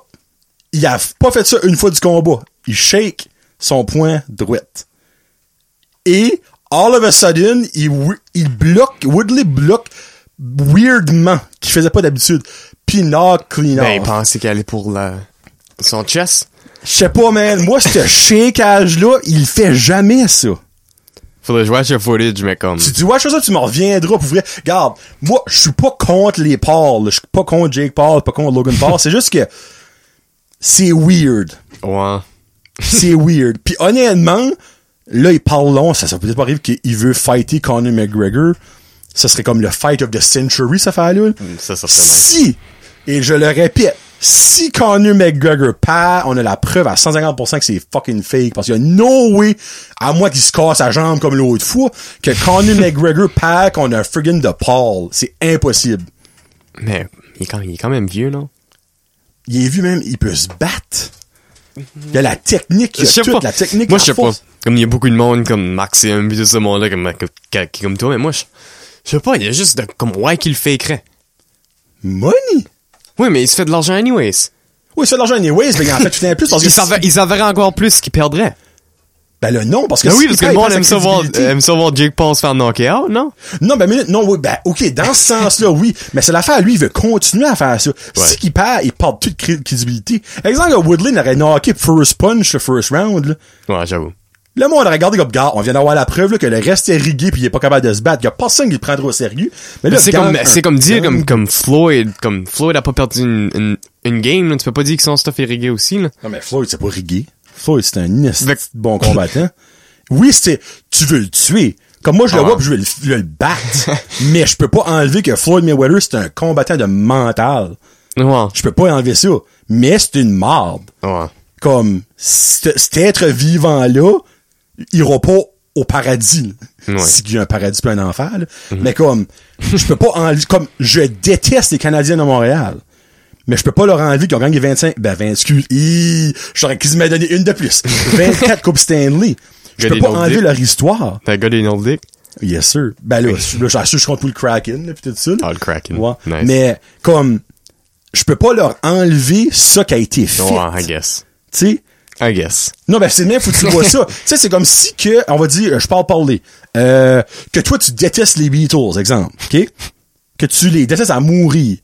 [SPEAKER 1] Il a pas fait ça une fois du combat. Il shake son poing droite. Et, all of a sudden, il, wi- il bloque, Woodley bloque weirdement, qu'il faisait pas d'habitude. Puis knock clean
[SPEAKER 2] Ben, il
[SPEAKER 1] off.
[SPEAKER 2] pensait qu'il allait pour la... son chest.
[SPEAKER 1] Je sais pas, man. Moi,
[SPEAKER 2] *laughs*
[SPEAKER 1] ce shakeage-là, il fait jamais ça.
[SPEAKER 2] Faudrait que je watch le footage, mais comme.
[SPEAKER 1] Tu dis, ouais, je fais ça, tu m'en reviendras pour vrai. Garde, moi, je suis pas contre les Paul. Je suis pas contre Jake Paul, pas contre Logan Paul. C'est juste que, c'est weird.
[SPEAKER 2] Ouais.
[SPEAKER 1] c'est weird. Puis honnêtement, là, il parle long, ça, ça peut peut-être pas arriver qu'il veut fighter Conor McGregor. Ça serait comme le fight of the century, ça fait là.
[SPEAKER 2] Mm, Ça, certainement.
[SPEAKER 1] Si, et je le répète, si Conor McGregor perd, on a la preuve à 150% que c'est fucking fake, parce qu'il y a no way, à moins qu'il se casse la jambe comme l'autre fois, que Conor *laughs* McGregor perd qu'on a un friggin' de Paul. C'est impossible.
[SPEAKER 2] Mais, il est quand, il est quand même vieux, non?
[SPEAKER 1] Il est vu même, il peut se battre. Il y a la technique, il y a toute la technique.
[SPEAKER 2] Moi,
[SPEAKER 1] la
[SPEAKER 2] je sais pas.
[SPEAKER 1] force.
[SPEAKER 2] Comme il y a beaucoup de monde, comme Maxime, pis tout ce monde-là, comme, comme, comme toi, mais moi, je je sais pas, il y a juste de, comme, ouais, qu'il le fakerait.
[SPEAKER 1] Money!
[SPEAKER 2] Oui, mais il se fait de l'argent anyways.
[SPEAKER 1] Oui, il se fait de l'argent anyways, mais en fait, tu t'en plus parce que.
[SPEAKER 2] Ils s'en ver- ils s'en verraient encore plus qu'ils perdraient.
[SPEAKER 1] Ben là, non, parce que.
[SPEAKER 2] Ben oui,
[SPEAKER 1] s'il
[SPEAKER 2] parce que
[SPEAKER 1] perd,
[SPEAKER 2] le
[SPEAKER 1] il
[SPEAKER 2] monde
[SPEAKER 1] perd
[SPEAKER 2] aime
[SPEAKER 1] sa
[SPEAKER 2] ça, voir, euh,
[SPEAKER 1] crédibilité.
[SPEAKER 2] aime ça voir Jake Paul se faire knocker out, non?
[SPEAKER 1] Non, ben, mais, non, oui, ben, ok, dans ce sens-là, oui. Mais c'est l'affaire, lui, il veut continuer à faire ça. Si qu'il perd, il perd toute cré- crédibilité. Exemple, Woodley n'aurait knocké first punch, le first round, là.
[SPEAKER 2] Ouais, j'avoue.
[SPEAKER 1] Le monde aurait regardé comme, gars, on vient d'avoir la preuve, là, que le reste est rigué puis il est pas capable de se battre. Il y a personne qui le prendra au sérieux. Mais là,
[SPEAKER 2] Mais C'est
[SPEAKER 1] garde
[SPEAKER 2] comme,
[SPEAKER 1] un-
[SPEAKER 2] c'est comme dire,
[SPEAKER 1] garde-
[SPEAKER 2] comme, comme Floyd, comme Floyd a pas perdu une, une, une game, là. Tu peux pas dire que son stuff est rigué aussi, là.
[SPEAKER 1] Non, mais Floyd, c'est pas rigué. Floyd, c'est un esti
[SPEAKER 2] Mais-
[SPEAKER 1] de bon
[SPEAKER 2] *laughs*
[SPEAKER 1] combattant. Oui, c'est, tu veux le tuer. Comme moi, je le
[SPEAKER 2] Ah.
[SPEAKER 1] vois pis je veux le, je veux le
[SPEAKER 2] *laughs*
[SPEAKER 1] battre. mais je peux pas enlever que Floyd Mayweather, c'est un combattant de mental.
[SPEAKER 2] Ouais.
[SPEAKER 1] Je peux pas enlever ça. Mais c'est une marde.
[SPEAKER 2] Ouais.
[SPEAKER 1] Comme, c'te- cet être vivant-là, il ira pas au paradis.
[SPEAKER 2] Ouais. Mhm.
[SPEAKER 1] S'il y a un paradis pis un enfer, là. Mais comme, je peux pas enlever, comme, je déteste les Canadiens de Montréal. Mais je peux pas leur enlever qu'ils ont gagné 25, ben 20, excuse, hi, j'aurais qu'ils m'aient donné une de
[SPEAKER 2] *laughs*
[SPEAKER 1] plus. 24 Coupes Stanley. Je peux
[SPEAKER 2] Gagné
[SPEAKER 1] pas
[SPEAKER 2] nos
[SPEAKER 1] enlever
[SPEAKER 2] dix.
[SPEAKER 1] leur histoire.
[SPEAKER 2] T'as gars des Nordiques?
[SPEAKER 1] Yes, sir. Ben là, je- là, je suis contre le Kraken, là, pis tout ça. là.
[SPEAKER 2] Ah, le Kraken.
[SPEAKER 1] Ouais.
[SPEAKER 2] Nice.
[SPEAKER 1] Mais, comme, je peux pas leur enlever ça qui a été fait.
[SPEAKER 2] Ouais, I guess.
[SPEAKER 1] Tu sais?
[SPEAKER 2] I guess.
[SPEAKER 1] Non, ben, c'est même faut que tu
[SPEAKER 2] *laughs*
[SPEAKER 1] vois ça. Tu sais, c'est comme si que, on va dire, euh, je parle parler, euh, que toi, tu détestes les Beatles, exemple, OK? Que tu les détestes à mourir.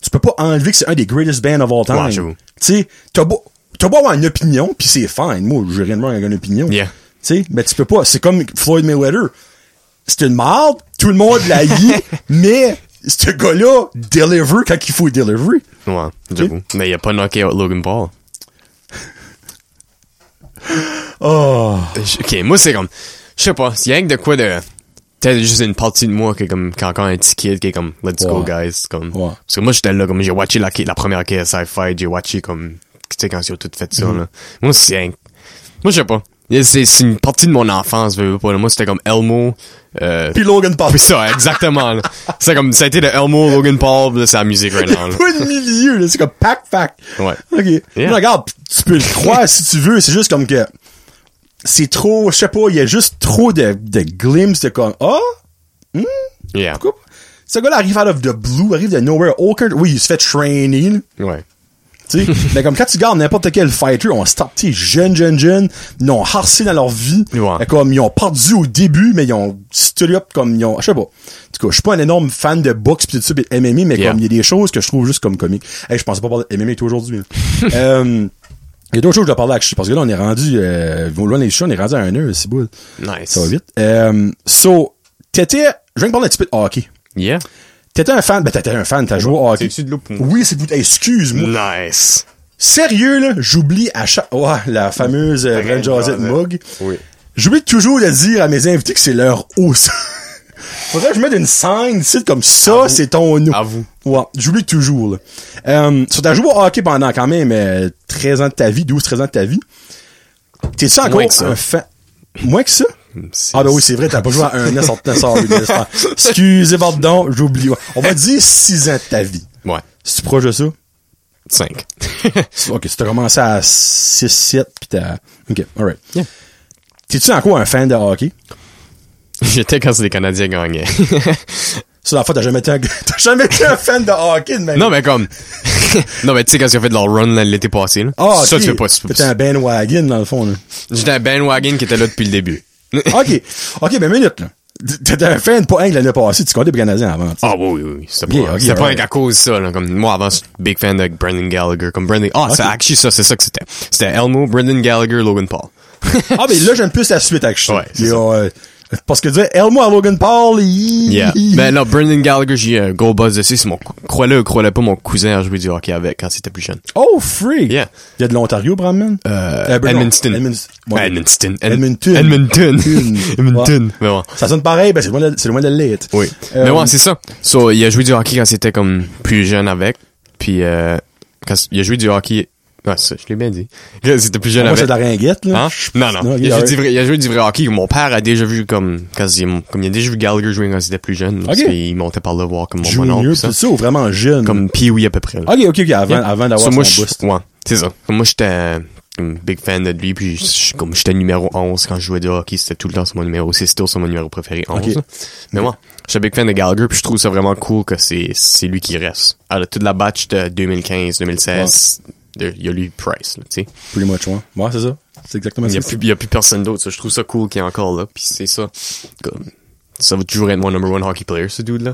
[SPEAKER 1] Tu peux pas enlever que c'est un des greatest bands of all
[SPEAKER 2] Ouais,
[SPEAKER 1] time.
[SPEAKER 2] j'avoue.
[SPEAKER 1] tu sais, t'as beau, t'as beau avoir une opinion, puis c'est fine. Moi, j'ai rien de mal avec une opinion.
[SPEAKER 2] Yeah.
[SPEAKER 1] Tu sais, mais tu peux pas. C'est comme Floyd Mayweather. C'est une marde, tout le monde la
[SPEAKER 2] *laughs*
[SPEAKER 1] hie, mais ce gars-là deliver quand il faut deliver.
[SPEAKER 2] Ouais, j'avoue. Mais il a pas knocké out Logan Paul.
[SPEAKER 1] Oh.
[SPEAKER 2] Je- Ok, moi c'est comme, je sais pas, il y a rien que de quoi de, peut-être juste une partie de moi qui est comme, qui est encore un petit kid qui est comme, let's go
[SPEAKER 1] Ouais.
[SPEAKER 2] guys, comme,
[SPEAKER 1] Ouais.
[SPEAKER 2] parce que moi j'étais là comme, j'ai watché la, la première KSI fight, j'ai watché comme, tu sais quand ils ont tout fait ça
[SPEAKER 1] Mhm.
[SPEAKER 2] là, moi c'est rien, que- moi je sais pas, Et c'est c'est une partie de mon enfance, je veux pas, là. moi c'était comme Elmo, euh, *laughs*
[SPEAKER 1] Puis Logan Paul.
[SPEAKER 2] puis ça exactement, là. c'est comme, ça a été de Elmo, Logan Paul, puis là, c'est la musique
[SPEAKER 1] *laughs*
[SPEAKER 2] right now, là.
[SPEAKER 1] pas de milieu, là. C'est comme pack, pack.
[SPEAKER 2] Ouais.
[SPEAKER 1] OK.
[SPEAKER 2] Yeah.
[SPEAKER 1] Non, regarde, pis tu peux le
[SPEAKER 2] *laughs*
[SPEAKER 1] croire si tu veux. C'est juste comme que. C'est trop. Je sais pas, il y a juste trop de, de glimpses de comme. Ah!
[SPEAKER 2] yeah,
[SPEAKER 1] coupe. Ce gars-là arrive out of the blue, arrive de nowhere. Aucun. Oui, il se fait trainer, là.
[SPEAKER 2] ouais,
[SPEAKER 1] Tu
[SPEAKER 2] *laughs*
[SPEAKER 1] sais, mais comme quand tu gardes n'importe quel fighter, on stop tes jeunes, jeunes, jeunes, ils ont harcé dans leur vie.
[SPEAKER 2] Ouais.
[SPEAKER 1] Mais Comme ils ont perdu au début, mais ils ont stood up comme ils ont. Je sais pas. En tout cas, je suis pas un énorme fan de boxe pis tout ça, pis de MMA, mais
[SPEAKER 2] Yeah.
[SPEAKER 1] comme il y a des choses que je trouve juste comme comique. Hey, je pensais pas parler de MMA tout aujourd'hui.
[SPEAKER 2] *laughs*
[SPEAKER 1] là. Euh, Il y a d'autres choses que je dois parler avec Chi, parce que là, on est rendu, euh, loin des shows, on est rendu à un heure, c'est beau.
[SPEAKER 2] nice,
[SPEAKER 1] Ça va vite. Euh, so, t'étais, je viens de parler un petit peu de hockey.
[SPEAKER 2] yeah,
[SPEAKER 1] T'étais un fan, ben t'étais un fan, t'as joué au hockey.
[SPEAKER 2] C'est-tu de l'eau pour moi?
[SPEAKER 1] Oui, c'est de l'eau- Hey, Excuse-moi.
[SPEAKER 2] Nice.
[SPEAKER 1] Sérieux, là, j'oublie à chaque... Ouais, la fameuse euh, Red Josette Mug.
[SPEAKER 2] Oui.
[SPEAKER 1] J'oublie toujours de dire à mes invités que c'est leur eau, ça. *laughs* Faudrait que je mette une scène ici comme ça, c'est ton eau.
[SPEAKER 2] À vous.
[SPEAKER 1] Ouais, j'oublie toujours, là. Euh, so, t'as joué au hockey pendant quand même euh, 13 ans de ta vie, 12-13 ans de ta vie. T'es-tu encore
[SPEAKER 2] Moins que ça.
[SPEAKER 1] un fan... Moins que ça?
[SPEAKER 2] Six.
[SPEAKER 1] Ah ben oui, c'est vrai, t'as pas joué à un an sortant ça. oui, laisse
[SPEAKER 2] *laughs*
[SPEAKER 1] faire. Excusez, pardon, j'oublie. Ouais. On va dire 6 ans de ta vie.
[SPEAKER 2] Ouais.
[SPEAKER 1] C'est proche de ça?
[SPEAKER 2] Cinq. *laughs*
[SPEAKER 1] Ok, si t'as commencé à 6, 7, pis t'as... Ok, alright.
[SPEAKER 2] Yeah.
[SPEAKER 1] T'es-tu encore un fan de hockey?
[SPEAKER 2] *laughs* J'étais quand les Canadiens gagnaient. *laughs*
[SPEAKER 1] Ça, dans le fond, t'as jamais été un, *laughs* t'as jamais été un fan de hockey de même.
[SPEAKER 2] non, mais comme. *laughs* non, mais tu sais, quand ils ont fait de leur run là, l'été passé, là.
[SPEAKER 1] Ah,
[SPEAKER 2] ça,
[SPEAKER 1] ok.
[SPEAKER 2] tu fais pas. tu fais
[SPEAKER 1] T'étais un
[SPEAKER 2] pas-
[SPEAKER 1] bandwagon, dans le fond,
[SPEAKER 2] *laughs*
[SPEAKER 1] là.
[SPEAKER 2] J'étais un bandwagon qui était là depuis le début.
[SPEAKER 1] ok, ok, ben minute, là. T'étais un fan, pas un que l'année passée, tu comptais pour Canadien avant. tu sais.
[SPEAKER 2] Ah oui, oui, oui. C'était pas,
[SPEAKER 1] Yeah, ok,
[SPEAKER 2] c'était pas
[SPEAKER 1] alright.
[SPEAKER 2] rien qu'à cause de ça. Là. Comme, moi, avant, j'étais big fan de Brendan Gallagher. Comme Brendan... Ah, c'est
[SPEAKER 1] Ok.
[SPEAKER 2] actually ça, c'est ça que c'était. C'était Elmo, Brendan Gallagher, Logan Paul.
[SPEAKER 1] ah, ben là, j'aime plus la suite, actually.
[SPEAKER 2] Ouais, c'est
[SPEAKER 1] Et,
[SPEAKER 2] ça.
[SPEAKER 1] euh, parce que dire Elmo à Logan Paul, il... *laughs*
[SPEAKER 2] Yeah. ben non, Brendan Gallagher, j'ai eu un gros buzz dessus. C'est mon... cou- Crois-le ou crois-le pas, mon cousin a joué du hockey avec quand c'était plus jeune.
[SPEAKER 1] Oh, free!
[SPEAKER 2] Yeah.
[SPEAKER 1] Il y a de l'Ontario, Bramman? Euh, ben non,
[SPEAKER 2] Edmonton.
[SPEAKER 1] Edmonton.
[SPEAKER 2] Ben,
[SPEAKER 1] Ouais.
[SPEAKER 2] Edmonton. Ed-
[SPEAKER 1] Edmonton.
[SPEAKER 2] Edmonton. Edmonton.
[SPEAKER 1] *laughs* Ouais.
[SPEAKER 2] Mais bon.
[SPEAKER 1] Ça sonne pareil, ben c'est loin de, c'est loin de l'être.
[SPEAKER 2] Oui.
[SPEAKER 1] Euh,
[SPEAKER 2] Mais ouais, c'est ça. So, il a joué du hockey quand c'était comme plus jeune avec. Puis, euh, quand c- il a joué du hockey. Ouais, ça, je l'ai bien dit. Quand c'était plus jeune
[SPEAKER 1] Moi, c'est
[SPEAKER 2] avec.
[SPEAKER 1] de la ringuette, là.
[SPEAKER 2] Hein? Non, non.
[SPEAKER 1] ok,
[SPEAKER 2] il, a joué
[SPEAKER 1] alright.
[SPEAKER 2] du vrai, il a joué du vrai hockey. Mon père a déjà vu comme, quand il, comme il a déjà vu Gallagher jouer quand c'était plus jeune. Parce qu'il montait par le voir comme mon
[SPEAKER 1] Junior,
[SPEAKER 2] bonhomme.
[SPEAKER 1] pis ça, ou vraiment jeune.
[SPEAKER 2] ben Comme Pee-Wee à peu près. là.
[SPEAKER 1] Ok, ok, ok, avant,
[SPEAKER 2] Yeah.
[SPEAKER 1] avant d'avoir
[SPEAKER 2] So, moi,
[SPEAKER 1] son
[SPEAKER 2] je-
[SPEAKER 1] boost.
[SPEAKER 2] Ouais, c'est ça. Comme Moi, j'étais euh, un big fan de lui, puis je- comme j'étais numéro 11 quand je jouais de hockey, c'était tout le temps sur mon numéro. C'est toujours sur mon numéro préféré, 11.
[SPEAKER 1] Ok.
[SPEAKER 2] là. Mais moi, j'étais big fan de Gallagher, puis je trouve ça vraiment cool que c'est c'est lui qui reste. Alors, toute la batch de 2015, 2016, de- il y a lui Price, là, tu sais.
[SPEAKER 1] Pretty much, ouais. Ouais, c'est ça. C'est exactement
[SPEAKER 2] Il y
[SPEAKER 1] ça.
[SPEAKER 2] a, plus- il y a plus personne d'autre, ça. Je trouve ça cool qu'il est encore là, puis c'est ça. Comme, ça va toujours être mon number one hockey player, ce dude-là.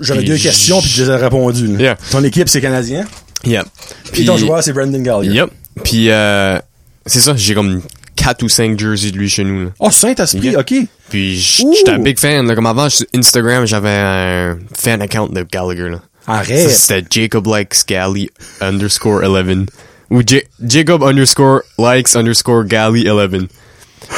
[SPEAKER 1] J'avais
[SPEAKER 2] puis
[SPEAKER 1] deux
[SPEAKER 2] j-
[SPEAKER 1] questions, puis je les ai répondues. là.
[SPEAKER 2] Yeah.
[SPEAKER 1] Ton équipe, c'est Canadien.
[SPEAKER 2] Yeah.
[SPEAKER 1] Puis ton joueur, c'est Brendan Gallagher.
[SPEAKER 2] Yep. Puis, euh, c'est ça, j'ai comme 4 ou 5 jerseys de lui chez nous. Là.
[SPEAKER 1] Oh, Saint-Esprit,
[SPEAKER 2] Yeah.
[SPEAKER 1] ok.
[SPEAKER 2] Puis, j-
[SPEAKER 1] Ouh.
[SPEAKER 2] j'étais un big fan. Là, comme avant, sur Instagram, j'avais un fan account de Gallagher. Là. Ça,
[SPEAKER 1] Arrête.
[SPEAKER 2] c'était Jacob Likes Galley underscore 11. Ou Ja- Jacob underscore likes underscore Galley 11.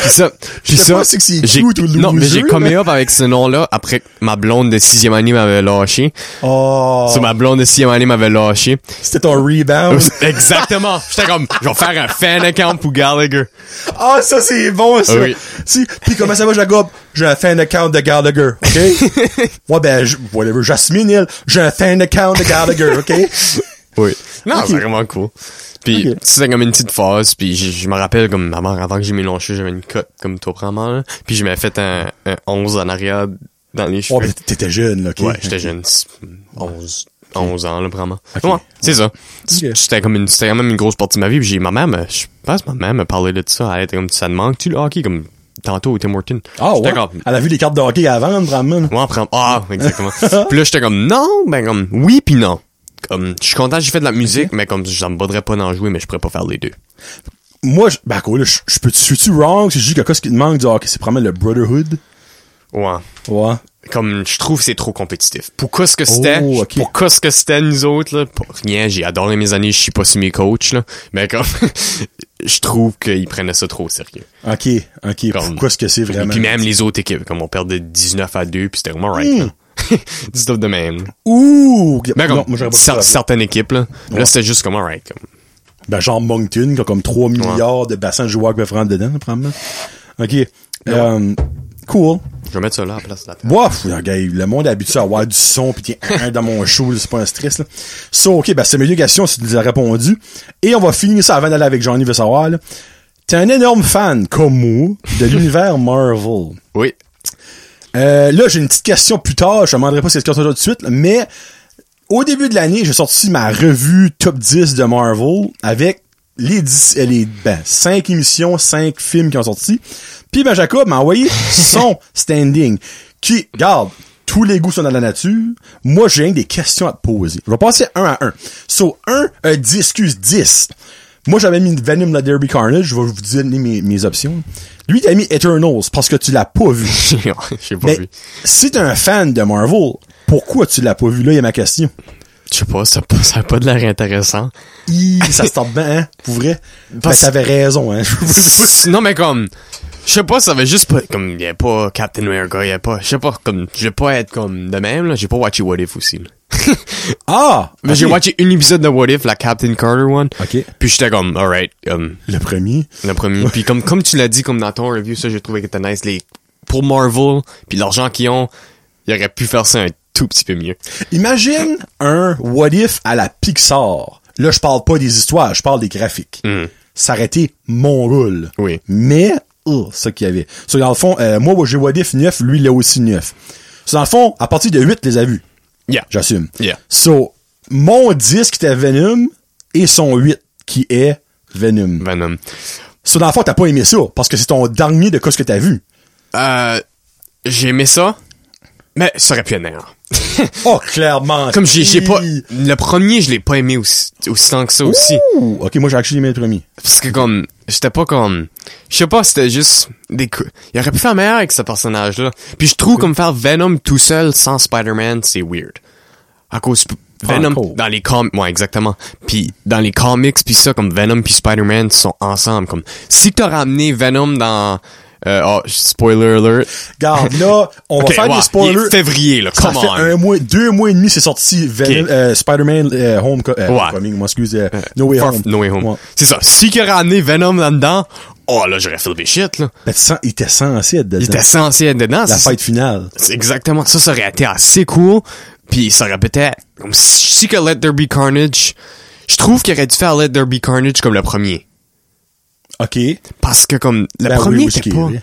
[SPEAKER 2] Puis ça, puis
[SPEAKER 1] sais
[SPEAKER 2] ça,
[SPEAKER 1] pas si c'est
[SPEAKER 2] j'ai-
[SPEAKER 1] cute ou
[SPEAKER 2] non, mais
[SPEAKER 1] loser,
[SPEAKER 2] j'ai come
[SPEAKER 1] mais-
[SPEAKER 2] up avec ce nom-là après que ma blonde de sixième année m'avait lâché.
[SPEAKER 1] Oh.
[SPEAKER 2] Ça, ma blonde de sixième année m'avait lâché.
[SPEAKER 1] C'était ton rebound.
[SPEAKER 2] *laughs* Exactement. J'étais comme, je vais faire un fan account pour Gallagher.
[SPEAKER 1] Ah, ça, c'est bon, ça.
[SPEAKER 2] Ah oui.
[SPEAKER 1] Si. Puis comment ça va, Jacob? J'ai un fan account de Gallagher,
[SPEAKER 2] *laughs*
[SPEAKER 1] OK? ouais, ben, j- whatever. Jasmine Hill, j'ai un fan account de Gallagher, OK?
[SPEAKER 2] *laughs* Oui. Non,
[SPEAKER 1] Ok.
[SPEAKER 2] c'est vraiment cool. Puis
[SPEAKER 1] Ok.
[SPEAKER 2] c'était comme une petite phase, puis je, je me rappelle comme avant, avant que j'ai mes longs cheveux, j'avais une cote comme toi vraiment. là. Puis je m'avais fait un, un 11 en arrière dans les cheveux.
[SPEAKER 1] Ouais, ben, t'étais jeune, là, OK? Ah.
[SPEAKER 2] ouais, j'étais jeune, c'est 11 11 ans là vraiment.
[SPEAKER 1] Ok.
[SPEAKER 2] Ouais, c'est ça. C'était comme une c'était quand même une grosse partie de ma vie, puis j'ai ma mère, me- je pense que ma mère me parlait de ça, elle était comme ça te manque tu le hockey comme tantôt au Tim Horton.
[SPEAKER 1] Ah,
[SPEAKER 2] J'étais
[SPEAKER 1] ouais.
[SPEAKER 2] comme,
[SPEAKER 1] Elle a vu les cartes de hockey à vendre, Brandman.
[SPEAKER 2] moi, on prend. Ah,
[SPEAKER 1] *laughs*
[SPEAKER 2] exactement. puis là, j'étais comme, non, ben, comme, oui, puis non. Comme, je suis content, j'ai fait de la musique, mais comme, ça me baudrait pas d'en jouer, mais je pourrais pas faire les deux.
[SPEAKER 1] Moi, je, ben, quoi, là, je je peux, je suis-tu wrong si je dis que quoi, ce qui te manque du hockey, c'est probablement le brotherhood?
[SPEAKER 2] Ouais.
[SPEAKER 1] Ouais.
[SPEAKER 2] Comme, je trouve que c'est trop compétitif. Pourquoi ce que c'était?
[SPEAKER 1] Oh, ok.
[SPEAKER 2] Pourquoi ce que c'était, nous autres, là? Pour rien, j'ai adoré mes années, je suis pas sur mes coachs, là. Mais comme, *laughs* je trouve qu'ils prenaient ça trop au sérieux.
[SPEAKER 1] OK, OK.
[SPEAKER 2] Comme-
[SPEAKER 1] Pourquoi est-ce que c'est
[SPEAKER 2] Et
[SPEAKER 1] vraiment?
[SPEAKER 2] puis même les autres équipes, comme on perdait 19 à 2, puis c'était vraiment right, là. *laughs* Du stuff de même.
[SPEAKER 1] Ouh!
[SPEAKER 2] Mais Ben, comme,
[SPEAKER 1] Hmm. Non, moi, j'aurais pas
[SPEAKER 2] cer-
[SPEAKER 1] pu faire.
[SPEAKER 2] certaines équipes, là. Là, c'était juste comme alright, comme.
[SPEAKER 1] Ben, genre Moncton, qui a comme 3 milliards de bassins de joueurs qui peuvent rentrer dedans, probablement. OK.
[SPEAKER 2] Ben
[SPEAKER 1] Euh, cool.
[SPEAKER 2] Je vais mettre ça là à la place de la table.
[SPEAKER 1] Wouah, gars, le monde est habitué à avoir du son pis t'es un dans mon show, là, c'est pas un stress là. Ça, ok, ben c'est mes deux questions si tu nous as répondu. Et on va finir ça avant d'aller avec Johnny veut savoir là. T'es un énorme fan, comme moi, de l'univers Marvel.
[SPEAKER 2] Oui. *laughs*
[SPEAKER 1] Euh, là, j'ai une petite question plus tard, je te demanderai pas cette question tout de suite, là, mais au début de l'année, j'ai sorti ma revue top 10 de Marvel avec les 10, euh, les, ben, 5 émissions, 5 films qui ont sorti. Puis ben, Jacob m'a envoyé son standing qui, garde, tous les goûts sont dans la nature. Moi, j'ai rien que des questions à te poser. Je vais passer un à un. So, un, euh, 10, excuse, 10. Moi, j'avais mis Venom la Derby Carnage. Je vais vous donner mes, mes options. Lui, t'as mis Eternals parce que tu l'as pas vu.
[SPEAKER 2] J'ai pas
[SPEAKER 1] Mais
[SPEAKER 2] vu.
[SPEAKER 1] si t'es un fan de Marvel, Pourquoi tu l'as pas vu là, il y a ma question.
[SPEAKER 2] Je sais pas, ça a pas- ça a pas de l'air intéressant.
[SPEAKER 1] Hi, *laughs* ça se tente bien, hein, pour vrai.
[SPEAKER 2] Parce-
[SPEAKER 1] Ben, t'avais raison,
[SPEAKER 2] *laughs*
[SPEAKER 1] hein.
[SPEAKER 2] *laughs* non, mais comme, je sais pas, ça avait juste pas, comme, il y a pas Captain America, il y a pas, je sais pas, comme, je vais pas être comme de même, là, j'ai pas watché What If *laughs* aussi, là.
[SPEAKER 1] ah!
[SPEAKER 2] Mais
[SPEAKER 1] ok.
[SPEAKER 2] j'ai watché un épisode de What If, la Captain Carter one.
[SPEAKER 1] Ok.
[SPEAKER 2] Puis j'étais comme, alright, um,
[SPEAKER 1] Le premier.
[SPEAKER 2] le premier. Puis comme, comme tu l'as dit, comme dans ton review, ça, j'ai trouvé que c'était nice, les, pour Marvel, puis l'argent qu'ils ont, ils auraient pu faire ça un tout petit peu mieux.
[SPEAKER 1] Imagine un what if à la Pixar. Là, je parle pas des histoires, je parle des graphiques.
[SPEAKER 2] Hmm.
[SPEAKER 1] S'arrêter mon rôle.
[SPEAKER 2] Mm. Oui.
[SPEAKER 1] Mais, oh, ça qu'il y avait. So, dans le fond, euh, moi, j'ai what if 9, lui, il a aussi 9. So, dans le fond, à partir de 8, les a vus.
[SPEAKER 2] Yeah.
[SPEAKER 1] J'assume.
[SPEAKER 2] Yeah.
[SPEAKER 1] So, mon 10 qui était Venom et son 8 qui est Venom.
[SPEAKER 2] Venom.
[SPEAKER 1] So, dans le fond, t'as pas aimé ça parce que c'est ton dernier de cause que t'as vu.
[SPEAKER 2] Euh, j'ai aimé ça, mais ça aurait pu être meilleur.
[SPEAKER 1] Oh, clairement.
[SPEAKER 2] Comme j'ai, j'ai pas.
[SPEAKER 1] Hi.
[SPEAKER 2] Le premier, je l'ai pas aimé aussi, aussi tant que ça aussi.
[SPEAKER 1] Ouh, ok, moi, j'ai actually aimé le premier.
[SPEAKER 2] Parce que comme. J'étais pas comme. Je sais pas, c'était juste des cou- Il aurait pu faire meilleur avec ce personnage-là. Puis je trouve comme faire Venom tout seul sans Spider-Man, c'est weird. À cause. Venom
[SPEAKER 1] encore.
[SPEAKER 2] dans les comics. Ouais, exactement. Puis dans les comics, puis ça, comme Venom puis Spider-Man sont ensemble. Comme. Si t'as ramené Venom dans. Euh, oh, spoiler alert.
[SPEAKER 1] Garde, là, on va
[SPEAKER 2] Ok,
[SPEAKER 1] faire
[SPEAKER 2] wow,
[SPEAKER 1] des
[SPEAKER 2] il est
[SPEAKER 1] spoilers.
[SPEAKER 2] Février, là,
[SPEAKER 1] Ça
[SPEAKER 2] come
[SPEAKER 1] fait
[SPEAKER 2] on.
[SPEAKER 1] un mois, deux mois et demi, c'est sorti Venom-
[SPEAKER 2] Ok.
[SPEAKER 1] euh, Spider-Man euh, Homeco- euh,
[SPEAKER 2] Ouais.
[SPEAKER 1] Homecoming, moi, excuse, euh, No Way
[SPEAKER 2] Far-
[SPEAKER 1] Home.
[SPEAKER 2] No Way Home.
[SPEAKER 1] Ouais.
[SPEAKER 2] C'est ça. Si qu'il aurait amené Venom là-dedans, oh là, j'aurais flippé shit, là.
[SPEAKER 1] Ben, tu sens- il était censé être dedans.
[SPEAKER 2] Il était censé être dedans.
[SPEAKER 1] La
[SPEAKER 2] c'est-
[SPEAKER 1] fête finale.
[SPEAKER 2] c'est exactement ça. Ça aurait été assez cool. Puis ça aurait peut-être... comme Si si que Let There Be Carnage... Je trouve qu'il aurait dû faire Let There Be Carnage comme le premier.
[SPEAKER 1] OK.
[SPEAKER 2] Parce que comme... Le
[SPEAKER 1] Ben oui,
[SPEAKER 2] premier
[SPEAKER 1] oui, ce
[SPEAKER 2] était
[SPEAKER 1] qui est
[SPEAKER 2] pas...
[SPEAKER 1] vrai.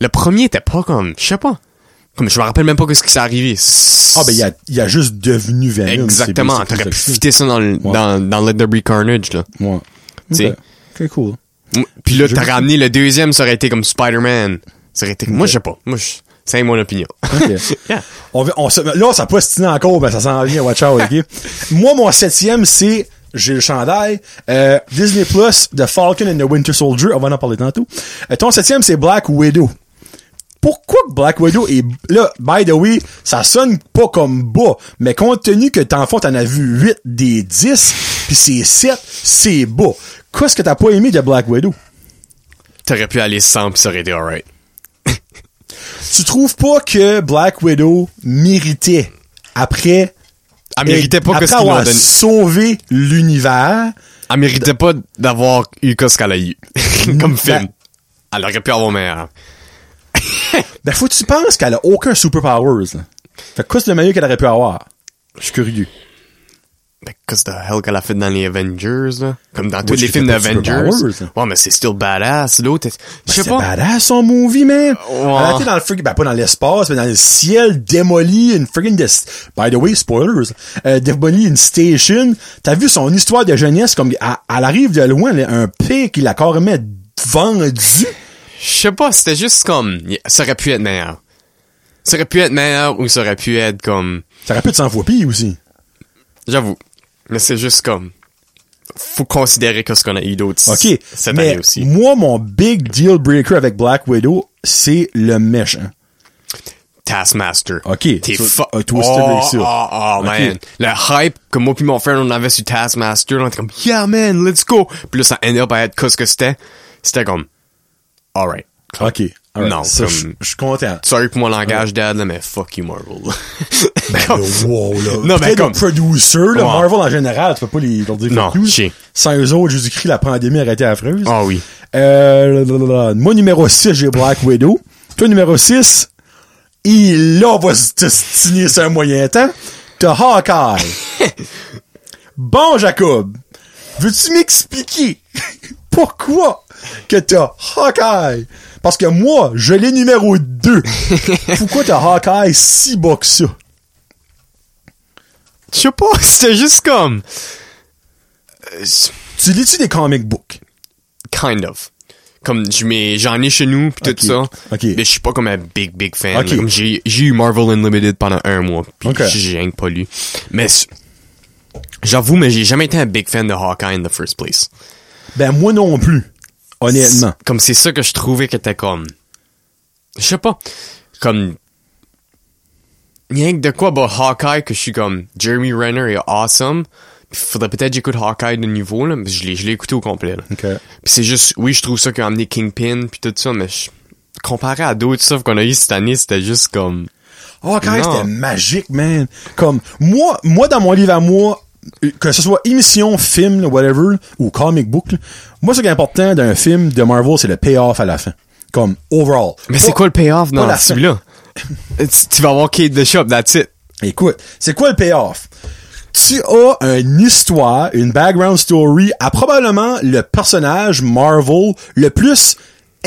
[SPEAKER 2] Le premier était pas comme... Je sais pas. Comme je me rappelle même pas ce qui s'est arrivé.
[SPEAKER 1] Ah, ben, il a, il a juste devenu Venom.
[SPEAKER 2] Exactement.
[SPEAKER 1] C'est
[SPEAKER 2] T'aurais pu
[SPEAKER 1] basically ça que
[SPEAKER 2] fitter ça dans, le-
[SPEAKER 1] Ouais.
[SPEAKER 2] dans, dans Let There Be Carnage, là.
[SPEAKER 1] c'est. Ouais.
[SPEAKER 2] T'sais.
[SPEAKER 1] Ok. Ok, cool.
[SPEAKER 2] Mm. Puis là,
[SPEAKER 1] Je-
[SPEAKER 2] t'as ramené le deuxième, ça aurait été comme Spider-Man. Ça aurait été... Moi, je sais pas. Moi, je- c'est mon opinion.
[SPEAKER 1] *laughs* OK.
[SPEAKER 2] Yeah.
[SPEAKER 1] on, veut- on se- là, ça peut se encore, ben, ça s'en vient, watch out, *laughs* OK? Moi, mon septième, c'est, j'ai le chandail, euh, Disney Plus, The Falcon and the Winter Soldier, on va en parler tantôt. Euh, ton septième, c'est Black Widow. Pourquoi que Black Widow est, là, by the way, ça sonne pas comme bas, mais compte tenu que t'en fond, t'en as vu 8 des 10, puis c'est 7, c'est bas. Qu'est-ce que t'as pas aimé de Black Widow?
[SPEAKER 2] *laughs* T'aurais pu aller sans, puis ça aurait été alright.
[SPEAKER 1] Tu trouves pas que Black Widow méritait, après
[SPEAKER 2] Elle méritait pas que
[SPEAKER 1] Après
[SPEAKER 2] ce qu'ils lui ont
[SPEAKER 1] avoir
[SPEAKER 2] donné.
[SPEAKER 1] sauvé l'univers.
[SPEAKER 2] Elle méritait pas d'avoir eu que ce qu'elle a *laughs* eu. comme film.
[SPEAKER 1] Ben-
[SPEAKER 2] Elle aurait pu avoir meilleur.
[SPEAKER 1] Ben, faut que tu penses qu'elle a aucun superpowers, là. Fait que quoi, c'est le meilleur qu'elle aurait pu avoir? Je suis curieux.
[SPEAKER 2] Ben, Qu'est-ce que the hell qu'elle a fait dans les Avengers, là? Comme dans tous
[SPEAKER 1] je
[SPEAKER 2] les
[SPEAKER 1] sais
[SPEAKER 2] films
[SPEAKER 1] pas si c'est
[SPEAKER 2] d'Avengers.
[SPEAKER 1] Power Rangers,
[SPEAKER 2] Ouais, mais c'est still badass. L'autre, est- je sais
[SPEAKER 1] C'est
[SPEAKER 2] pas.
[SPEAKER 1] badass, son movie, man!
[SPEAKER 2] Ouais.
[SPEAKER 1] Elle a été dans le friggin', ben, pas dans l'espace, mais dans le ciel, démoli une friggin' de, by the way, spoilers, euh, démoli une station. T'as vu son histoire de jeunesse, comme, elle, elle arrive de loin, là, un pic, il a carrément vendu.
[SPEAKER 2] Je sais pas, c'était juste comme... yeah, Ça aurait pu être meilleur. Ça aurait pu être meilleur ou ça aurait pu être comme...
[SPEAKER 1] Ça aurait pu être 100 fois pire aussi.
[SPEAKER 2] J'avoue. Mais c'est juste comme. Faut considérer que ce qu'on a eu d'autre
[SPEAKER 1] OK.
[SPEAKER 2] cette
[SPEAKER 1] mais
[SPEAKER 2] année aussi.
[SPEAKER 1] Moi, mon big deal breaker avec Black Widow, c'est le méchant.
[SPEAKER 2] Taskmaster.
[SPEAKER 1] OK.
[SPEAKER 2] T'es
[SPEAKER 1] So,
[SPEAKER 2] fu-
[SPEAKER 1] a twisted
[SPEAKER 2] oh,
[SPEAKER 1] ratio.
[SPEAKER 2] Oh, oh,
[SPEAKER 1] OK.
[SPEAKER 2] man. Le hype que moi puis mon frère, on avait sur Taskmaster, on était comme, yeah, man, let's go. Puis là, ça end up à être qu'est-ce que c'était. C'était comme, alright.
[SPEAKER 1] OK. alright.
[SPEAKER 2] Ah. Non,
[SPEAKER 1] Ça,
[SPEAKER 2] comme-
[SPEAKER 1] je je suis content.
[SPEAKER 2] Sorry pour mon langage, dad, là, mais fuck
[SPEAKER 1] *laughs*
[SPEAKER 2] you, Marvel. *laughs* Comme-
[SPEAKER 1] Le Ben, wow, là.
[SPEAKER 2] Non, mais
[SPEAKER 1] Peut-être
[SPEAKER 2] comme-
[SPEAKER 1] le producer, là,
[SPEAKER 2] Ouais.
[SPEAKER 1] Marvel en général, tu peux pas les, leur dire
[SPEAKER 2] Non,
[SPEAKER 1] fuck you.
[SPEAKER 2] chier.
[SPEAKER 1] Sans eux autres, Jésus-Christ, la pandémie aurait été affreuse.
[SPEAKER 2] Ah oui.
[SPEAKER 1] Euh, la, la, la, la. moi, numéro 6, j'ai Black Widow. Toi, numéro 6, il, là, va se destiner sur un moyen temps. T'as
[SPEAKER 2] *laughs*
[SPEAKER 1] Hawkeye. bon, Jacob, veux-tu m'expliquer *laughs* pourquoi que t'as Hawkeye? Parce que moi, je l'ai numéro
[SPEAKER 2] *laughs*
[SPEAKER 1] 2. pourquoi t'as Hawkeye si bas que ça?
[SPEAKER 2] Je sais pas, *laughs* c'était juste comme. Euh, c'est-
[SPEAKER 1] Tu lis-tu des comic books?
[SPEAKER 2] kind of. Comme je mets- j'en ai chez nous puis tout
[SPEAKER 1] Ok,
[SPEAKER 2] ça.
[SPEAKER 1] ok.
[SPEAKER 2] Mais je suis pas comme un big big fan.
[SPEAKER 1] Ok.
[SPEAKER 2] là. Comme j'ai j'ai eu Marvel Unlimited pendant un mois puis
[SPEAKER 1] Ok.
[SPEAKER 2] j'ai rien que pas lu. Mais s- j'avoue mais j'ai jamais été un big fan de Hawkeye in the first place.
[SPEAKER 1] Ben, moi non plus. Honnêtement.
[SPEAKER 2] C'est- Comme c'est ça que je trouvais que était comme je sais pas comme rien que de quoi, bah, Hawkeye, que je suis comme, Jeremy Renner est awesome. Puis faudrait peut-être que j'écoute Hawkeye de nouveau, là, mais je l'ai, je l'ai écouté au complet, là.
[SPEAKER 1] OK.
[SPEAKER 2] Puis c'est juste, oui, je trouve ça qu'a amené Kingpin, puis tout ça, mais je- comparé à d'autres stuff qu'on a eu cette année, c'était juste comme,
[SPEAKER 1] Oh, quand même,
[SPEAKER 2] Non.
[SPEAKER 1] c'était magique, man. Comme, moi, moi, dans mon livre à moi, euh, que ce soit émission, film, là, whatever, ou comic book, là, moi, ce qui est important d'un film de Marvel, c'est le payoff à la fin. Comme, overall. Oh,
[SPEAKER 2] mais c'est
[SPEAKER 1] Pas-
[SPEAKER 2] quoi le payoff
[SPEAKER 1] pas
[SPEAKER 2] dans
[SPEAKER 1] la fin.
[SPEAKER 2] celui-là? tu, tu vas voir Kate the Shop, that's it.
[SPEAKER 1] Écoute, c'est quoi le payoff? Tu as une histoire, une background story à probablement le personnage Marvel le plus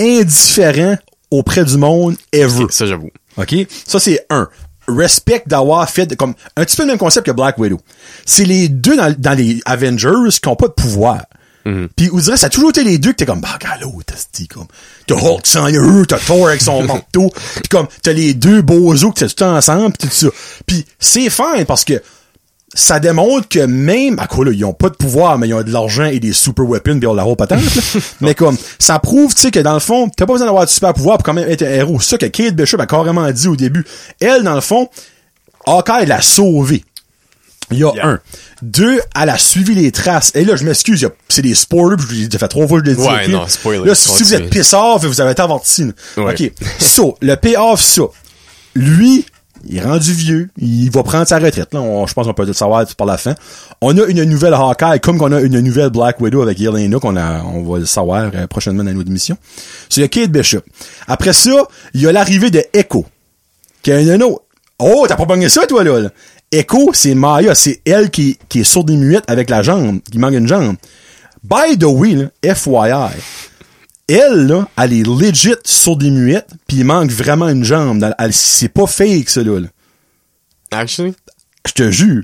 [SPEAKER 1] indifférent auprès du monde ever.
[SPEAKER 2] Ça, j'avoue.
[SPEAKER 1] OK? Ça, c'est un. Respect d'avoir fait comme un petit peu le même concept que Black Widow. C'est les deux dans, dans les Avengers qui ont pas de pouvoir. Puis on dirait ça a toujours été les deux que t'es comme bah gars t'as dit comme t'as Hulk sans eux, t'as Thor avec son manteau, puis comme t'as les deux beaux os que t'as tout le temps ensemble, puis tout ça. Puis c'est fine parce que ça démontre que même, à quoi là, ils ont pas de pouvoir, mais ils ont de l'argent et des super weapons, puis ils ont de la haute patente,
[SPEAKER 2] *laughs*
[SPEAKER 1] là. mais comme, ça prouve, tu sais, que dans le fond, t'as pas besoin d'avoir de super pouvoir pour quand même être un héros. C'est ça que Kate Bishop a carrément dit au début. Elle, dans le fond, Hawkeye l'a sauvée. Il y a
[SPEAKER 2] Yeah.
[SPEAKER 1] un. Deux, elle a suivi les traces. Et là, je m'excuse, il y a- c'est des spoilers, puis je l'ai fait trois fois, je l'ai dit.
[SPEAKER 2] Ouais,
[SPEAKER 1] ok?
[SPEAKER 2] non, spoiler,
[SPEAKER 1] Là, si vous
[SPEAKER 2] continue.
[SPEAKER 1] êtes piss-off, vous avez été averti. là.
[SPEAKER 2] Ouais.
[SPEAKER 1] OK. So, le payoff, ça. Lui, il est rendu vieux. Il va prendre sa retraite. Là, On- je pense qu'on peut le savoir par la fin. On a une nouvelle Hawkeye, comme qu'on a une nouvelle Black Widow avec Yelena, qu'on a, on va le savoir euh, prochainement dans nos émissions. C'est Kate Bishop. Après ça, il y a l'arrivée de Echo. Qu'il y a une autre. Oh, t'as pas pogné ça, toi, là. là. Echo, c'est Maya. C'est elle qui, qui est sourde et muette avec la jambe. Qui manque une jambe. By the way, là, FYI elle, là, elle est legit sur des muettes, puis il manque vraiment une jambe. Dans- elle- c'est pas fake, ça, là. là.
[SPEAKER 2] Actually?
[SPEAKER 1] Je te jure.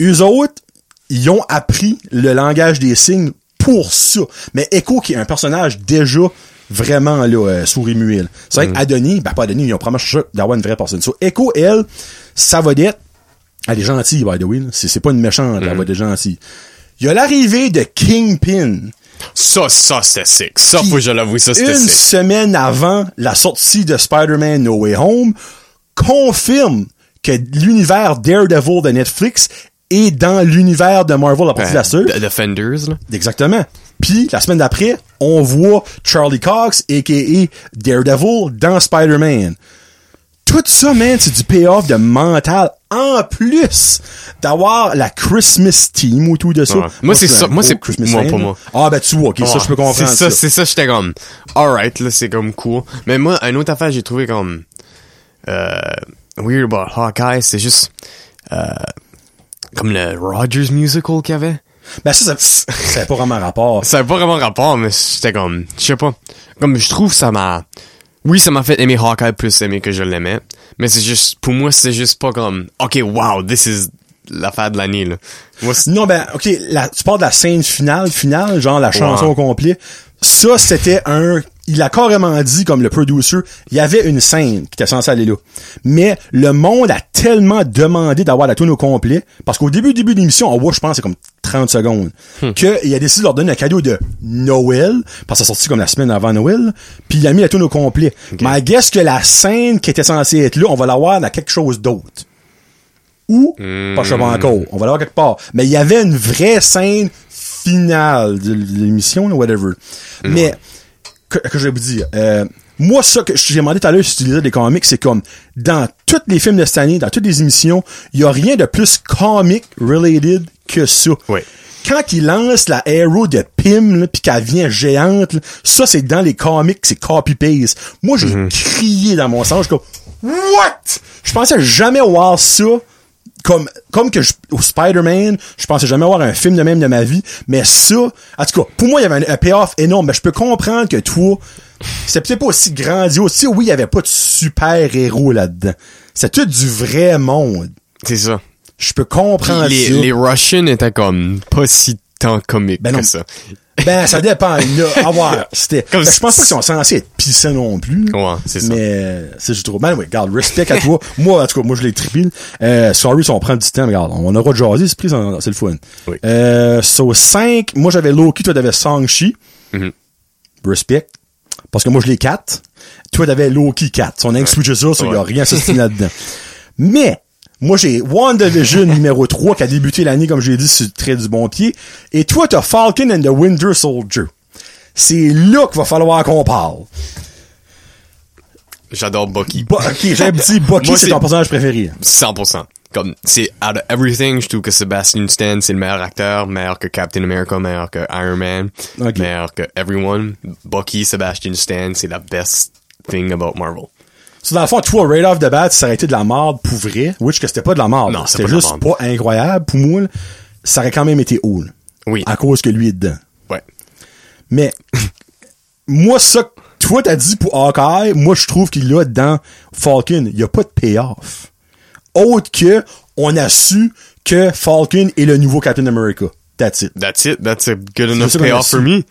[SPEAKER 1] Eux autres, ils ont appris le langage des signes pour ça. Mais Echo, qui est un personnage déjà vraiment, là, euh, souris muet, là. C'est vrai qu'Adonis, ben pas Adonis, ils ont probablement cherché d'avoir une vraie personne. So, Echo, elle, ça va d'être, elle est gentille, by the way, là. C'est, c'est pas une méchante, elle va être gentille. Il y a l'arrivée de Kingpin.
[SPEAKER 2] Ça, ça, c'était sick. Ça,
[SPEAKER 1] Puis,
[SPEAKER 2] faut que je l'avoue, ça, c'était
[SPEAKER 1] Une
[SPEAKER 2] sick.
[SPEAKER 1] semaine avant la sortie de Spider-Man No Way Home, confirme que l'univers Daredevil de Netflix est dans l'univers de Marvel à partir de la
[SPEAKER 2] Euh,
[SPEAKER 1] seule.
[SPEAKER 2] The Defenders, là.
[SPEAKER 1] Exactement. Puis, la semaine d'après, on voit Charlie Cox, a.k.a. Daredevil, dans Spider-Man. Tout ça, man, c'est du payoff de mental. En plus d'avoir la Christmas team autour de ça.
[SPEAKER 2] Ouais. Moi, c'est
[SPEAKER 1] je suis
[SPEAKER 2] ça.
[SPEAKER 1] un gros
[SPEAKER 2] Moi, c'est-
[SPEAKER 1] Christmas
[SPEAKER 2] moi,
[SPEAKER 1] fan,
[SPEAKER 2] pas
[SPEAKER 1] là.
[SPEAKER 2] moi.
[SPEAKER 1] Ah, ben, tu vois, ok, ça,
[SPEAKER 2] Ouais,
[SPEAKER 1] je peux comprendre.
[SPEAKER 2] C'est ça,
[SPEAKER 1] ça.
[SPEAKER 2] c'est ça, j'étais comme, alright, là, c'est comme cool. Mais moi, une autre affaire, j'ai trouvé comme, euh, weird about Hawkeye, c'est juste, euh, comme le Rogers musical qu'il y avait.
[SPEAKER 1] Ben ça, ça, ça n'a pas vraiment rapport.
[SPEAKER 2] Ça avait pas vraiment rapport, mais c'était comme, je sais pas. Comme, je trouve ça m'a, oui, ça m'a fait aimer Hawkeye plus aimer que je l'aimais. Mais c'est juste, pour moi, c'est juste pas comme, ok, wow, this is l'affaire de l'année, là. Moi, c'est-
[SPEAKER 1] Non, ben, ok, la, tu parles de la scène finale, finale, genre la chanson
[SPEAKER 2] Ouais.
[SPEAKER 1] au complet. Ça, c'était un... Il a carrément dit, comme le producer, il y avait une scène qui était censée aller là. Mais le monde a tellement demandé d'avoir la tune au complet, parce qu'au début, début de l'émission, on voit, je pense, c'est comme 30 secondes, qu'il a décidé de leur donner un cadeau de Noël, parce que ça sorti comme la semaine avant Noël, puis il a mis la tune au complet. Mais I guess que la scène qui était censée être là, on va l'avoir dans quelque chose d'autre. ou pas Cheval encore. On va l'avoir quelque part. Mais il y avait une vraie scène finale de l'émission, là, whatever. Mais, que, que je vais vous dire, euh, moi, ça que je t'ai demandé tout à l'heure si tu lisais des comics, c'est comme, dans tous les films de cette année, dans toutes les émissions, il y a rien de plus comic related que ça.
[SPEAKER 2] Oui.
[SPEAKER 1] Quand il lance la Arrow de Pym, là, pis qu'elle vient géante, là, ça, c'est dans les comics, c'est copy-paste. Moi, j'ai crié dans mon sens, je suis comme, what? Je pensais jamais voir ça. Comme, comme que je, au Spider-Man, je pensais jamais voir un film de même de ma vie, mais ça, en tout cas, pour moi, il y avait un, un payoff énorme, mais je peux comprendre que toi, c'est peut-être pas aussi grandiose. Tu sais, oui, il y avait pas de super-héros là-dedans. C'est tout du vrai monde.
[SPEAKER 2] c'est ça.
[SPEAKER 1] Je peux comprendre
[SPEAKER 2] les,
[SPEAKER 1] ça.
[SPEAKER 2] les Russians étaient comme pas si tant comiques
[SPEAKER 1] Ben non.
[SPEAKER 2] que ça.
[SPEAKER 1] Ben, ça dépend. Là, à *laughs* voir. C'était. Ben,
[SPEAKER 2] Comme
[SPEAKER 1] je pense pas
[SPEAKER 2] si-
[SPEAKER 1] qu'ils sont censés être pissants non plus.
[SPEAKER 2] Ouais, c'est ça.
[SPEAKER 1] Mais c'est juste trop. Ben, oui, regarde, respect à
[SPEAKER 2] *laughs*
[SPEAKER 1] toi. moi, en tout cas, moi, je l'ai trippé. Euh, sorry si on prend du temps, mais regarde, on aura de jaser, c'est pris, c'est le fun.
[SPEAKER 2] Oui.
[SPEAKER 1] Euh, so 5, moi, j'avais Loki, toi, t'avais Shang-Chi.
[SPEAKER 2] Mm-hmm.
[SPEAKER 1] Respect.
[SPEAKER 2] *laughs*
[SPEAKER 1] Parce que moi, je l'ai 4. Toi, t'avais Loki 4. Si on a que switché ça, il y a rien à s'estimer là-dedans. Mais, moi, j'ai
[SPEAKER 2] *laughs*
[SPEAKER 1] WandaVision numéro 3 qui a débuté l'année, comme je l'ai dit, sur le trait du bon pied. Et toi, t'as Falcon and the Winter Soldier. C'est là qu'il va falloir qu'on parle.
[SPEAKER 2] J'adore Bucky.
[SPEAKER 1] Bo- ok, *laughs* j'ai dit Bucky,
[SPEAKER 2] Moi,
[SPEAKER 1] c'est
[SPEAKER 2] c'est-
[SPEAKER 1] ton personnage préféré.
[SPEAKER 2] 100%. Comme, c'est out of everything, je trouve que Sebastian Stan, c'est le meilleur acteur, meilleur que Captain America, meilleur que Iron Man,
[SPEAKER 1] Ok.
[SPEAKER 2] meilleur que everyone. Bucky, Sebastian Stan, c'est la best thing about Marvel.
[SPEAKER 1] So, dans le fond, toi, right off the bat, ça aurait été de la marde pour vrai. Which que c'était pas de la marde.
[SPEAKER 2] Non, c'est
[SPEAKER 1] C'était
[SPEAKER 2] pas de la
[SPEAKER 1] juste
[SPEAKER 2] marde.
[SPEAKER 1] pas incroyable. Pour moi, là, ça aurait quand même été cool.
[SPEAKER 2] Oui.
[SPEAKER 1] À cause que lui est dedans.
[SPEAKER 2] Ouais.
[SPEAKER 1] Mais, moi, ça, que toi, t'as dit pour Hawkeye, moi, je trouve qu'il a dans Falcon, il y a pas de payoff. Autre que, on a su que Falcon est le nouveau Captain America. That's it.
[SPEAKER 2] That's it. That's a good
[SPEAKER 1] ça
[SPEAKER 2] enough
[SPEAKER 1] qu'on a
[SPEAKER 2] payoff
[SPEAKER 1] su.
[SPEAKER 2] for me.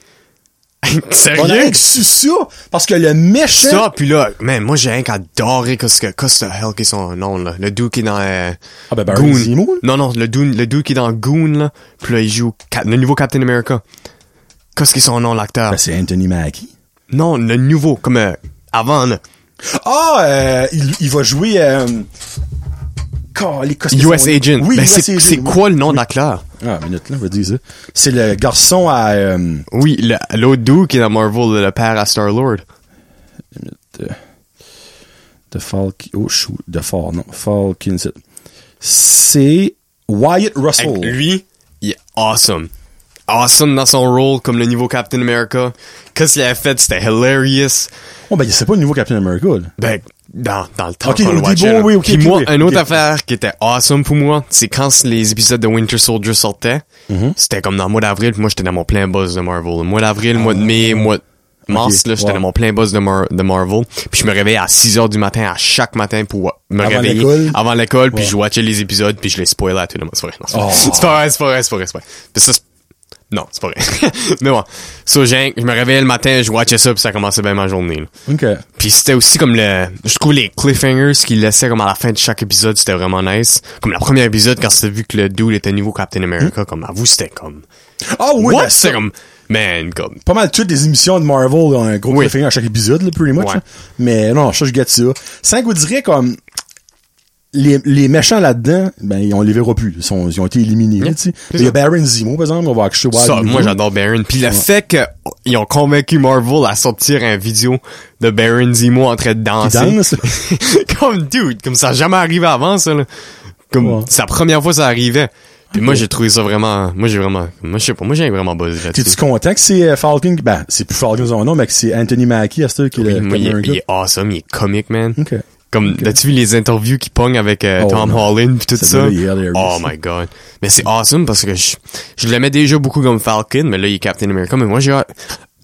[SPEAKER 2] *laughs*
[SPEAKER 1] On a
[SPEAKER 2] Sérieux?
[SPEAKER 1] su ça, parce que le méchant...
[SPEAKER 2] Ça, puis là, man, moi, j'ai rien qu'adoré qu'est-ce que, qu'est-ce que the hell qui son nom, là. Le dude qui est dans, euh,
[SPEAKER 1] Ah, ben, Barry
[SPEAKER 2] Goon.
[SPEAKER 1] Zemo, là.
[SPEAKER 2] Non, non, le dude, le dude qui est dans Goon, là. Puis là, il joue Cap- le nouveau Captain America. Qu'est-ce qui son nom, l'acteur?
[SPEAKER 1] Ben, c'est Anthony Mackie.
[SPEAKER 2] Non, le nouveau, comme euh, avant, là.
[SPEAKER 1] Ah, euh, il, il va jouer. Euh... Car- les cos-
[SPEAKER 2] US Agent.
[SPEAKER 1] Oui,
[SPEAKER 2] Ben,
[SPEAKER 1] US
[SPEAKER 2] c'est,
[SPEAKER 1] Agent.
[SPEAKER 2] c'est
[SPEAKER 1] oui.
[SPEAKER 2] quoi le nom de l'acteur?
[SPEAKER 1] Ah, minute, là, on va dire ça. C'est le garçon à. Euh...
[SPEAKER 2] Oui, le- l'autre dude qui est dans Marvel, le père à Star-Lord.
[SPEAKER 1] De, de Falk. Oh, shoot. De Fort, non. Falcon. c'est- C'est Wyatt
[SPEAKER 2] Hey,
[SPEAKER 1] Russell.
[SPEAKER 2] Lui, il est awesome. Awesome dans son rôle comme le nouveau Captain America. Qu'est-ce qu'il a fait? C'était hilarious.
[SPEAKER 1] Oh, ben, c'est pas le nouveau Captain America, là.
[SPEAKER 2] Ben, dans, dans le temps
[SPEAKER 1] Ok,
[SPEAKER 2] qu'on le
[SPEAKER 1] au
[SPEAKER 2] watchait,
[SPEAKER 1] début,
[SPEAKER 2] là.
[SPEAKER 1] oui, ok,
[SPEAKER 2] Puis
[SPEAKER 1] ok,
[SPEAKER 2] moi,
[SPEAKER 1] oui,
[SPEAKER 2] une autre
[SPEAKER 1] ok.
[SPEAKER 2] affaire qui était awesome pour moi, c'est quand c- les épisodes de Winter Soldier sortaient,
[SPEAKER 1] Mm-hmm.
[SPEAKER 2] c'était comme dans le mois d'avril, puis moi j'étais dans mon plein buzz de Marvel. Le mois d'avril, mois de mai, mois de mars,
[SPEAKER 1] Ah. Ok,
[SPEAKER 2] là, j'étais
[SPEAKER 1] wow.
[SPEAKER 2] dans mon plein buzz de, Mar- de Marvel. Puis je me réveillais à 6 heures du matin, à chaque matin pour me
[SPEAKER 1] Avant
[SPEAKER 2] réveiller.
[SPEAKER 1] l'école?
[SPEAKER 2] Avant l'école, puis je watchais les épisodes, puis je les spoilais à tout le monde. C'est pas vrai, non, c'est pas vrai.
[SPEAKER 1] Oh.
[SPEAKER 2] C'est pas vrai, c'est pas vrai, c'est pas vrai, c'est pas vrai. Puis ça, c'est- non, c'est pas vrai. *laughs* Mais bon. So, j'ai- je me réveillais le matin, je watchais ça, puis ça commençait bien ma journée, là.
[SPEAKER 1] Ok.
[SPEAKER 2] Puis c'était aussi comme le... Je trouve les cliffhangers qu'il laissait comme à la fin de chaque épisode, c'était vraiment nice. Comme le premier épisode, quand c'était vu que le dude était nouveau Captain America, comme à vous, c'était comme...
[SPEAKER 1] Hmm? Ah, oui,
[SPEAKER 2] What?
[SPEAKER 1] ben, ça,
[SPEAKER 2] C'était comme... Man, comme...
[SPEAKER 1] Pas mal toutes les émissions de Marvel ont un gros
[SPEAKER 2] Oui.
[SPEAKER 1] cliffhanger à chaque épisode, là, pretty much.
[SPEAKER 2] Ouais.
[SPEAKER 1] là. Mais non, ça, je gâte ça. Cinq, vous dirait comme les, les méchants là-dedans, ben, on les verra plus. Ils, sont- ils ont été éliminés. là, tu sais.
[SPEAKER 2] c'est
[SPEAKER 1] Il y a
[SPEAKER 2] ça.
[SPEAKER 1] Baron Zemo, par exemple, on va accoucher Wild
[SPEAKER 2] Ça, moi,
[SPEAKER 1] Zemo.
[SPEAKER 2] j'adore Baron. Puis le fait qu'ils ont convaincu Marvel à sortir un vidéo de Baron Zemo en train de
[SPEAKER 1] Il
[SPEAKER 2] danser.
[SPEAKER 1] danse.
[SPEAKER 2] *laughs* comme dude, comme ça a jamais arrivé avant ça là. Comme
[SPEAKER 1] Ouais.
[SPEAKER 2] c'est la première fois que ça arrivait. Puis moi j'ai trouvé ça vraiment moi j'ai vraiment moi je sais pas moi j'ai vraiment buzzé
[SPEAKER 1] T'es-tu
[SPEAKER 2] là-dessus.
[SPEAKER 1] content que c'est euh, Falcon? Ben, c'est plus Falcon son nom, mais que c'est Anthony Mackie, à ce qui est le Captain
[SPEAKER 2] Moi, il, est-
[SPEAKER 1] America.
[SPEAKER 2] il est awesome, il est comique man.
[SPEAKER 1] Ok.
[SPEAKER 2] Comme as-tu vu les interviews qui pognent avec euh,
[SPEAKER 1] Oh,
[SPEAKER 2] Tom
[SPEAKER 1] non.
[SPEAKER 2] Holland puis tout
[SPEAKER 1] Ça,
[SPEAKER 2] ça?
[SPEAKER 1] là, il est hilarious.
[SPEAKER 2] oh my god. Mais c'est awesome parce que je, je l'aimais déjà beaucoup comme Falcon, mais là il est Captain America, mais moi j'ai hâte-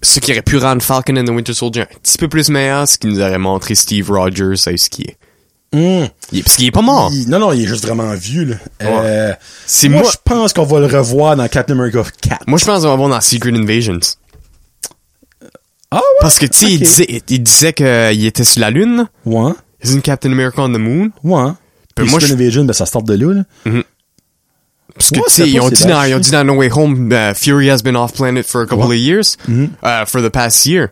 [SPEAKER 2] ce qui aurait pu rendre Falcon and the Winter Soldier un petit peu plus meilleur, c'est qu'il nous aurait montré Steve Rogers, c'est ce qui est.
[SPEAKER 1] Hum.
[SPEAKER 2] Il est- Parce qu'il est pas mort.
[SPEAKER 1] Il- non, non, il est juste vraiment vieux, là. Euh,
[SPEAKER 2] C'est
[SPEAKER 1] moi,
[SPEAKER 2] moi-
[SPEAKER 1] je pense qu'on va le revoir dans Captain America 4.
[SPEAKER 2] Moi, je pense qu'on va voir dans Secret Invasions.
[SPEAKER 1] Ah ouais?
[SPEAKER 2] Parce que, tu sais,
[SPEAKER 1] Ok.
[SPEAKER 2] il disait, il disait qu'il était sur la Lune.
[SPEAKER 1] Ouais.
[SPEAKER 2] Isn't Captain America on the Moon?
[SPEAKER 1] Ouais.
[SPEAKER 2] Puis
[SPEAKER 1] Puis
[SPEAKER 2] moi,
[SPEAKER 1] Secret
[SPEAKER 2] je-
[SPEAKER 1] Invasion, ben, ça sort de là, là.
[SPEAKER 2] Parce que,
[SPEAKER 1] Ouais,
[SPEAKER 2] tu
[SPEAKER 1] c'est
[SPEAKER 2] sais, ils
[SPEAKER 1] pas
[SPEAKER 2] ont
[SPEAKER 1] si
[SPEAKER 2] dit
[SPEAKER 1] bad,
[SPEAKER 2] dans, ils ont
[SPEAKER 1] je
[SPEAKER 2] dit dans No Way Home, euh, Fury has been off planet for a couple of years,
[SPEAKER 1] Mm-hmm.
[SPEAKER 2] euh, for the past year.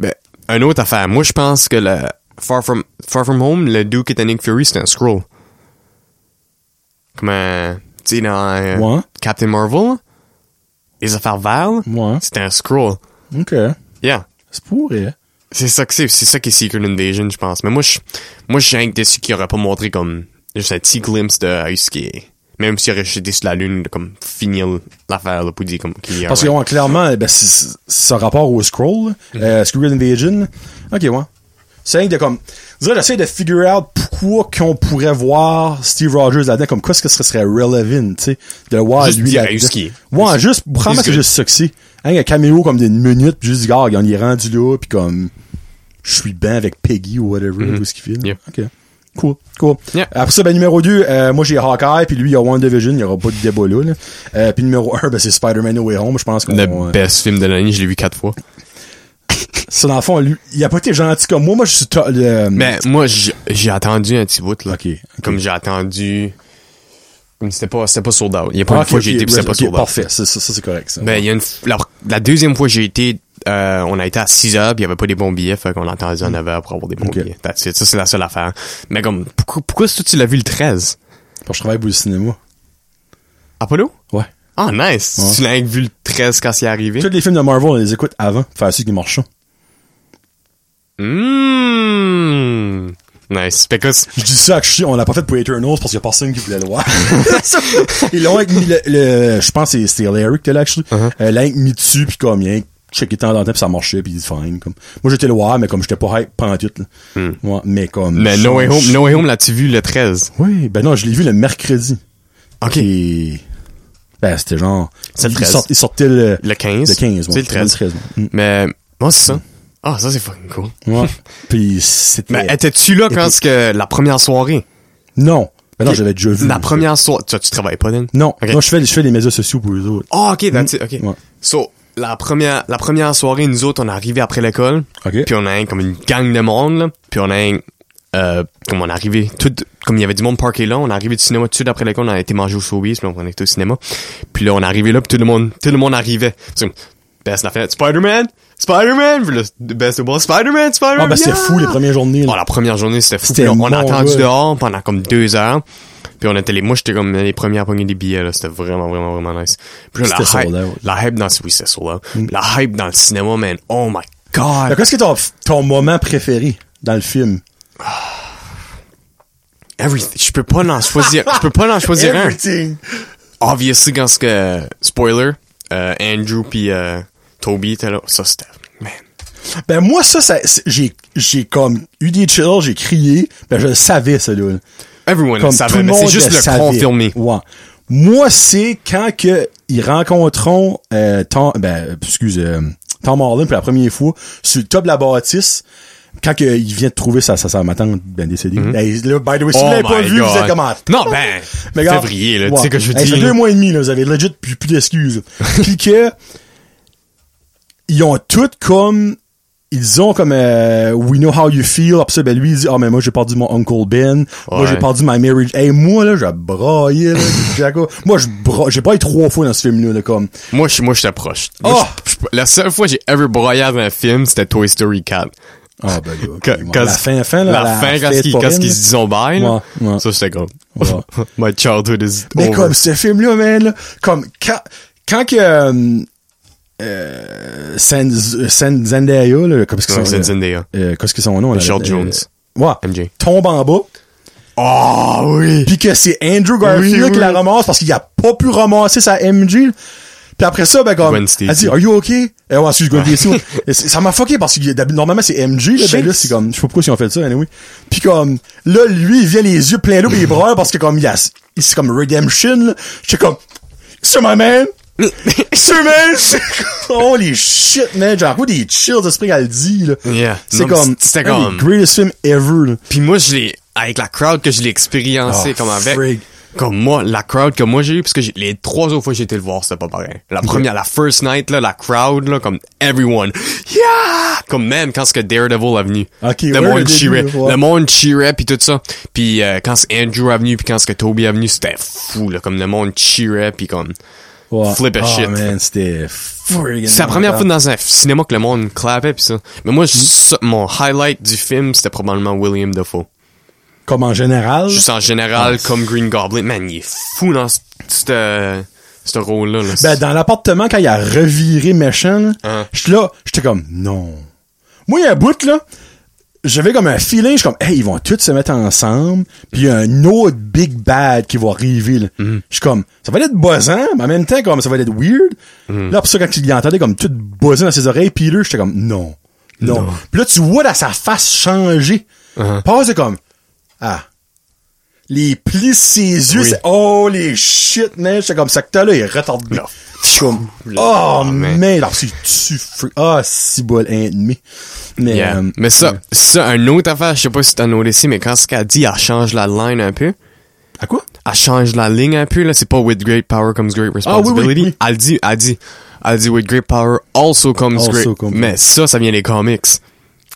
[SPEAKER 2] Ben, un autre affaire. Moi, je pense que le Far From, Far From Home, le Duke et Nick Fury, c'est un scroll. Comme, euh, tu sais, dans euh,
[SPEAKER 1] Ouais.
[SPEAKER 2] Captain Marvel, les affaires Val,
[SPEAKER 1] Ouais.
[SPEAKER 2] c'était un scroll.
[SPEAKER 1] OK.
[SPEAKER 2] Yeah.
[SPEAKER 1] C'est hein. pourrait.
[SPEAKER 2] C'est ça que c'est, c'est ça qui est Secret Invasion, je pense. Mais moi, je, moi, je suis rien que déçu qu'il aurait pas montré comme, juste un petit glimpse de euh, ce qui est, même s'il aurait jeté sur la lune, de comme, finir l'affaire, là, pour dire comme, qu'il y a
[SPEAKER 1] Parce que, ouais, clairement, ben, c'est- c'est c'est son rapport au scroll,
[SPEAKER 2] Mhm.
[SPEAKER 1] là. euh, Secret Invasion. OK, ouais. C'est rien que de comme. je dirais, J'essaie de figure out pourquoi qu'on pourrait voir Steve Rogers là-dedans, comme quoi ce que ce serait relevant, tu sais, de le voir
[SPEAKER 2] Juste
[SPEAKER 1] lui
[SPEAKER 2] dire,
[SPEAKER 1] là-dedans.
[SPEAKER 2] ce qui est.
[SPEAKER 1] Ouais, juste, vraiment,
[SPEAKER 2] He's
[SPEAKER 1] c'est
[SPEAKER 2] good.
[SPEAKER 1] juste sexy. Hein, il y a un caméo comme d'une minute, puis juste dit, gars, on y est rendu là, puis comme, je suis bien avec Peggy ou whatever, ou ce qu'il fait. là.
[SPEAKER 2] Mhm. Yep.
[SPEAKER 1] OK. Cool, cool.
[SPEAKER 2] Yeah.
[SPEAKER 1] Après ça, ben, numéro 2, moi j'ai Hawkeye, puis lui il y a WandaVision, il y aura pas de débat là. là. Euh, puis numéro 1, ben, c'est Spider-Man No Way Home, je pense qu'on...
[SPEAKER 2] le
[SPEAKER 1] euh,
[SPEAKER 2] best film de l'année, je l'ai vu quatre fois.
[SPEAKER 1] ça, dans le fond, lui, il a pas été gentil comme moi, moi je suis... to- le-
[SPEAKER 2] Mais moi, j'ai j'ai attendu un petit bout, là.
[SPEAKER 1] Ok, ok.
[SPEAKER 2] Comme j'ai attendu, comme c'était pas, c'était pas sold out. Il y a pas une
[SPEAKER 1] Ah, Ok,
[SPEAKER 2] fois que j'ai
[SPEAKER 1] ok,
[SPEAKER 2] été, puis
[SPEAKER 1] ouais,
[SPEAKER 2] c'était pas
[SPEAKER 1] ok,
[SPEAKER 2] sold out.
[SPEAKER 1] Parfait, ça, ça, ça, c'est correct ça.
[SPEAKER 2] Ben, il y a une, f- la, la deuxième fois que j'ai été, euh, on a été à 6 heures, puis il n'y avait pas des bons billets, fait qu'on a attendu à 9 heures pour avoir des bons
[SPEAKER 1] Ok.
[SPEAKER 2] billets. That's it. Ça, c'est la seule affaire. Mais comme, pourquoi, pourquoi est-ce que tu l'as vu le 13?
[SPEAKER 1] Parce que je travaille pour le cinéma.
[SPEAKER 2] Apollo?
[SPEAKER 1] Ouais.
[SPEAKER 2] Ah, nice!
[SPEAKER 1] Ouais.
[SPEAKER 2] Tu l'as vu le 13 quand c'est arrivé?
[SPEAKER 1] Tous les films de Marvel, on les écoute avant, pour faire sûr qu'ils marchent.
[SPEAKER 2] Mmh. Nice. Because,
[SPEAKER 1] Je dis ça à Chichi, on l'a pas fait pour Eternals parce qu'il y a personne qui voulait le voir. *laughs* Ils l'ont avec mis le, le- je pense que c'est- c'était Larry qui était là, actually.
[SPEAKER 2] Uh-huh.
[SPEAKER 1] Euh, Link mis dessus pis comme, il checké de temps en temps pis ça marchait pis il dit fine, comme. Moi, j'étais le voir, mais comme j'étais pas hype pantoute, là. Ouais, mais comme.
[SPEAKER 2] Hmm. mais
[SPEAKER 1] je-
[SPEAKER 2] No Way Home,
[SPEAKER 1] je-
[SPEAKER 2] No Way Home, l'as-tu vu le 13?
[SPEAKER 1] Oui, ben non, je l'ai vu le mercredi.
[SPEAKER 2] Ok.
[SPEAKER 1] Et- Ben, c'était genre.
[SPEAKER 2] C'est le
[SPEAKER 1] il
[SPEAKER 2] 13.
[SPEAKER 1] sort- Il sortait le,
[SPEAKER 2] Le 15?
[SPEAKER 1] le 15, ouais.
[SPEAKER 2] C'est le 13.
[SPEAKER 1] ouais.
[SPEAKER 2] Mais, moi, c'est ça. Ah, ça, c'est fucking cool.
[SPEAKER 1] Mm.
[SPEAKER 2] *laughs*
[SPEAKER 1] Ouais. Pis c'était.
[SPEAKER 2] Mais étais-tu là quand ce que la première soirée?
[SPEAKER 1] Non. Ben non,
[SPEAKER 2] Ok.
[SPEAKER 1] j'avais déjà vu.
[SPEAKER 2] La première soirée. Tu, tu travaillais pas, Dan?
[SPEAKER 1] Non.
[SPEAKER 2] Ok.
[SPEAKER 1] Non, je fais, je fais les médias sociaux pour eux autres.
[SPEAKER 2] Ah, ok, that's it, ok.
[SPEAKER 1] Mm, Ouais.
[SPEAKER 2] So, la première, la première soirée, nous autres, on est arrivés après l'école.
[SPEAKER 1] Ok.
[SPEAKER 2] Puis on a un- comme une gang de monde, là. Puis on a un- euh, comme on est arrivé, tout, comme il y avait du monde parké là, on est arrivé du cinéma tout de suite après l'école, on a été manger au showbiz, puis on était au cinéma. Puis là, on est arrivé là, puis tout le monde, tout le monde arrivait. C'est comme, baisse la fenêtre, Spider-Man! Spider-Man! Puis là, baisse le bras, Spider-Man! Spider-Man!
[SPEAKER 1] Ah, ben c'était
[SPEAKER 2] yeah!
[SPEAKER 1] fou les premières journées.
[SPEAKER 2] Oh,
[SPEAKER 1] Là.
[SPEAKER 2] la première journée, c'était fou.
[SPEAKER 1] C'était
[SPEAKER 2] Puis là, on a
[SPEAKER 1] mon
[SPEAKER 2] attendu
[SPEAKER 1] gars.
[SPEAKER 2] dehors pendant comme deux heures. Puis on était les, moi, j'étais comme les premiers à pogner des billets, là. C'était vraiment, vraiment, vraiment nice. Puis là,
[SPEAKER 1] C'était
[SPEAKER 2] la hype,
[SPEAKER 1] sold out. Mm.
[SPEAKER 2] la hype dans, oui, c'était sold out. La hype dans le cinéma, man. Oh my
[SPEAKER 1] Alors,
[SPEAKER 2] god.
[SPEAKER 1] Ah, qu'est-ce que ton, ton moment préféré dans le film?
[SPEAKER 2] Everything. Je peux pas en choisir, je peux pas en choisir un.
[SPEAKER 1] Everything.
[SPEAKER 2] Obviously, quand ce que, spoiler, euh, Andrew puis euh, Toby étaient là. Ça, c'était, man.
[SPEAKER 1] Ben, moi, ça, ça c'est- j'ai, j'ai comme eu des chills, j'ai crié. Ben, je le savais, celui-là.
[SPEAKER 2] Everyone
[SPEAKER 1] Comme
[SPEAKER 2] le savait,
[SPEAKER 1] tout
[SPEAKER 2] mais
[SPEAKER 1] monde
[SPEAKER 2] c'est juste le
[SPEAKER 1] savait.
[SPEAKER 2] confirmer.
[SPEAKER 1] Ouais. Moi, c'est quand que ils rencontreront euh, Tom, ben, excuse, euh, Tom Holland pour la première fois sur le top de la bâtisse. Quand que il vient de trouver sa, sa, sa ma tante, ben, décédée. Ben, là, by the way, si vous
[SPEAKER 2] Mm-hmm. Oh
[SPEAKER 1] l'avez pas
[SPEAKER 2] my
[SPEAKER 1] vu, vous êtes ah,
[SPEAKER 2] God.
[SPEAKER 1] comment?
[SPEAKER 2] Non, ben,
[SPEAKER 1] regarde,
[SPEAKER 2] février, là, tu
[SPEAKER 1] ouais.
[SPEAKER 2] sais que je
[SPEAKER 1] Hey, ça fait
[SPEAKER 2] dis.
[SPEAKER 1] deux mois et demi, là, vous avez legit plus, plus d'excuses. *laughs* Puis que, ils ont toutes comme, ils ont comme, euh, we know how you feel. Après ça, ben lui, il dit, ah, mais moi, j'ai perdu mon Uncle Ben. Moi,
[SPEAKER 2] Ouais.
[SPEAKER 1] j'ai perdu ma marriage. Hey, moi, là, j'ai braillé,
[SPEAKER 2] *laughs*
[SPEAKER 1] là, Jaco. Moi, je bra- j'ai braillé trois fois dans ce film-là, là, comme.
[SPEAKER 2] Moi, je, moi, je t'approche. Moi,
[SPEAKER 1] Oh!
[SPEAKER 2] je- je- La seule fois que j'ai ever broyé dans un film, c'était Toy Story 4.
[SPEAKER 1] Ah, ben, là, ok,
[SPEAKER 2] Quand-
[SPEAKER 1] ouais.
[SPEAKER 2] quand-
[SPEAKER 1] la fin, fin, là.
[SPEAKER 2] La, fin, quand
[SPEAKER 1] fête
[SPEAKER 2] ils
[SPEAKER 1] foraine,
[SPEAKER 2] quand ils se disent on bye, là.
[SPEAKER 1] Ouais, ouais.
[SPEAKER 2] Ça, j'étais comme,
[SPEAKER 1] Ouais.
[SPEAKER 2] *laughs* my childhood is
[SPEAKER 1] Mais
[SPEAKER 2] over.
[SPEAKER 1] comme ce film-là, man, là, comme quand, quand que euh, euh, San- San- Zendaya, là, comme ce que
[SPEAKER 2] Ouais,
[SPEAKER 1] son-
[SPEAKER 2] Zend- Zendaya.
[SPEAKER 1] euh, qu'est-ce que son nom? là,
[SPEAKER 2] Michelle
[SPEAKER 1] euh,
[SPEAKER 2] Jones.
[SPEAKER 1] ouais,
[SPEAKER 2] MJ.
[SPEAKER 1] tombe en bas, Ah
[SPEAKER 2] Oh, oui!
[SPEAKER 1] puis que c'est Andrew Garfield
[SPEAKER 2] Oui, oui.
[SPEAKER 1] qui la ramasse parce qu'il a pas pu ramasser sa MJ. Puis après ça, ben comme,
[SPEAKER 2] Gwen
[SPEAKER 1] elle
[SPEAKER 2] Stacy.
[SPEAKER 1] dit, Are you okay? Et ouais, excuse Gwen Stacy. ouais. Et c'est- ça m'a fucké parce que d'hab- normalement c'est MJ, là, ben
[SPEAKER 2] Shit.
[SPEAKER 1] là c'est comme, je sais pas pourquoi ils ont fait ça, anyway. Puis comme, là lui il vient les yeux pleins d'eau pis il braille parce que comme, il a- il- c'est comme Redemption, là. J'étais comme, c'est my man!
[SPEAKER 2] *laughs*
[SPEAKER 1] c'est man! Holy shit, man! J'ai encore des chills de spring à le dire, là.
[SPEAKER 2] Yeah.
[SPEAKER 1] C'est
[SPEAKER 2] Non, mais
[SPEAKER 1] comme,
[SPEAKER 2] c'était
[SPEAKER 1] un
[SPEAKER 2] comme-
[SPEAKER 1] des greatest film ever, là.
[SPEAKER 2] Puis moi, je l'ai, avec la crowd que je l'ai expériencé,
[SPEAKER 1] Oh,
[SPEAKER 2] comme avec,
[SPEAKER 1] frig.
[SPEAKER 2] comme moi, la crowd que moi j'ai eu, parce que j'ai- les trois autres fois que j'ai été le voir, c'était pas pareil. La première, la first night, là, la crowd, là, comme everyone, yeah! Comme même quand ce que Daredevil est venu.
[SPEAKER 1] Ok, ouais,
[SPEAKER 2] le
[SPEAKER 1] le
[SPEAKER 2] monde
[SPEAKER 1] début,
[SPEAKER 2] cheerait.
[SPEAKER 1] ouais.
[SPEAKER 2] Le monde cheerait, puis tout ça. Puis euh, quand c'est Andrew est venu, puis quand ce que Toby est venu, c'était fou, là, comme le monde cheerait, puis comme...
[SPEAKER 1] Ouais.
[SPEAKER 2] Flip a
[SPEAKER 1] Ah,
[SPEAKER 2] shit.
[SPEAKER 1] man, c'était friggin'
[SPEAKER 2] C'est la première
[SPEAKER 1] incroyable.
[SPEAKER 2] fois dans un f- cinéma que le monde clapait, puis ça. Mais moi, je- ça- mon highlight du film, c'était probablement William Dafoe.
[SPEAKER 1] Comme en général.
[SPEAKER 2] Juste en général, comme Green Goblin, man, il est fou dans ce- ce euh, ce rôle-là. là.
[SPEAKER 1] Ben, dans l'appartement, quand il a reviré méchant, là,
[SPEAKER 2] Hein.
[SPEAKER 1] j'étais là, j'étais comme, non. Moi, il y a un bout, là, j'avais comme un feeling, je suis comme, hey, ils vont tous se mettre ensemble, puis il y a un autre big bad qui va arriver, là.
[SPEAKER 2] Mm.
[SPEAKER 1] Je suis comme, ça va être buzzant, mais en même temps, comme, ça va être weird.
[SPEAKER 2] Mm.
[SPEAKER 1] Là, pour ça, quand il entendait comme tout buzzant dans ses oreilles, Peter, j'étais comme, non. Non. Puis là, tu vois dans sa face changer.
[SPEAKER 2] Uh-huh.
[SPEAKER 1] Passe de comme, ah. Les plis de ses yeux,
[SPEAKER 2] Oui.
[SPEAKER 1] c'est, oh, les shit, man. J'étais comme, ça que là, il est retardé.
[SPEAKER 2] Là.
[SPEAKER 1] Je suis comme,
[SPEAKER 2] Là.
[SPEAKER 1] oh,
[SPEAKER 2] Ah, man.
[SPEAKER 1] man. Alors, c'est tu fr- Ah, si bol, un demi. Mais,
[SPEAKER 2] Yeah.
[SPEAKER 1] euh,
[SPEAKER 2] mais ça, ça, un autre affaire, je sais pas si t'as noté, mais quand ce qu'elle dit, elle change la line un peu.
[SPEAKER 1] à quoi?
[SPEAKER 2] Elle change la ligne un peu, là. C'est pas with great power comes great
[SPEAKER 1] Ah, oui, oui,
[SPEAKER 2] responsibility.
[SPEAKER 1] oui.
[SPEAKER 2] Elle dit, elle dit, elle dit with great power also comes
[SPEAKER 1] Also
[SPEAKER 2] great.
[SPEAKER 1] comes-
[SPEAKER 2] Mais ça, ça vient des comics.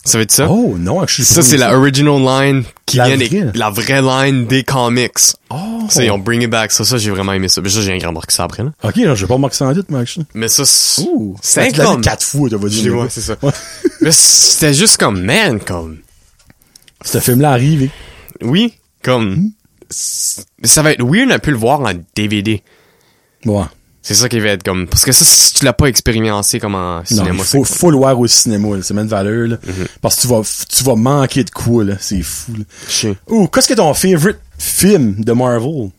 [SPEAKER 2] Ça va être ça?
[SPEAKER 1] Oh, non, je suis
[SPEAKER 2] Ça, c'est la original line qui
[SPEAKER 1] La
[SPEAKER 2] vient des-
[SPEAKER 1] vraie.
[SPEAKER 2] la vraie line des comics.
[SPEAKER 1] Oh.
[SPEAKER 2] Ça, ils ont bring it back. Ça, ça, j'ai vraiment aimé ça. Mais ça, j'ai un grand marque ça après, là.
[SPEAKER 1] Ok, là, je vais pas remarquer ça en doute, mais je-
[SPEAKER 2] Mais ça, c'est-
[SPEAKER 1] Ouh.
[SPEAKER 2] c'est
[SPEAKER 1] Tu l'as
[SPEAKER 2] comme-
[SPEAKER 1] vu quatre fois, t'as pas dit.
[SPEAKER 2] Je les
[SPEAKER 1] mais-
[SPEAKER 2] vois, c'est ça.
[SPEAKER 1] Ouais.
[SPEAKER 2] *laughs* Mais c'était juste comme, man, comme,
[SPEAKER 1] *laughs* Ce film-là arrive. hein. et-
[SPEAKER 2] oui,
[SPEAKER 1] Hmm?
[SPEAKER 2] comme, c'est- ça va être weird un peu le voir en DVD.
[SPEAKER 1] Ouais.
[SPEAKER 2] C'est ça qui va être comme, parce que ça, si tu l'as pas expérimenté comme en
[SPEAKER 1] Non,
[SPEAKER 2] cinéma,
[SPEAKER 1] il faut,
[SPEAKER 2] c'est- Mm-hmm.
[SPEAKER 1] faut le voir au cinéma, là. c'est même de valeur, là. Parce que tu vas, tu vas manquer de quoi, là. C'est fou, là.
[SPEAKER 2] Chier.
[SPEAKER 1] Ouh, qu'est-ce que ton favorite film de Marvel?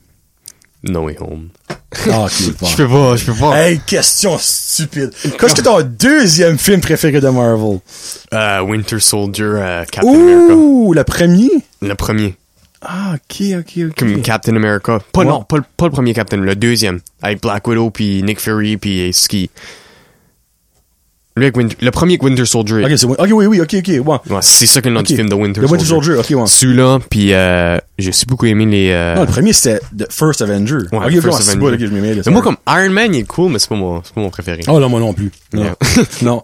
[SPEAKER 2] No Way Home.
[SPEAKER 1] Ah, *laughs* ok, bon.
[SPEAKER 2] Je peux pas, je peux pas.
[SPEAKER 1] Hey, question stupide. Qu'est-ce que ton deuxième film préféré de Marvel?
[SPEAKER 2] Euh, Winter Soldier, euh, Captain America.
[SPEAKER 1] Ouh, le premier?
[SPEAKER 2] Le premier.
[SPEAKER 1] Ah, ok, ok, ok.
[SPEAKER 2] Comme Captain America. Pas,
[SPEAKER 1] Ouais.
[SPEAKER 2] non, pas, le- pas le premier Captain, le deuxième. Avec Black Widow, puis Nick Fury, puis Ski. Lui avec Winter- le premier avec Winter Soldier.
[SPEAKER 1] Ok, c'est, ok, oui, oui, ok, ok, ouais.
[SPEAKER 2] Ouais, c'est ça que le nom
[SPEAKER 1] Ok.
[SPEAKER 2] du film de Winter
[SPEAKER 1] The
[SPEAKER 2] Soldier.
[SPEAKER 1] Winter Soldier, ok, ouais.
[SPEAKER 2] Celui-là, puis euh, j'ai aussi beaucoup aimé les. euh,
[SPEAKER 1] Non, le premier, c'était The First Avenger.
[SPEAKER 2] ouais,
[SPEAKER 1] ok,
[SPEAKER 2] First
[SPEAKER 1] ouais, c'est
[SPEAKER 2] Avenger.
[SPEAKER 1] pas, ok, je m'y mets, là,
[SPEAKER 2] Mais moi,
[SPEAKER 1] sorry.
[SPEAKER 2] comme Iron Man, il est cool, mais c'est pas, mon- c'est pas mon préféré.
[SPEAKER 1] Oh non, moi non plus. Non.
[SPEAKER 2] Yeah.
[SPEAKER 1] *laughs* non.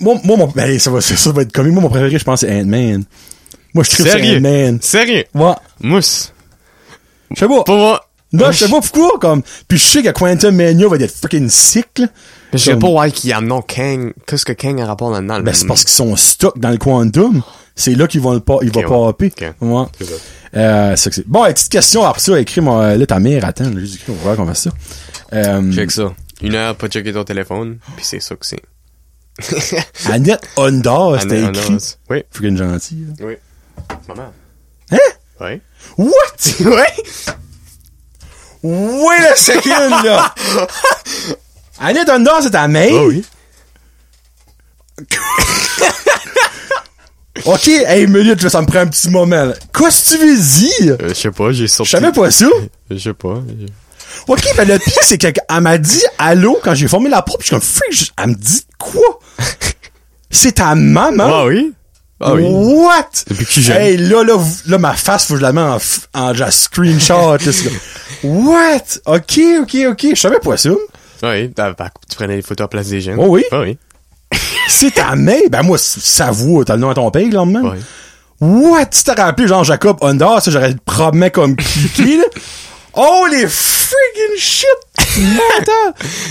[SPEAKER 1] Moi, moi mon, ben, allez, ça, va, ça, ça va être comique. Moi, mon préféré, je pense, c'est Ant-Man. Moi, je tripe sur
[SPEAKER 2] Sérieux?
[SPEAKER 1] Ant-Man.
[SPEAKER 2] Sérieux?
[SPEAKER 1] Ouais.
[SPEAKER 2] Mousse.
[SPEAKER 1] Je sais pas.
[SPEAKER 2] Pour moi.
[SPEAKER 1] Non, je sais pas pourquoi, comme. Puis je sais que Quantum Mania va être freaking sick, là.
[SPEAKER 2] Je sais
[SPEAKER 1] Comme-
[SPEAKER 2] pas why qu'il y a non Kang. Qu'est-ce que Kang a rapport là-dedans?
[SPEAKER 1] Ben, c'est parce qu'ils sont stuck dans le Quantum. C'est là qu'ils vont le pas, il
[SPEAKER 2] Ok,
[SPEAKER 1] va
[SPEAKER 2] ouais.
[SPEAKER 1] pas hopper.
[SPEAKER 2] Ok.
[SPEAKER 1] Ouais.
[SPEAKER 2] C'est ça.
[SPEAKER 1] Euh, c'est que c'est- Bon, hey, petite question, Arthur, écris moi, euh, là, ta mère, attends, là, j'ai dit qu'on va voir comment ça. Euh,
[SPEAKER 2] Check ça. Une heure, pas checker ton téléphone, puis c'est ça que c'est.
[SPEAKER 1] Annette Honda, Ah, c'était
[SPEAKER 2] Anna-
[SPEAKER 1] écrit.
[SPEAKER 2] Anna's. Oui,
[SPEAKER 1] Freaking gentil, là.
[SPEAKER 2] oui. Maman.
[SPEAKER 1] Hein?
[SPEAKER 2] Oui.
[SPEAKER 1] What?
[SPEAKER 2] Oui?
[SPEAKER 1] Wait a second,
[SPEAKER 2] *laughs*
[SPEAKER 1] là! Annette Honda, c'est ta mère?
[SPEAKER 2] Ah oui.
[SPEAKER 1] Ok, hey, minute, là, ça me prend un petit moment, là. Qu'est-ce que tu veux dire?
[SPEAKER 2] Euh, je sais pas, j'ai sorti.
[SPEAKER 1] Je savais pas ça.
[SPEAKER 2] *laughs* Je sais pas. j'ai-
[SPEAKER 1] Ok, ben le pire, c'est qu'elle m'a dit allô quand j'ai formé la propre, je suis comme freak, je- elle me dit quoi? C'est ta maman?
[SPEAKER 2] Ah oui? Ah oui.
[SPEAKER 1] What?
[SPEAKER 2] Depuis que je suis jeune.
[SPEAKER 1] Hey, là, là, vous- là, ma face, faut que je la mets en, f- en genre screenshot, là, c'est comme, What? Ok, ok, ok, je savais pas ça.
[SPEAKER 2] Oui, bah, bah, tu prenais les photos à place des jeunes.
[SPEAKER 1] Oh oui.
[SPEAKER 2] Ah oui.
[SPEAKER 1] C'est ta mère? Ben, moi, c- ça vaut, t'as le nom à ton père, le lendemain.
[SPEAKER 2] Ouais.
[SPEAKER 1] What? Tu t'es rappelé, genre, Jacob Honda, ça, j'aurais probablement comme cliqué, là. Oh, les freaking shit! Attends!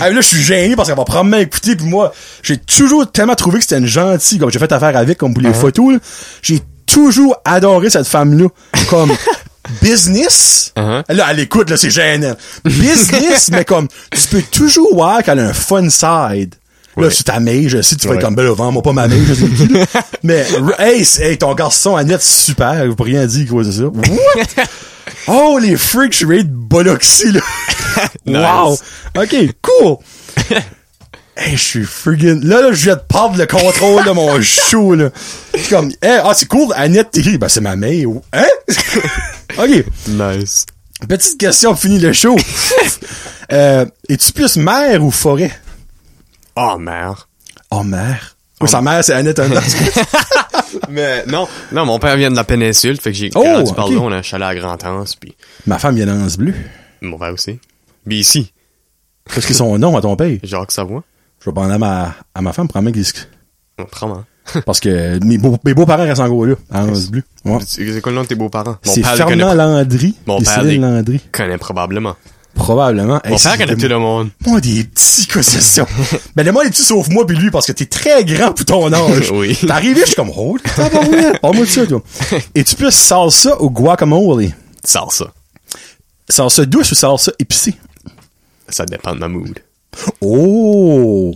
[SPEAKER 1] Ah, mais là, je suis gêné parce qu'elle va probablement écouter, puis moi, j'ai toujours tellement trouvé que c'était une gentille, comme j'ai fait affaire avec, comme pour les photos, là. J'ai toujours adoré cette femme-là. Comme,
[SPEAKER 2] *laughs*
[SPEAKER 1] business.
[SPEAKER 2] Uh-huh.
[SPEAKER 1] Là, elle écoute, là, c'est gênant.
[SPEAKER 2] *laughs*
[SPEAKER 1] Business, mais comme, tu peux toujours voir qu'elle a un fun side. Là,
[SPEAKER 2] Ouais.
[SPEAKER 1] c'est ta mère, je sais, tu vas être
[SPEAKER 2] Ouais.
[SPEAKER 1] comme, ben là, vends-moi pas ma mère, je sais qui, là. Mais, r- hey, c'est- hey, ton garçon, Annette, super, vous pourriez rien dire, quoi, c'est ça. What? oh, les freaks, je suis raide boloxy, là. wow. Ok, cool. Hey, je suis friggin'. Là, là, je viens de perdre le contrôle de mon show, là. Je suis comme, hey, ah, c'est cool, Annette, t'es Ben, c'est ma mère. Hein? *laughs* ok.
[SPEAKER 2] Nice.
[SPEAKER 1] Petite question, fini le show. euh, es-tu plus mère ou forêt?
[SPEAKER 2] Oh, merde.
[SPEAKER 1] Oh, mère. Oh, sa mère, c'est Annette Honda.
[SPEAKER 2] Mais non. Non, mon père vient de la péninsule, fait que j'ai
[SPEAKER 1] Oh,
[SPEAKER 2] grandi par
[SPEAKER 1] ok.
[SPEAKER 2] là, on a un chalet à Grand-Anse, puis
[SPEAKER 1] Ma femme vient d'Anse Bleu.
[SPEAKER 2] mon père aussi. Puis ici,
[SPEAKER 1] Qu'est-ce que son nom à ton père?
[SPEAKER 2] Jacques Savoie.
[SPEAKER 1] Je vais demander à ma, à ma femme, probablement qu'ils
[SPEAKER 2] *laughs* Oh, Vraiment.
[SPEAKER 1] Parce que mes, beaux, mes beaux-parents restent en gros là, à Anse Bleu. Ouais.
[SPEAKER 2] C'est quoi le nom de tes beaux-parents? Mon
[SPEAKER 1] Ah. C'est
[SPEAKER 2] père le
[SPEAKER 1] Fernand
[SPEAKER 2] connaît,
[SPEAKER 1] Landry.
[SPEAKER 2] Mon
[SPEAKER 1] et
[SPEAKER 2] père
[SPEAKER 1] Céline
[SPEAKER 2] les-
[SPEAKER 1] Landry.
[SPEAKER 2] connaît probablement.
[SPEAKER 1] Probablement.
[SPEAKER 2] Mon père connaît tout le monde.
[SPEAKER 1] Moi, des petits
[SPEAKER 2] *laughs*
[SPEAKER 1] concessions. ben, le moi, les petits, sauf moi puis lui, parce que t'es très grand pour ton âge.
[SPEAKER 2] *laughs* Oui.
[SPEAKER 1] T'es arrivé, je suis comme, oh, tabarouette. Parle-moi de ça,
[SPEAKER 2] *laughs*
[SPEAKER 1] toi. Es-tu plus salsa ou guacamole?
[SPEAKER 2] Sors ça.
[SPEAKER 1] Salsa douce ou salsa épicée?
[SPEAKER 2] Ça dépend de ma mood.
[SPEAKER 1] Oh!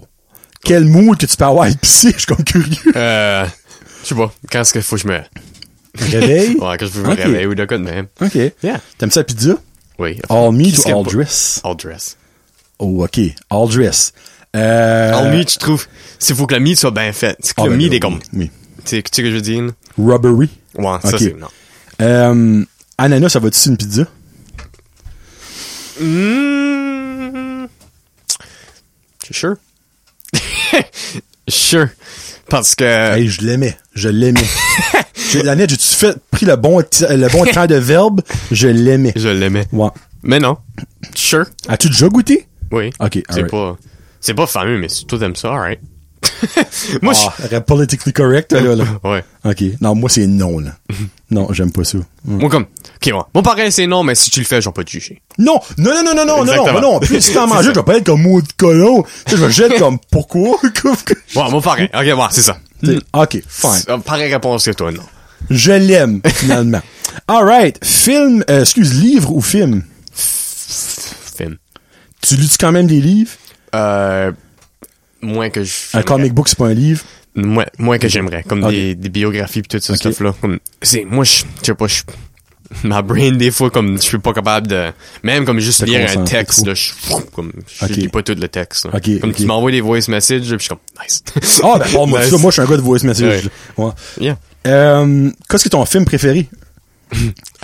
[SPEAKER 1] Quel mood que tu peux avoir épicé, je suis comme curieux.
[SPEAKER 2] Euh, je sais pas. Quand est-ce qu'il faut que je me...
[SPEAKER 1] *laughs* Réveil?
[SPEAKER 2] Ouais, quand je veux me
[SPEAKER 1] Ok.
[SPEAKER 2] réveiller ou de quoi de même.
[SPEAKER 1] OK.
[SPEAKER 2] Yeah.
[SPEAKER 1] T'aimes ça, pizza?
[SPEAKER 2] Oui.
[SPEAKER 1] All meat
[SPEAKER 2] Qu'est-ce
[SPEAKER 1] ou
[SPEAKER 2] qu'il y a
[SPEAKER 1] all
[SPEAKER 2] pas-
[SPEAKER 1] dress?
[SPEAKER 2] All dress.
[SPEAKER 1] Oh, OK. All dress. Euh...
[SPEAKER 2] All meat, je trouve. C'est faut que la meat soit bien faite. C'est que
[SPEAKER 1] ah,
[SPEAKER 2] le
[SPEAKER 1] ben,
[SPEAKER 2] meat
[SPEAKER 1] oui,
[SPEAKER 2] est comme...
[SPEAKER 1] Oui.
[SPEAKER 2] Tu sais tu sais que je veux dire? là?
[SPEAKER 1] Rubbery?
[SPEAKER 2] Ouais, ça
[SPEAKER 1] Ok.
[SPEAKER 2] c'est... Non. Euh,
[SPEAKER 1] Euh, ananas, ça va-tu sur une pizza? Hmm.
[SPEAKER 2] Mmh. Sure. *laughs* sure. Parce que.
[SPEAKER 1] Hey, je l'aimais. Je l'aimais.
[SPEAKER 2] *laughs*
[SPEAKER 1] J'ai- la nette, j'ai-tu fait, pris le bon, ti- le bon temps de verbe? Je l'aimais.
[SPEAKER 2] Je l'aimais.
[SPEAKER 1] Ouais.
[SPEAKER 2] Mais non. Sure.
[SPEAKER 1] As-tu déjà goûté?
[SPEAKER 2] Oui.
[SPEAKER 1] Ok,
[SPEAKER 2] C'est
[SPEAKER 1] alright.
[SPEAKER 2] pas. C'est pas fameux, mais si toi t'aimes ça, alright. *laughs* Moi,
[SPEAKER 1] Ah, rap politically correct, là, là.
[SPEAKER 2] je... Ouais.
[SPEAKER 1] OK. Non, moi, c'est non, là. non, j'aime pas ça. Mm.
[SPEAKER 2] Moi, comme... OK, bon. Mon pareil, c'est non, mais si tu le fais, j'en peux te juger.
[SPEAKER 1] Non, non, non, non, non, non, non, non,
[SPEAKER 2] Exactement.
[SPEAKER 1] non. Plus tu t'en
[SPEAKER 2] C'est
[SPEAKER 1] manges, je
[SPEAKER 2] ça.
[SPEAKER 1] vais pas être comme mot de colon. Tu sais, Je vais jeter comme,
[SPEAKER 2] *laughs*
[SPEAKER 1] pourquoi? T'sais,
[SPEAKER 2] Ouais, mon pareil. OK, bon, c'est ça.
[SPEAKER 1] OK, fine.
[SPEAKER 2] C'est- euh, Pareil réponse que toi, non.
[SPEAKER 1] Je l'aime, finalement. All right. Film, euh, excuse, livre ou film?
[SPEAKER 2] Film.
[SPEAKER 1] Tu lis-tu quand même des livres?
[SPEAKER 2] Euh... Moins que je...
[SPEAKER 1] Un comic book, c'est pas un livre.
[SPEAKER 2] Moins, moins que j'aimerais. Comme
[SPEAKER 1] Ok.
[SPEAKER 2] des, des biographies pis tout ce stuff-là. Comme, c'est, moi, je je sais pas, je, *laughs* ma brain, des fois, comme, je suis pas capable de, même comme juste
[SPEAKER 1] Te
[SPEAKER 2] lire un
[SPEAKER 1] concentrer
[SPEAKER 2] texte,
[SPEAKER 1] trop.
[SPEAKER 2] là, je, comme, je
[SPEAKER 1] Ok.
[SPEAKER 2] lis pas tout le texte, là.
[SPEAKER 1] Ok,
[SPEAKER 2] Comme
[SPEAKER 1] ok.
[SPEAKER 2] tu m'envoies des voice messages, pis je suis comme, nice.
[SPEAKER 1] *laughs* Ah, ben,
[SPEAKER 2] *laughs*
[SPEAKER 1] bon, moi,
[SPEAKER 2] Nice.
[SPEAKER 1] ça, moi, je suis un gars de voice message. Ouais.
[SPEAKER 2] Yeah.
[SPEAKER 1] Euh, Qu'est-ce que ton film préféré?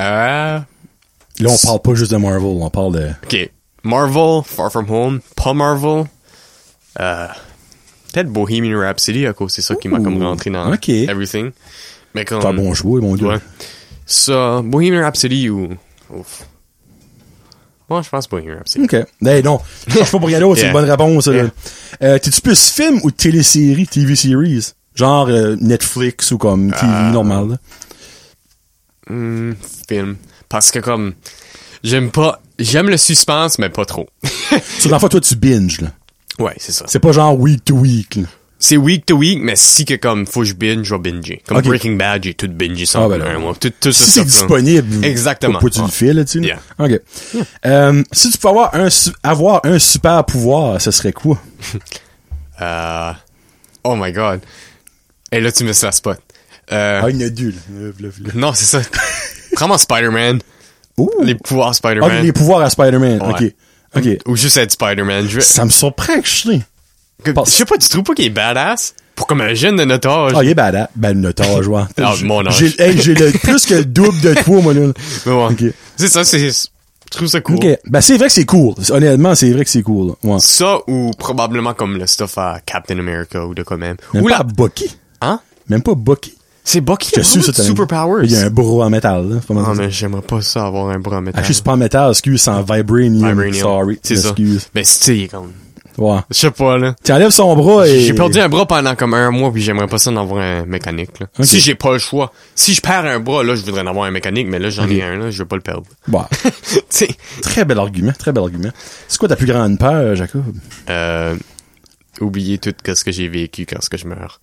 [SPEAKER 2] Euh,
[SPEAKER 1] Là, on parle pas juste de Marvel, on parle de...
[SPEAKER 2] ok. Marvel, Far From Home, pas Marvel, euh, peut-être Bohemian Rhapsody, à cause, c'est ça qui m'a comme
[SPEAKER 1] Ouh.
[SPEAKER 2] rentré dans
[SPEAKER 1] Ok.
[SPEAKER 2] everything. Mais comme,
[SPEAKER 1] T'as un bon joueur, mon dieu.
[SPEAKER 2] Mm. Ouais. Ça, Bohemian Rhapsody ou. Ouf. Ouais, je pense Bohemian
[SPEAKER 1] *laughs*
[SPEAKER 2] Rhapsody.
[SPEAKER 1] OK. Hey,
[SPEAKER 2] *laughs*
[SPEAKER 1] non, je cherche pas pour rien d'autre, c'est une
[SPEAKER 2] Yeah.
[SPEAKER 1] bonne réponse. là.
[SPEAKER 2] Yeah.
[SPEAKER 1] Euh, T'es-tu plus film ou télésérie, TV series? Genre euh, Netflix ou comme TV
[SPEAKER 2] Ah.
[SPEAKER 1] normal. là.
[SPEAKER 2] Hmm, film. Parce que comme. J'aime pas. J'aime le suspense, mais
[SPEAKER 1] *laughs*
[SPEAKER 2] pas trop.
[SPEAKER 1] So, dans le fond, toi, tu binges. là.
[SPEAKER 2] ouais, c'est ça.
[SPEAKER 1] C'est pas genre week to week. là.
[SPEAKER 2] C'est week to week, mais si que comme faut que je binge, je vais binger. Comme
[SPEAKER 1] Ok.
[SPEAKER 2] Breaking Bad, j'ai tout bingé sans
[SPEAKER 1] Ah, ben là.
[SPEAKER 2] un mois. Tout, tout ce
[SPEAKER 1] Si c'est
[SPEAKER 2] stuff-là.
[SPEAKER 1] disponible,
[SPEAKER 2] Exactement.
[SPEAKER 1] pourquoi tu le
[SPEAKER 2] Ouais.
[SPEAKER 1] fais, là, tu sais?
[SPEAKER 2] Yeah.
[SPEAKER 1] OK. Euh, si tu peux avoir un, su- avoir un super pouvoir, ce serait quoi?
[SPEAKER 2] Euh, Oh my god. Et là, tu me sur la spot. Euh,
[SPEAKER 1] Ah, il y en a deux, là.
[SPEAKER 2] Non, c'est ça.
[SPEAKER 1] *laughs*
[SPEAKER 2] Vraiment Spider-Man.
[SPEAKER 1] Ouh.
[SPEAKER 2] Les pouvoirs
[SPEAKER 1] Ah,
[SPEAKER 2] Spider-Man.
[SPEAKER 1] les pouvoirs à Spider-Man.
[SPEAKER 2] Ouais.
[SPEAKER 1] OK. OK.
[SPEAKER 2] Ou juste être Spider-man. Je,
[SPEAKER 1] Ça me surprend que je suis.
[SPEAKER 2] Que-
[SPEAKER 1] Pas-
[SPEAKER 2] Je sais pas, tu trouves pas qu'il est badass? Pour comme un jeune de notre âge.
[SPEAKER 1] Ah, il est badass. Ben, notre âge, ouais.
[SPEAKER 2] *laughs* Ah, mon âge.
[SPEAKER 1] J'ai hey, j'ai le plus que le double de toi, moi, là.
[SPEAKER 2] Mais ouais. Oh.
[SPEAKER 1] Ok.
[SPEAKER 2] C'est ça, c'est. Je trouve ça cool.
[SPEAKER 1] OK. Ben, c'est vrai que c'est cool. Honnêtement, c'est vrai que c'est cool. là. Ouais.
[SPEAKER 2] Ça ou probablement comme le stuff à Captain America ou de quand même.
[SPEAKER 1] Même
[SPEAKER 2] ou
[SPEAKER 1] pas
[SPEAKER 2] la.
[SPEAKER 1] Bucky.
[SPEAKER 2] Hein?
[SPEAKER 1] Même pas Bucky.
[SPEAKER 2] C'est Bucky
[SPEAKER 1] Je
[SPEAKER 2] qui a
[SPEAKER 1] suis
[SPEAKER 2] vraiment
[SPEAKER 1] ça,
[SPEAKER 2] de superpowers.
[SPEAKER 1] Il y a un bourreau en métal, là. C'est pas mal
[SPEAKER 2] Ah,
[SPEAKER 1] ça.
[SPEAKER 2] mais j'aimerais pas ça avoir un bras en
[SPEAKER 1] Ah,
[SPEAKER 2] métal.
[SPEAKER 1] je suis pas en métal, excuse, c'est en vibranium.
[SPEAKER 2] Vibranium.
[SPEAKER 1] Sorry.
[SPEAKER 2] C'est ça.
[SPEAKER 1] Excuse.
[SPEAKER 2] Mais c'est, tu sais, il est comme.
[SPEAKER 1] Ouais.
[SPEAKER 2] Je sais pas, là.
[SPEAKER 1] Tu enlèves son bras et.
[SPEAKER 2] J'ai perdu un bras pendant comme un mois, puis j'aimerais pas ça d'en avoir un mécanique. Là.
[SPEAKER 1] Ok.
[SPEAKER 2] Si j'ai pas le choix. Si je perds un bras, là, je voudrais en avoir un mécanique, mais là, j'en ai un, là, je veux pas le perdre. *laughs*
[SPEAKER 1] Bon.
[SPEAKER 2] tu sais.
[SPEAKER 1] Très bel argument, très bel argument. C'est quoi ta plus grande peur, Jacob?
[SPEAKER 2] euh, oublier tout que ce que j'ai vécu quand ce que je meurs.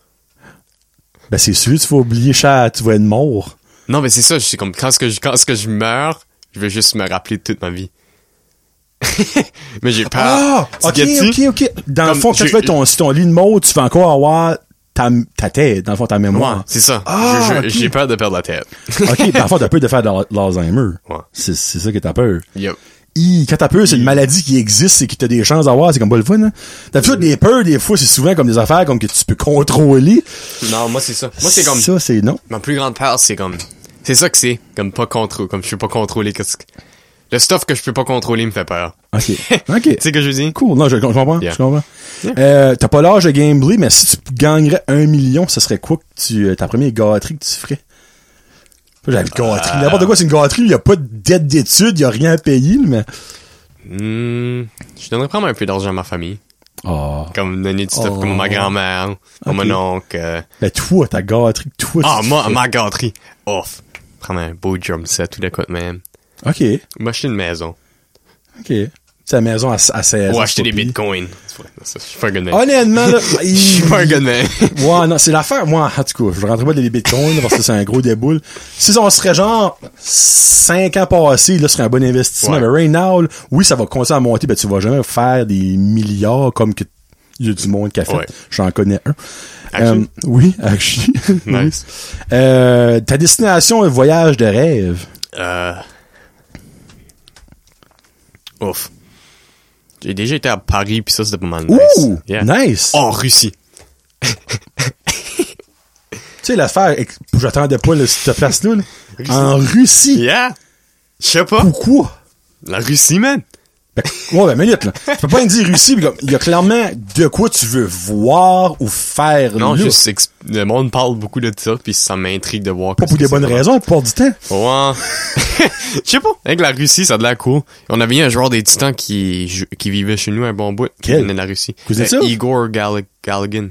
[SPEAKER 1] Ben, c'est sûr, tu vas oublier, chat, tu vas être mort.
[SPEAKER 2] Non, mais c'est ça, je suis comme, quand ce que je, quand ce que je meurs, je veux juste me rappeler de toute ma vie. *laughs* mais j'ai peur. Tu
[SPEAKER 1] Ah! ok,
[SPEAKER 2] gagnes-tu?
[SPEAKER 1] ok, ok. Dans le
[SPEAKER 2] Ah, Comme
[SPEAKER 1] fond, quand
[SPEAKER 2] je-
[SPEAKER 1] tu fais ton, si ton lit de mort, tu vas encore avoir ta, ta tête, dans le fond, ta
[SPEAKER 2] Ouais,
[SPEAKER 1] mémoire.
[SPEAKER 2] c'est ça.
[SPEAKER 1] Ah,
[SPEAKER 2] Je- je-
[SPEAKER 1] ok.
[SPEAKER 2] J'ai peur de perdre la tête.
[SPEAKER 1] ok, dans le fond, t'as peur de faire de l'al- l'Alzheimer.
[SPEAKER 2] Ouais.
[SPEAKER 1] C'est, c'est ça que t'as peur.
[SPEAKER 2] Yep.
[SPEAKER 1] Hi, quand t'as peur, c'est une maladie qui existe et qui t'as des chances d'avoir, c'est comme pas le fun, hein. D'habitude, les peurs, des fois, c'est souvent comme des affaires comme que tu peux contrôler.
[SPEAKER 2] Non, moi, c'est ça. Moi, c'est comme,
[SPEAKER 1] Ça, c'est non.
[SPEAKER 2] ma plus grande peur, c'est comme, c'est ça que c'est. Comme pas contrôle, comme je peux pas contrôler qu'est-ce que, le stuff que je peux pas contrôler me fait peur.
[SPEAKER 1] Ok.
[SPEAKER 2] *laughs*
[SPEAKER 1] Ok.
[SPEAKER 2] Tu sais ce que je veux dire?
[SPEAKER 1] Cool. Non, je, je comprends.
[SPEAKER 2] Yeah.
[SPEAKER 1] Je comprends.
[SPEAKER 2] Yeah.
[SPEAKER 1] Euh, t'as pas l'âge de gambler, mais si tu gagnerais un million, ce serait quoi que tu, euh, ta première gâterie que tu ferais? Moi, J'avais une gâterie.
[SPEAKER 2] Ah.
[SPEAKER 1] N'importe quoi, c'est une gâterie. Il y a pas de dette d'études, il y a rien à payer, là, mais.
[SPEAKER 2] Hmm, je donnerais probablement un peu d'argent à ma famille.
[SPEAKER 1] Ah.
[SPEAKER 2] Comme donner du stuff
[SPEAKER 1] Oh.
[SPEAKER 2] comme à ma grand-mère, à mon oncle, euh,
[SPEAKER 1] Ben, toi, ta gâterie, toi.
[SPEAKER 2] Ah,
[SPEAKER 1] tu-
[SPEAKER 2] moi, ma gâterie. Off. Prendre un beau drum set tout de côté même.
[SPEAKER 1] Ok.
[SPEAKER 2] M'acheter une maison.
[SPEAKER 1] Ok. Ta maison à, à 16
[SPEAKER 2] Ou
[SPEAKER 1] ans,
[SPEAKER 2] acheter
[SPEAKER 1] c'est
[SPEAKER 2] des
[SPEAKER 1] pas pire.
[SPEAKER 2] bitcoins. Ouais, non, ça, Je suis pas un gars de même.
[SPEAKER 1] Honnêtement, là.
[SPEAKER 2] *laughs* Je suis pas un gars
[SPEAKER 1] *laughs*
[SPEAKER 2] de même.
[SPEAKER 1] Ouais, non, c'est l'affaire. Moi, en tout cas, je rentrerai pas dans les bitcoins parce que c'est un gros déboule. Si on serait genre 5 ans passés, là, ce serait un bon investissement.
[SPEAKER 2] Ouais.
[SPEAKER 1] Mais right now, là, oui, ça va continuer à monter, mais tu vas jamais faire des milliards comme que il y a du monde qui a fait.
[SPEAKER 2] Ouais.
[SPEAKER 1] J'en connais un.
[SPEAKER 2] Actually.
[SPEAKER 1] Euh, oui, actually. *laughs* Oui.
[SPEAKER 2] Nice.
[SPEAKER 1] Euh, ta destination est voyage de rêve.
[SPEAKER 2] Euh... Ouf. J'ai déjà été à Paris, puis ça, c'était pas mal nice.
[SPEAKER 1] Ouh!
[SPEAKER 2] Yeah. Oh.
[SPEAKER 1] Nice!
[SPEAKER 2] En Russie.
[SPEAKER 1] Tu sais, l'affaire, ex- j'attendais pas là, cette place-là. là. En Russie.
[SPEAKER 2] Yeah! Je sais pas.
[SPEAKER 1] Pourquoi?
[SPEAKER 2] La Russie, man.
[SPEAKER 1] Ben, ouais, ben, minute, là. Tu peux pas me dire Russie, pis comme, il y a clairement de quoi tu veux voir ou faire
[SPEAKER 2] Non,
[SPEAKER 1] là.
[SPEAKER 2] juste, exp- le monde parle beaucoup de ça, puis ça m'intrigue de voir...
[SPEAKER 1] Pas pour des bonnes
[SPEAKER 2] raisons.
[SPEAKER 1] raisons, la plupart du temps.
[SPEAKER 2] Ouais. *laughs* Je sais pas. Avec la Russie, ça a de la cool. On avait eu un joueur des Titans qui, qui vivait chez nous un bon bout. Qui
[SPEAKER 1] Quel?
[SPEAKER 2] venait de la Russie. Euh,
[SPEAKER 1] Kuznetsov?
[SPEAKER 2] Igor Gal- Galagin.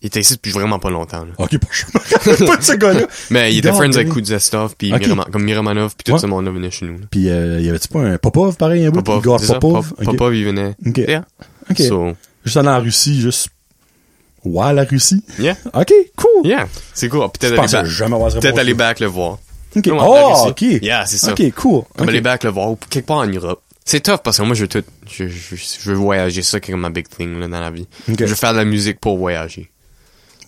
[SPEAKER 2] Il était ici depuis vraiment pas longtemps. là.
[SPEAKER 1] Ok, bon, je me rappelle *laughs* pas de ce gars-là.
[SPEAKER 2] Mais il était
[SPEAKER 1] Donc,
[SPEAKER 2] friends avec
[SPEAKER 1] euh,
[SPEAKER 2] Kuznetsov, puis
[SPEAKER 1] Ok.
[SPEAKER 2] Mirama- comme Miramanov, puis tout
[SPEAKER 1] Ouais.
[SPEAKER 2] ce monde-là venait chez nous. là.
[SPEAKER 1] Puis, euh, y avait-tu pas un Popov, pareil, un bout?
[SPEAKER 2] Popov,
[SPEAKER 1] Igor
[SPEAKER 2] c'est ça,
[SPEAKER 1] Popov?
[SPEAKER 2] Pop-
[SPEAKER 1] Ok.
[SPEAKER 2] Popov, il venait.
[SPEAKER 1] Ok.
[SPEAKER 2] Yeah.
[SPEAKER 1] Ok.
[SPEAKER 2] So,
[SPEAKER 1] Juste aller en Russie, juste. Ouais, la Russie.
[SPEAKER 2] yeah,
[SPEAKER 1] Ok, cool.
[SPEAKER 2] yeah. C'est cool. Ah,
[SPEAKER 1] Je
[SPEAKER 2] Peut-être aller,
[SPEAKER 1] pensais
[SPEAKER 2] back,
[SPEAKER 1] jamais avoir cette
[SPEAKER 2] peut-être aller
[SPEAKER 1] réponse-là.
[SPEAKER 2] back le voir.
[SPEAKER 1] Ok.
[SPEAKER 2] Non, la
[SPEAKER 1] Oh,
[SPEAKER 2] Russie.
[SPEAKER 1] ok.
[SPEAKER 2] Yeah, c'est ça.
[SPEAKER 1] Ok, cool.
[SPEAKER 2] Comme
[SPEAKER 1] Ok.
[SPEAKER 2] aller back ben, le voir, ou quelque part en Europe. C'est tough parce que moi, je veux tout, je, je, je veux voyager. C'est ça qui est ma big thing, là, dans la vie.
[SPEAKER 1] Ok.
[SPEAKER 2] Je veux faire de la musique pour voyager.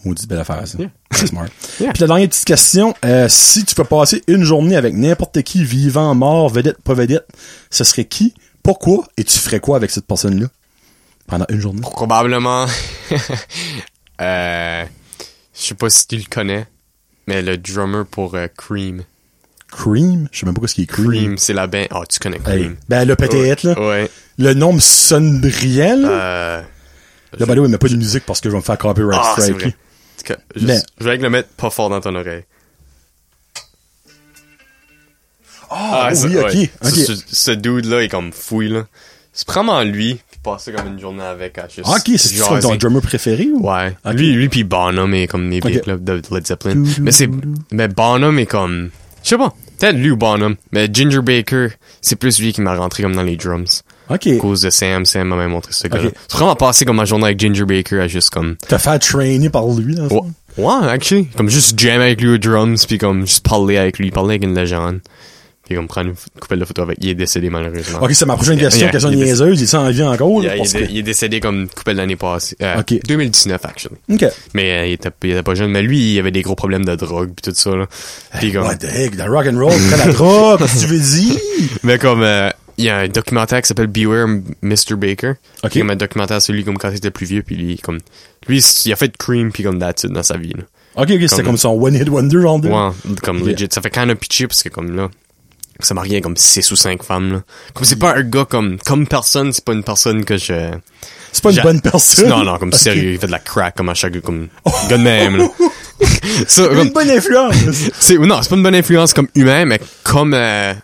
[SPEAKER 1] Maudite belle affaire, ça.
[SPEAKER 2] Yeah.
[SPEAKER 1] C'est smart.
[SPEAKER 2] Yeah.
[SPEAKER 1] Puis la dernière petite question, euh, si tu peux passer une journée avec n'importe qui, vivant, mort, vedette, pas vedette, ce serait qui, pourquoi, et tu ferais quoi avec cette personne-là pendant une journée?
[SPEAKER 2] Probablement, *laughs* euh, je sais pas si tu le connais, mais le drummer pour euh, Cream.
[SPEAKER 1] Cream? Je sais même pas ce qui est Cream.
[SPEAKER 2] Cream, c'est la band. Oh, tu connais
[SPEAKER 1] Hey.
[SPEAKER 2] Cream. Oh,
[SPEAKER 1] Ben, le peut-être, là.
[SPEAKER 2] Ouais. ouais.
[SPEAKER 1] Le nom me sonne rien, là.
[SPEAKER 2] Euh,
[SPEAKER 1] là, ben, là, il met pas de musique parce que je vais me faire copyright
[SPEAKER 2] Ah, c'est
[SPEAKER 1] strike.
[SPEAKER 2] vrai. En tout cas, juste-
[SPEAKER 1] Mais-
[SPEAKER 2] Je vais le mettre pas fort dans ton oreille.
[SPEAKER 1] Ah,
[SPEAKER 2] ça-
[SPEAKER 1] oui, ok.
[SPEAKER 2] ouais.
[SPEAKER 1] ok.
[SPEAKER 2] Ce, ce- ce dude-là est comme fouille, là. C'est vraiment lui, puis passer comme une journée avec à juste.
[SPEAKER 1] Ah, ok, c'est
[SPEAKER 2] jaser.
[SPEAKER 1] ça ton drummer préféré ou?
[SPEAKER 2] Ouais.
[SPEAKER 1] Ok.
[SPEAKER 2] Lui, lui puis Bonham est comme mes
[SPEAKER 1] Ok.
[SPEAKER 2] big clubs de Led Zeppelin.
[SPEAKER 1] Dou, dou,
[SPEAKER 2] mais c'est,
[SPEAKER 1] dou, dou.
[SPEAKER 2] mais Bonham est comme, je sais pas, peut-être lui ou Bonham. Mais Ginger Baker, c'est plus lui qui m'a rentré comme dans les drums.
[SPEAKER 1] Ok.
[SPEAKER 2] À cause de Sam, Sam m'a même montré ce gars-là.
[SPEAKER 1] Ok.
[SPEAKER 2] C'est vraiment passé comme ma journée avec Ginger Baker à juste comme,
[SPEAKER 1] Te faire trainer par lui, dans le
[SPEAKER 2] ouais,
[SPEAKER 1] fond.
[SPEAKER 2] ouais, actually. Comme juste jam avec lui aux drums, puis comme juste parler avec lui, parler avec une légende. Puis comme prendre une pho- couple de photos avec, il est décédé malheureusement.
[SPEAKER 1] Ok, c'est ma prochaine question,
[SPEAKER 2] yeah,
[SPEAKER 1] question
[SPEAKER 2] il est-
[SPEAKER 1] niaiseuse. Il s'en vient encore,
[SPEAKER 2] Il,
[SPEAKER 1] là,
[SPEAKER 2] a- il
[SPEAKER 1] parce
[SPEAKER 2] est,
[SPEAKER 1] que-
[SPEAKER 2] il est décédé comme une couple d'années passées. Euh,
[SPEAKER 1] Ok.
[SPEAKER 2] 2019, actually.
[SPEAKER 1] Ok.
[SPEAKER 2] Mais euh, il, était, il était pas jeune. Mais lui, il avait des gros problèmes de drogue puis tout ça. Là. Puis comme,
[SPEAKER 1] What the heck, la rock and roll, après
[SPEAKER 2] *laughs*
[SPEAKER 1] la drogue, qu'est-ce que tu veux dire?
[SPEAKER 2] mais comme euh, il y a un documentaire qui s'appelle Beware Mr. Baker.
[SPEAKER 1] Ok.
[SPEAKER 2] Qui est comme un documentaire sur lui comme quand il était plus vieux. Puis lui, comme, lui, il a fait Cream puis comme that's it dans sa vie. Là.
[SPEAKER 1] Ok, ok, c'était
[SPEAKER 2] Comme-
[SPEAKER 1] comme son One Hit Wonder en deux.
[SPEAKER 2] Ouais, comme
[SPEAKER 1] Ok.
[SPEAKER 2] legit. Ça fait quand même pitcher parce que comme là, ça m'a rien comme 6 ou 5 femmes. Là. Comme c'est pas un gars comme, comme personne, c'est pas une personne que je...
[SPEAKER 1] C'est pas une
[SPEAKER 2] J'a-
[SPEAKER 1] bonne personne.
[SPEAKER 2] Non, non,
[SPEAKER 1] *laughs*
[SPEAKER 2] comme
[SPEAKER 1] Ok. Oh.
[SPEAKER 2] sérieux, il fait de la crack comme à chaque comme gars de
[SPEAKER 1] *laughs*
[SPEAKER 2] même. là. Ça,
[SPEAKER 1] Une
[SPEAKER 2] comme,
[SPEAKER 1] bonne influence.
[SPEAKER 2] c'est non, c'est pas une bonne influence comme humain, mais comme euh,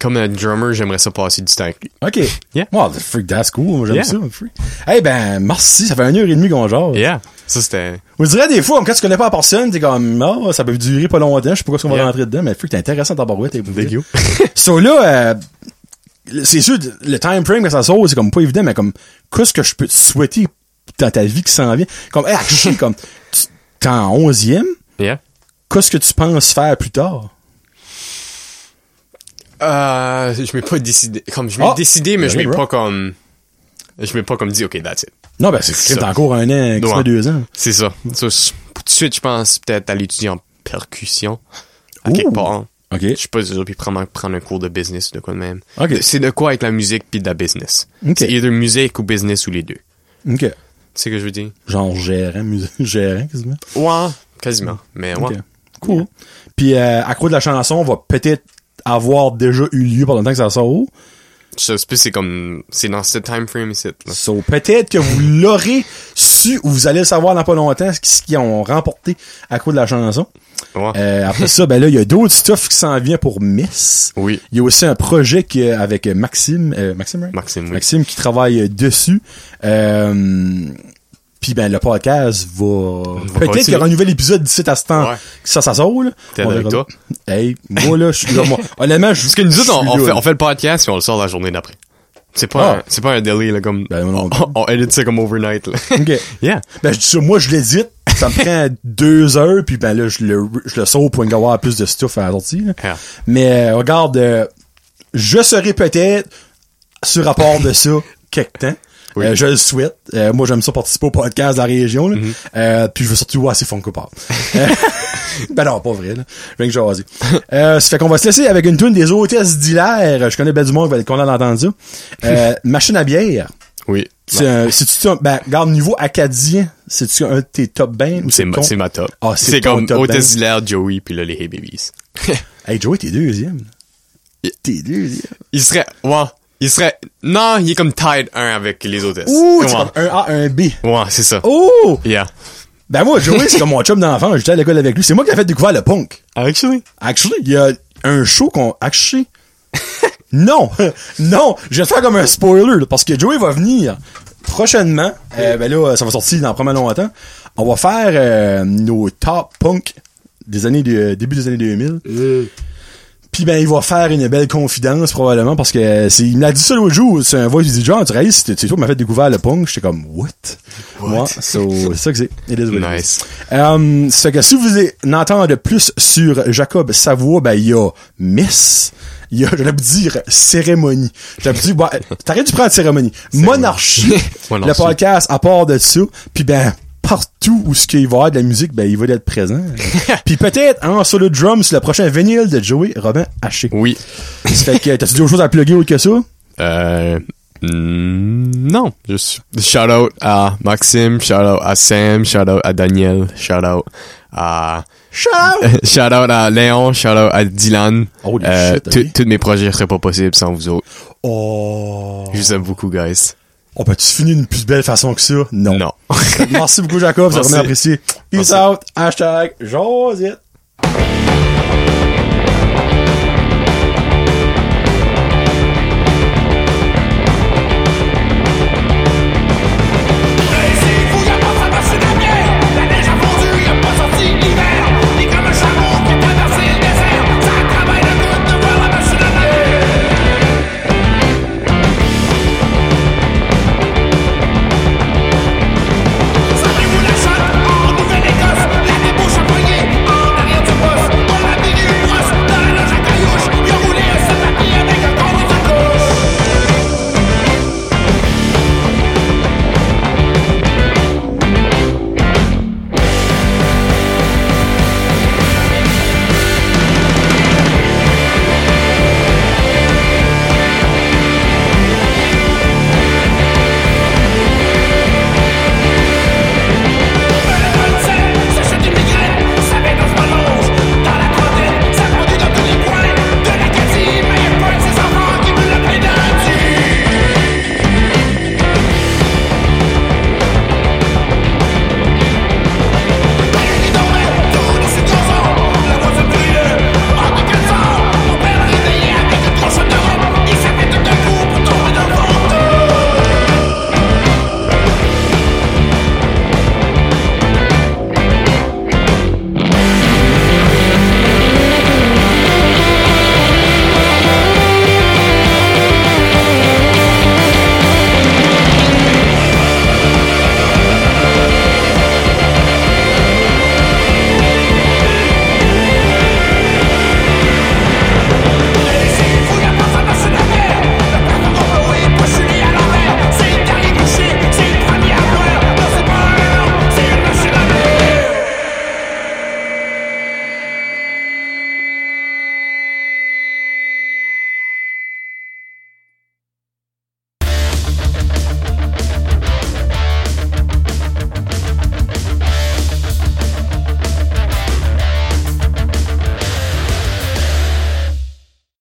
[SPEAKER 2] comme un drummer, j'aimerais ça passer du temps. avec lui.
[SPEAKER 1] ok.
[SPEAKER 2] Yeah.
[SPEAKER 1] Wow, the freak, that's cool. Moi, j'aime
[SPEAKER 2] Yeah.
[SPEAKER 1] ça. Freak. Hey, ben, merci. Ça fait une heure et demie qu'on genre.
[SPEAKER 2] Yeah, ça c'était
[SPEAKER 1] On dirait des fois, comme quand tu connais pas la personne, t'es comme, ah, ça peut durer pas longtemps. Je sais pas pourquoi on va
[SPEAKER 2] Yeah.
[SPEAKER 1] rentrer dedans, mais freak, t'es intéressant ta barouette.
[SPEAKER 2] Thank you.
[SPEAKER 1] *laughs* so là, euh, c'est sûr, le time frame que ça sort, c'est comme pas évident, mais comme, qu'est-ce que je peux te souhaiter dans ta vie qui s'en vient? Comme, hey, Archie,
[SPEAKER 2] *laughs*
[SPEAKER 1] comme, tu- t'es en 11e,
[SPEAKER 2] yeah.
[SPEAKER 1] qu'est-ce que tu penses faire plus tard?
[SPEAKER 2] Euh, je m'ai pas décidé. Comme je m'ai
[SPEAKER 1] Ah!
[SPEAKER 2] décidé, mais je
[SPEAKER 1] Hey,
[SPEAKER 2] m'ai
[SPEAKER 1] bro.
[SPEAKER 2] pas comme je m'ai pas comme dit ok that's it.
[SPEAKER 1] Non, ben, c'est
[SPEAKER 2] C'est
[SPEAKER 1] t'es
[SPEAKER 2] ça.
[SPEAKER 1] encore un an,
[SPEAKER 2] Ouais.
[SPEAKER 1] quasiment deux ans.
[SPEAKER 2] C'est ça. Ça, c'est- tout de suite, je pense peut-être aller étudier en percussion à
[SPEAKER 1] Ouh.
[SPEAKER 2] quelque part.
[SPEAKER 1] OK.
[SPEAKER 2] Je suis pas sûr, puis prendre, prendre un cours de business ou de quoi de même.
[SPEAKER 1] Ok.
[SPEAKER 2] C'est de quoi avec la musique puis de la business.
[SPEAKER 1] Ok.
[SPEAKER 2] C'est either musique ou business ou les deux.
[SPEAKER 1] OK.
[SPEAKER 2] Tu sais ce que je veux dire?
[SPEAKER 1] Genre gérant, mus- *laughs* gérant, quasiment.
[SPEAKER 2] Ouais, quasiment. Mais ouais.
[SPEAKER 1] OK. Cool. Puis, euh, à quoi de la chanson va peut-être avoir déjà eu lieu pendant le temps que ça sort.
[SPEAKER 2] Ça, c'est plus, c'est comme, c'est dans ce time frame ici, là.
[SPEAKER 1] So, peut-être que vous l'aurez su ou vous allez le savoir dans pas longtemps, ce qu'ils ont remporté à quoi de la chanson.
[SPEAKER 2] Ouais.
[SPEAKER 1] Euh, après ça, ben là, il y a d'autres stuff qui s'en vient pour Miss.
[SPEAKER 2] Oui.
[SPEAKER 1] Il y a aussi un projet qui, euh, avec euh, Maxime, euh, Maxime, right?
[SPEAKER 2] Maxime, oui.
[SPEAKER 1] Maxime qui travaille euh, dessus. Euh, puis ben le podcast va. Peut-être
[SPEAKER 2] continuer.
[SPEAKER 1] qu'il y aura un nouvel épisode d'ici à ce temps.
[SPEAKER 2] Ouais.
[SPEAKER 1] que Ça, ça sort, là.
[SPEAKER 2] T'es
[SPEAKER 1] On
[SPEAKER 2] avec
[SPEAKER 1] verra.
[SPEAKER 2] toi?
[SPEAKER 1] Hey, moi, là, je suis là, moi. Honnêtement, je.
[SPEAKER 2] Parce que nous autres, on,
[SPEAKER 1] je
[SPEAKER 2] on
[SPEAKER 1] suis
[SPEAKER 2] fait,
[SPEAKER 1] là.
[SPEAKER 2] on fait le podcast et on le sort la journée d'après. C'est pas,
[SPEAKER 1] Ah.
[SPEAKER 2] un, c'est pas un délai, là, comme,
[SPEAKER 1] Ben, non.
[SPEAKER 2] *laughs* on, on edit ça comme overnight, là.
[SPEAKER 1] Ok.
[SPEAKER 2] *laughs* yeah.
[SPEAKER 1] Ben, je dis ça, moi, je l'édite. Ça me prend deux heures, puis ben là, je le, je le sauve pour avoir plus de stuff à la sortie, là.
[SPEAKER 2] Yeah.
[SPEAKER 1] Mais euh, regarde, euh, je serai peut-être sur rapport de ça quelque temps.
[SPEAKER 2] Oui.
[SPEAKER 1] Euh, je le souhaite. Euh, moi, j'aime ça participer au podcast de la région. là. Euh, puis je veux surtout voir si Funko parle. Euh, *laughs* ben non, pas vrai. Là. Je viens que jaser. Euh, ça fait qu'on va se laisser avec une tune des hôtesses d'hilaire. Je connais bien du monde ben, qui va être content d'entendre ça. Euh, machine à bière.
[SPEAKER 2] Oui.
[SPEAKER 1] C'est un- c'est-tu ton- ben, regarde, niveau acadien, c'est-tu un de tes top bands? ou
[SPEAKER 2] C'est ma,
[SPEAKER 1] ton-
[SPEAKER 2] c'est ma top.
[SPEAKER 1] Ah, c'est
[SPEAKER 2] c'est
[SPEAKER 1] ton
[SPEAKER 2] comme
[SPEAKER 1] top
[SPEAKER 2] Otis
[SPEAKER 1] band.
[SPEAKER 2] Hilaire, Joey, puis là, les Hey Babies.
[SPEAKER 1] Hey, Joey, t'es deuxième. T'es deuxième.
[SPEAKER 2] il serait, ouais. Il serait, non, il est comme tied un avec les hôtesses.
[SPEAKER 1] Ouh,
[SPEAKER 2] ouais.
[SPEAKER 1] c'est comme un A, un B.
[SPEAKER 2] Ouais, c'est ça.
[SPEAKER 1] Oh!
[SPEAKER 2] Yeah.
[SPEAKER 1] Ben moi, Joey, c'est comme mon chum d'enfant, j'étais à l'école avec lui. C'est moi qui ai fait découvrir le punk.
[SPEAKER 2] Actually?
[SPEAKER 1] Actually, il y a un show qu'on... Actually... *laughs* non! non! Je vais te faire comme un spoiler, là, parce que Joey va venir prochainement, euh, ben là, ça va sortir dans pas mal longtemps, on va faire euh, nos top punk des années de, début des années 2000. Puis ben, il va faire une belle confidence probablement parce que c'est, il m'a dit ça l'autre jour, c'est un voice, il dit genre, tu réalises, c'est c'est toi qui m'as fait découvrir le punk. J'étais comme, what? Moi, so, c'est ça que c'est. It is what it is.
[SPEAKER 2] Nice.
[SPEAKER 1] Euh, ce que si vous voulez en entendre plus sur Jacob Savoie, ben il y a Miss, il y a, j'allais dire, cérémonie. J'allais dire, bah, t'arrêtes de prendre cérémonie. Monarchie, le
[SPEAKER 2] *laughs* Monarchie.
[SPEAKER 1] podcast à part de ça, puis ben partout où ce qu'il va y avoir de la musique, ben il va être
[SPEAKER 2] *laughs*
[SPEAKER 1] présent. puis peut-être en solo drum sur le prochain vinyle de Joey Robin Haché.
[SPEAKER 2] Oui.
[SPEAKER 1] Ça fait que t'as-tu d'autres choses à plugger autre que ça?
[SPEAKER 2] Euh, mm, non, juste shout out à Maxime, shout out à Sam, shout out à Daniel, shout out à *laughs*
[SPEAKER 1] Ciao!
[SPEAKER 2] shout out à Léon, shout out à Dylan. Euh,
[SPEAKER 1] Holy shit,
[SPEAKER 2] tout-
[SPEAKER 1] ok.
[SPEAKER 2] Tous mes projets seraient pas possibles sans vous autres.
[SPEAKER 1] Oh!
[SPEAKER 2] Je vous aime beaucoup, guys.
[SPEAKER 1] On peut-tu finir d'une plus belle façon que ça?
[SPEAKER 2] Non. *laughs*
[SPEAKER 1] Merci beaucoup, Jacob. C'est
[SPEAKER 2] Merci.
[SPEAKER 1] vraiment apprécié. Peace
[SPEAKER 2] Merci.
[SPEAKER 1] out. Hashtag Josette.